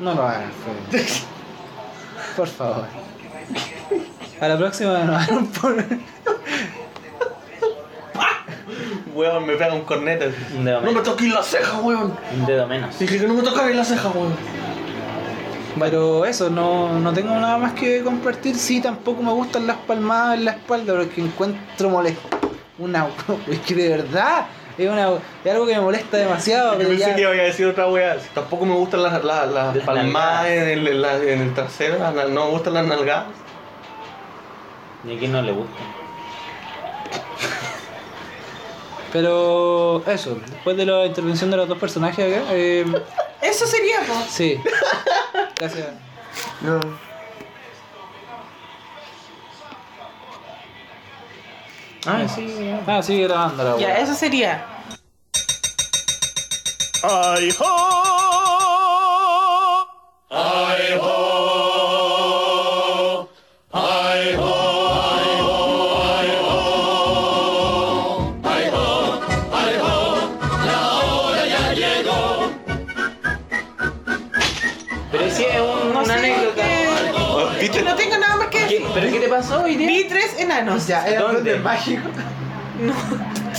Speaker 3: No lo hagas, Fede. por favor. A la próxima no hagan por.
Speaker 1: Weón, me pega un cornete.
Speaker 2: Un dedo
Speaker 1: No me
Speaker 2: menos.
Speaker 1: toquéis la ceja, weón.
Speaker 2: Un dedo menos.
Speaker 1: Dije que no me tocarais la ceja, weón.
Speaker 3: Pero eso, no, no tengo nada más que compartir. Sí, tampoco me gustan las palmadas en la espalda porque encuentro molesto. Una. Es que de verdad. Es, una, es algo que me molesta demasiado.
Speaker 1: Yo
Speaker 3: pero
Speaker 1: pensé
Speaker 3: ya-
Speaker 1: que iba a decir otra wea. Tampoco me gustan las, las, las
Speaker 2: Las
Speaker 1: palmadas
Speaker 2: nalgadas.
Speaker 1: en el, en la- en el trasero. las nal- no me gustan las nalgadas.
Speaker 2: Y aquí no le gusta.
Speaker 3: Pero eso, después de la intervención de los dos personajes acá, eh,
Speaker 5: Eso sería, pues.
Speaker 3: sí. Gracias.
Speaker 1: No.
Speaker 2: Ah, sí.
Speaker 3: Ah, sigue grabando la
Speaker 5: Ya,
Speaker 3: wea.
Speaker 5: eso sería.
Speaker 2: Pero sí es un-
Speaker 5: No
Speaker 2: una
Speaker 5: sé,
Speaker 2: anécdota.
Speaker 5: que- que
Speaker 1: Oh, ¿Viste?
Speaker 5: No tengo nada más que
Speaker 2: ¿Qué-
Speaker 5: decir.
Speaker 2: ¿Pero qué te pasó hoy día?
Speaker 5: Vi tres enanos.
Speaker 3: Ya, era
Speaker 2: ¿Dónde?
Speaker 3: el duende mágico. No.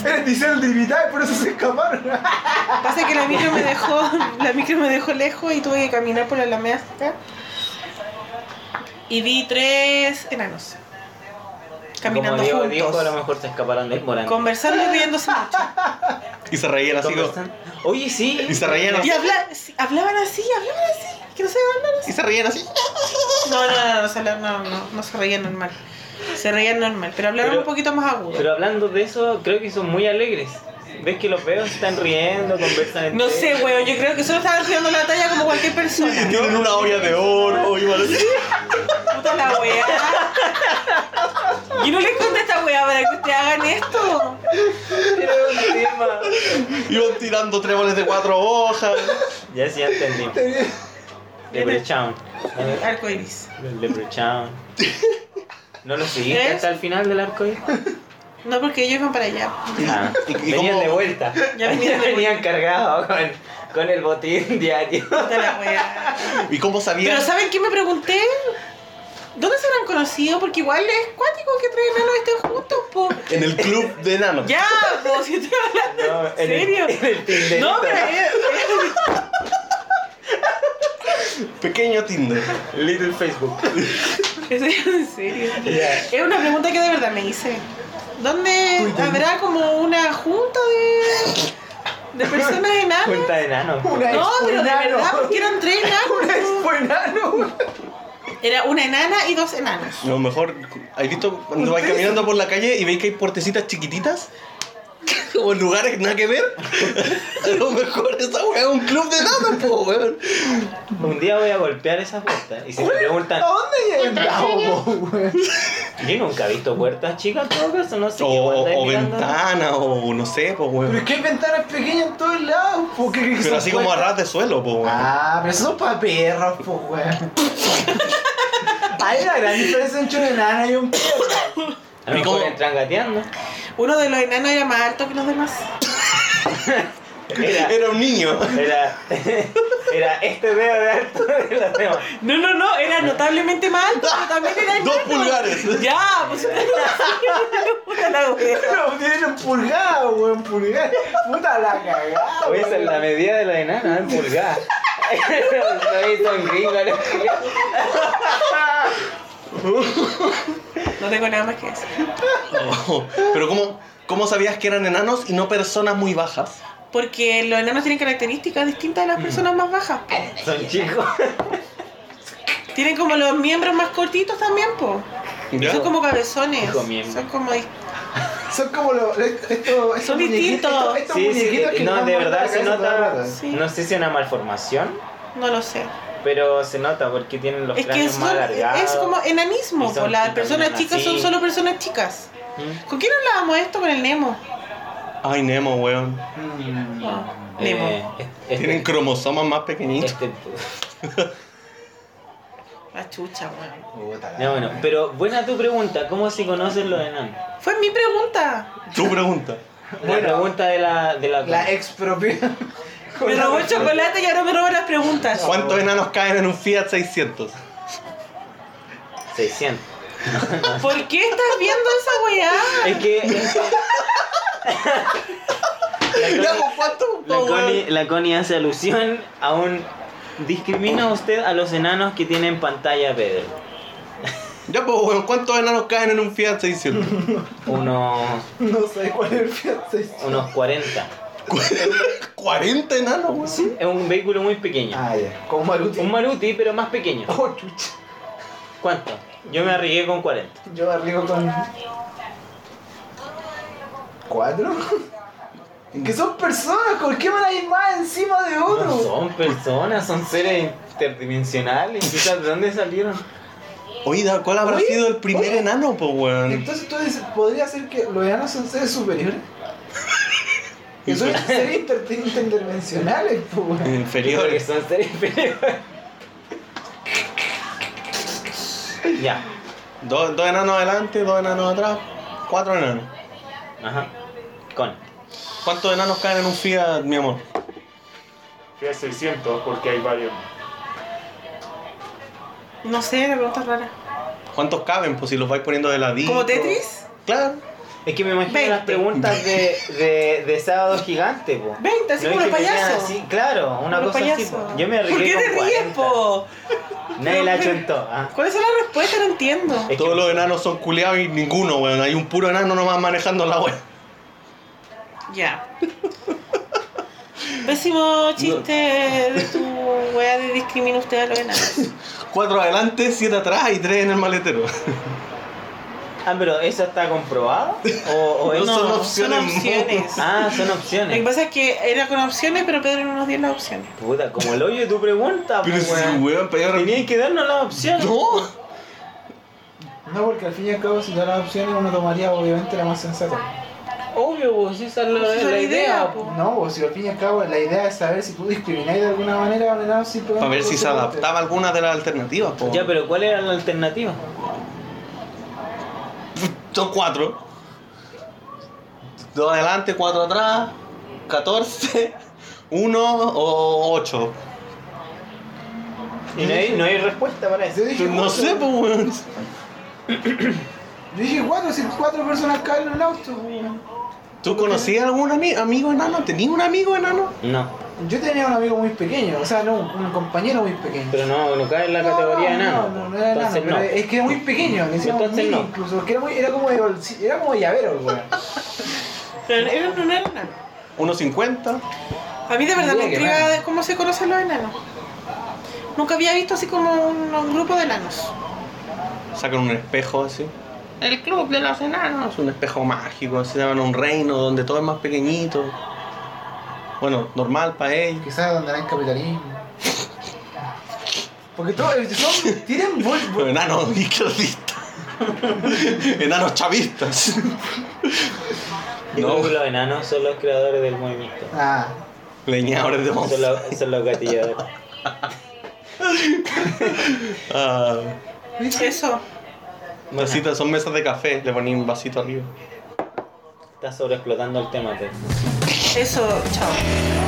Speaker 3: Eres Diesel de Invitar, por eso se escaparon.
Speaker 5: Pasa que la micro me dejó, la micro me dejó lejos y tuve que caminar por la alameda hasta acá. Y vi tres enanos. Caminando
Speaker 2: Como Diego dijo, a lo
Speaker 5: juntos.
Speaker 2: mejor te escaparon del volante.
Speaker 5: Conversando y riéndose mucho.
Speaker 1: Y se reían así. como-
Speaker 2: Conversan- Oye, sí.
Speaker 1: Y se reían
Speaker 5: Y
Speaker 1: así.
Speaker 5: habla- sí, hablaban así, hablaban así. Que no se hablar así.
Speaker 1: Y se reían así.
Speaker 5: No, no, no, no, se habla- no, no, no se reían normal. Se reían normal, pero hablaron
Speaker 2: Pero-
Speaker 5: un poquito más agudo.
Speaker 2: Pero hablando de eso, creo que son muy alegres. Ves que los veo, están riendo, conversan entre
Speaker 5: No sé, weón, yo creo que solo estaban tirando la talla como cualquier persona.
Speaker 1: Tienen una olla de oro. Y mal-
Speaker 5: Puta la weá. Yo no les conté esta weá para que ustedes hagan esto.
Speaker 2: ellos. Era un tema.
Speaker 1: Iban tirando tréboles de cuatro hojas.
Speaker 2: Ya sí, ya entendí. Leprechaun.
Speaker 5: Arco iris.
Speaker 2: El Leprechaun. ¿No lo seguiste
Speaker 5: ¿Crees?
Speaker 2: hasta el final del arco iris?
Speaker 5: Ah, No, porque ellos van para allá.
Speaker 2: Ah,
Speaker 1: ¿Y- y
Speaker 2: venían
Speaker 1: cómo-
Speaker 2: de vuelta.
Speaker 5: Ya venían de
Speaker 2: venían cargados con, con el botín diario.
Speaker 5: Puta la weá.
Speaker 1: ¿Y cómo sabían?
Speaker 5: Pero ¿saben qué me pregunté? ¿Dónde se habrán conocido? Porque igual es cuático que tres enanos estén juntos, po.
Speaker 1: En el club de enanos.
Speaker 5: Ya, po, si estoy hablando
Speaker 2: No, en
Speaker 5: en
Speaker 2: el-
Speaker 5: serio.
Speaker 2: en el Tinderito.
Speaker 5: no, pero es-
Speaker 1: Pequeño Tinder.
Speaker 2: Little Facebook.
Speaker 5: es, es en serio. Es una pregunta que de verdad me hice. ¿Dónde habrá como una junta de, de personas enanas?
Speaker 2: Junta de enanos.
Speaker 5: No, pero de verdad, porque eran tres enanos. po.
Speaker 3: enano.
Speaker 5: Era una enana y dos enanos.
Speaker 1: Lo mejor, ¿has visto cuando vas caminando por la calle y veis que hay puertecitas chiquititas? Como en lugares nada que ver. A lo mejor esa weá es un club de enanos, po, weón.
Speaker 2: Un día voy a golpear esa puerta. Y si me preguntan,
Speaker 3: ¿A dónde he entrado, po, weón?
Speaker 2: yo nunca he visto puertas chicas, en todo caso, no sé
Speaker 1: O,
Speaker 2: qué
Speaker 1: o,
Speaker 2: guardáis
Speaker 1: o
Speaker 2: mirando.
Speaker 1: ventana, o no sé, po,
Speaker 3: Pero
Speaker 1: weón.
Speaker 3: es que hay ventanas pequeñas en todos lados, po. ¿qué crees que
Speaker 1: Pero
Speaker 3: son
Speaker 1: así como a
Speaker 3: puertas?
Speaker 1: ras de suelo, po, weón.
Speaker 3: Ah, pero esos son para perros, po, weón. Hay una gran diferencia entre un enano y un perro.
Speaker 2: A mí
Speaker 1: ¿Y
Speaker 2: como
Speaker 1: cómo?
Speaker 2: entran gateando.
Speaker 5: Uno de los enanos era más alto que los demás.
Speaker 2: Era,
Speaker 1: Era un niño.
Speaker 2: era, era este dedo de alto de los demás.
Speaker 5: No, no, no, era notablemente más alto, pero también era
Speaker 1: Dos
Speaker 5: enano.
Speaker 1: pulgares.
Speaker 5: Ya, pues puta la wea.
Speaker 3: Pero tienen un pulgado, weón, pulgado. Puta la cagada,
Speaker 2: Oye, esa es la medida de los enanos, en pulgadas. No hizo un gringo, no.
Speaker 5: No tengo nada más que decir.
Speaker 1: Oh, pero ¿cómo, ¿cómo sabías que eran enanos y no personas muy bajas?
Speaker 5: Porque los enanos tienen características distintas
Speaker 1: Mm.
Speaker 5: de las personas más bajas. po.
Speaker 2: Son chicos.
Speaker 5: Tienen como los miembros más cortitos también, po.
Speaker 1: ¿Ya?
Speaker 5: Son como cabezones.
Speaker 2: Hijo miembro.
Speaker 5: Son como.
Speaker 3: Son como los. Estos, estos
Speaker 5: Son
Speaker 3: muñequitos.
Speaker 5: distintos.
Speaker 3: Estos, estos
Speaker 2: Sí, sí,
Speaker 3: muñequitos que
Speaker 2: no,
Speaker 3: están
Speaker 2: de
Speaker 3: moviendo
Speaker 2: verdad
Speaker 3: la
Speaker 2: se
Speaker 3: cabeza toda la
Speaker 2: nota.
Speaker 3: raza.
Speaker 5: Sí.
Speaker 2: No sé si una malformación,
Speaker 5: No lo sé.
Speaker 2: pero se nota porque tienen los
Speaker 5: es que
Speaker 2: cráneos más
Speaker 5: son,
Speaker 2: alargados.
Speaker 5: es como
Speaker 2: Y
Speaker 5: enanismo,
Speaker 2: son-
Speaker 5: po.
Speaker 2: y
Speaker 5: Las
Speaker 2: también
Speaker 5: personas chicas son
Speaker 2: así.
Speaker 5: solo personas chicas.
Speaker 2: ¿Mm?
Speaker 5: ¿Con quién hablábamos esto? Con el Nemo.
Speaker 1: Ay, Nemo, weón.
Speaker 5: Ah,
Speaker 2: Eh,
Speaker 5: Nemo.
Speaker 2: este-
Speaker 1: Tienen cromosomas más pequeñitos.
Speaker 2: este-
Speaker 5: La chucha, weón.
Speaker 3: Puta la-
Speaker 2: no, bueno, pero buena tu pregunta, ¿cómo se conocen los enanos?
Speaker 5: Fue mi pregunta.
Speaker 1: Tu pregunta.
Speaker 2: La pregunta de la... De la,
Speaker 3: La expropia.
Speaker 5: Me robó el chocolate y ahora me roba las preguntas.
Speaker 1: ¿Cuántos enanos caen en un Fiat 600?
Speaker 2: 600.
Speaker 5: ¿Por qué estás viendo esa weá?
Speaker 2: Es que... es que-
Speaker 1: Ya, pues, ¿cuánto?
Speaker 2: La
Speaker 1: po, weón?
Speaker 2: Connie, la Connie hace alusión a un... ¿Discrimina usted a los enanos que tienen pantalla Pedro?
Speaker 1: Ya, pues, weón, ¿cuántos enanos caen en un Fiat 600?
Speaker 2: Unos,
Speaker 3: No sé cuál es el Fiat 600.
Speaker 2: unos 40.
Speaker 1: ¿40 enanos, weón?
Speaker 2: Es un vehículo muy pequeño.
Speaker 3: Ah, ya. Con Maruti.
Speaker 2: Un Maruti, pero más pequeño.
Speaker 3: Oh, chucha.
Speaker 2: ¿Cuánto? Yo me arriesgué con 40.
Speaker 3: Yo arriesgo con. ¿Cuatro? Que son personas, ¿por qué van a ir más encima de otro?
Speaker 2: No son personas, son seres interdimensionales. Chuta, ¿De dónde salieron?
Speaker 1: Oiga, ¿cuál habrá
Speaker 3: Oye,
Speaker 1: sido el primer
Speaker 3: oye.
Speaker 1: enano, pues, weón?
Speaker 3: Entonces tú dices, ¿podría ser que los enanos son seres superiores? Que son seres inter- interdimensionales, pues. weón.
Speaker 2: Porque
Speaker 1: Inferiores.
Speaker 2: son seres inferiores. Ya.
Speaker 1: Dos, dos enanos adelante, dos enanos atrás, cuatro enanos.
Speaker 2: Ajá. Con.
Speaker 1: ¿Cuántos enanos caen en un Fiat, mi amor?
Speaker 8: Fui a 600 porque hay varios.
Speaker 5: No sé, la pregunta es rara.
Speaker 1: ¿Cuántos caben? Pues si los vais poniendo de ladito.
Speaker 5: ¿Como Tetris?
Speaker 1: Claro.
Speaker 2: Es que me imagino
Speaker 5: Veinte.
Speaker 2: las preguntas de, de, de sábado gigante, po.
Speaker 5: 20, así
Speaker 2: No
Speaker 5: como
Speaker 2: es
Speaker 5: los
Speaker 2: que venían
Speaker 5: payasos.
Speaker 2: así, claro, una
Speaker 5: Como los
Speaker 2: cosa así,
Speaker 5: payasos.
Speaker 2: po. Yo me arriesgué
Speaker 5: ¿Por qué
Speaker 2: con
Speaker 5: te ríes,
Speaker 2: 40.
Speaker 5: po?
Speaker 2: Nadie la
Speaker 5: Pero-
Speaker 2: chuntó, ah.
Speaker 5: ¿Cuál es la respuesta? No entiendo.
Speaker 2: Es que-
Speaker 1: Todos los enanos son culeados y ninguno, weón. Hay un puro enano nomás manejando la weón.
Speaker 5: Ya. Pésimo chiste de tu weá de discriminar usted a los enanos.
Speaker 1: Cuatro adelante, siete atrás y tres en el maletero.
Speaker 2: Ah, pero ¿eso está comprobado? ¿O, o
Speaker 1: No
Speaker 2: es-
Speaker 1: son
Speaker 5: No, son
Speaker 1: opciones,
Speaker 5: opciones.
Speaker 2: Ah, son
Speaker 5: Lo que
Speaker 2: opciones.
Speaker 5: pasa es que era con opciones, pero Pedro no nos dio las opciones.
Speaker 2: Puta, como el hoyo de tu pregunta,
Speaker 1: Pero
Speaker 2: po,
Speaker 1: si,
Speaker 2: Ah, pues, weón.
Speaker 1: weón, para allá-
Speaker 2: Tenías que darnos las opciones.
Speaker 1: No.
Speaker 3: No, porque al fin y al cabo, si da las opciones, uno tomaría obviamente la más sensata.
Speaker 2: Obvio, pues esa es la,
Speaker 5: Esa es
Speaker 2: la
Speaker 5: la
Speaker 2: idea.
Speaker 5: idea,
Speaker 2: po.
Speaker 3: No, o si al fin y al cabo, la idea es saber si tú discrimináis de alguna manera a un enano simplemente
Speaker 1: Para ver si
Speaker 3: por
Speaker 1: se
Speaker 3: su porte.
Speaker 1: adaptaba a alguna de las alternativas, po.
Speaker 2: Ya, pero ¿cuál era la alternativa?
Speaker 1: Son cuatro. Dos adelante, cuatro atrás. 14, uno o ocho.
Speaker 2: Y no hay, no hay respuesta para eso.
Speaker 3: Yo dije,
Speaker 1: No
Speaker 3: "Cuatro".
Speaker 1: sé, pues, weón.
Speaker 3: Yo dije cuatro, si cuatro personas caen en el auto, pues, weón.
Speaker 1: ¿Tú conocías algún ami- amigo enano? ¿Tenías un amigo enano?
Speaker 2: No,
Speaker 3: Yo tenía un amigo muy pequeño, o sea, no, un compañero muy pequeño.
Speaker 2: pero no, no cae en la categoría de enano.
Speaker 3: No, no, no era
Speaker 2: Entonces no.
Speaker 3: enano, pero es que era muy pequeño, le decíamos
Speaker 2: Entonces
Speaker 3: mini
Speaker 2: no.
Speaker 3: incluso, porque era, muy, era, como de bolsi- era como de llavero, weón.
Speaker 5: Pero era un enano.
Speaker 1: ¿1.50?
Speaker 5: A mí de verdad me
Speaker 3: Mira, qué
Speaker 5: intriga
Speaker 3: raro.
Speaker 5: de cómo se conocen los enanos. Nunca había visto así como un, un grupo de enanos.
Speaker 1: Sacan un espejo así.
Speaker 5: El club de los enanos.
Speaker 1: Es un espejo mágico, así llaman un reino donde todo es más pequeñito. Bueno, normal para ellos.
Speaker 3: Quizás donde era el capitalismo. Porque todos eh, son, tienen bol,
Speaker 1: Los
Speaker 3: bol-
Speaker 1: enanos izquierdistas. enanos chavistas.
Speaker 2: Yo
Speaker 1: No.
Speaker 2: creo que los enanos son los creadores del movimiento.
Speaker 3: Ah,
Speaker 1: Leñadores de
Speaker 2: Son
Speaker 1: monstruos.
Speaker 2: los, son los gatilladores.
Speaker 1: Ah,
Speaker 5: Eso.
Speaker 2: Bueno,
Speaker 1: tacitas, son mesas de café, le ponían un vasito arriba.
Speaker 2: está sobreexplotando el tema, pero.
Speaker 5: Eso, chao.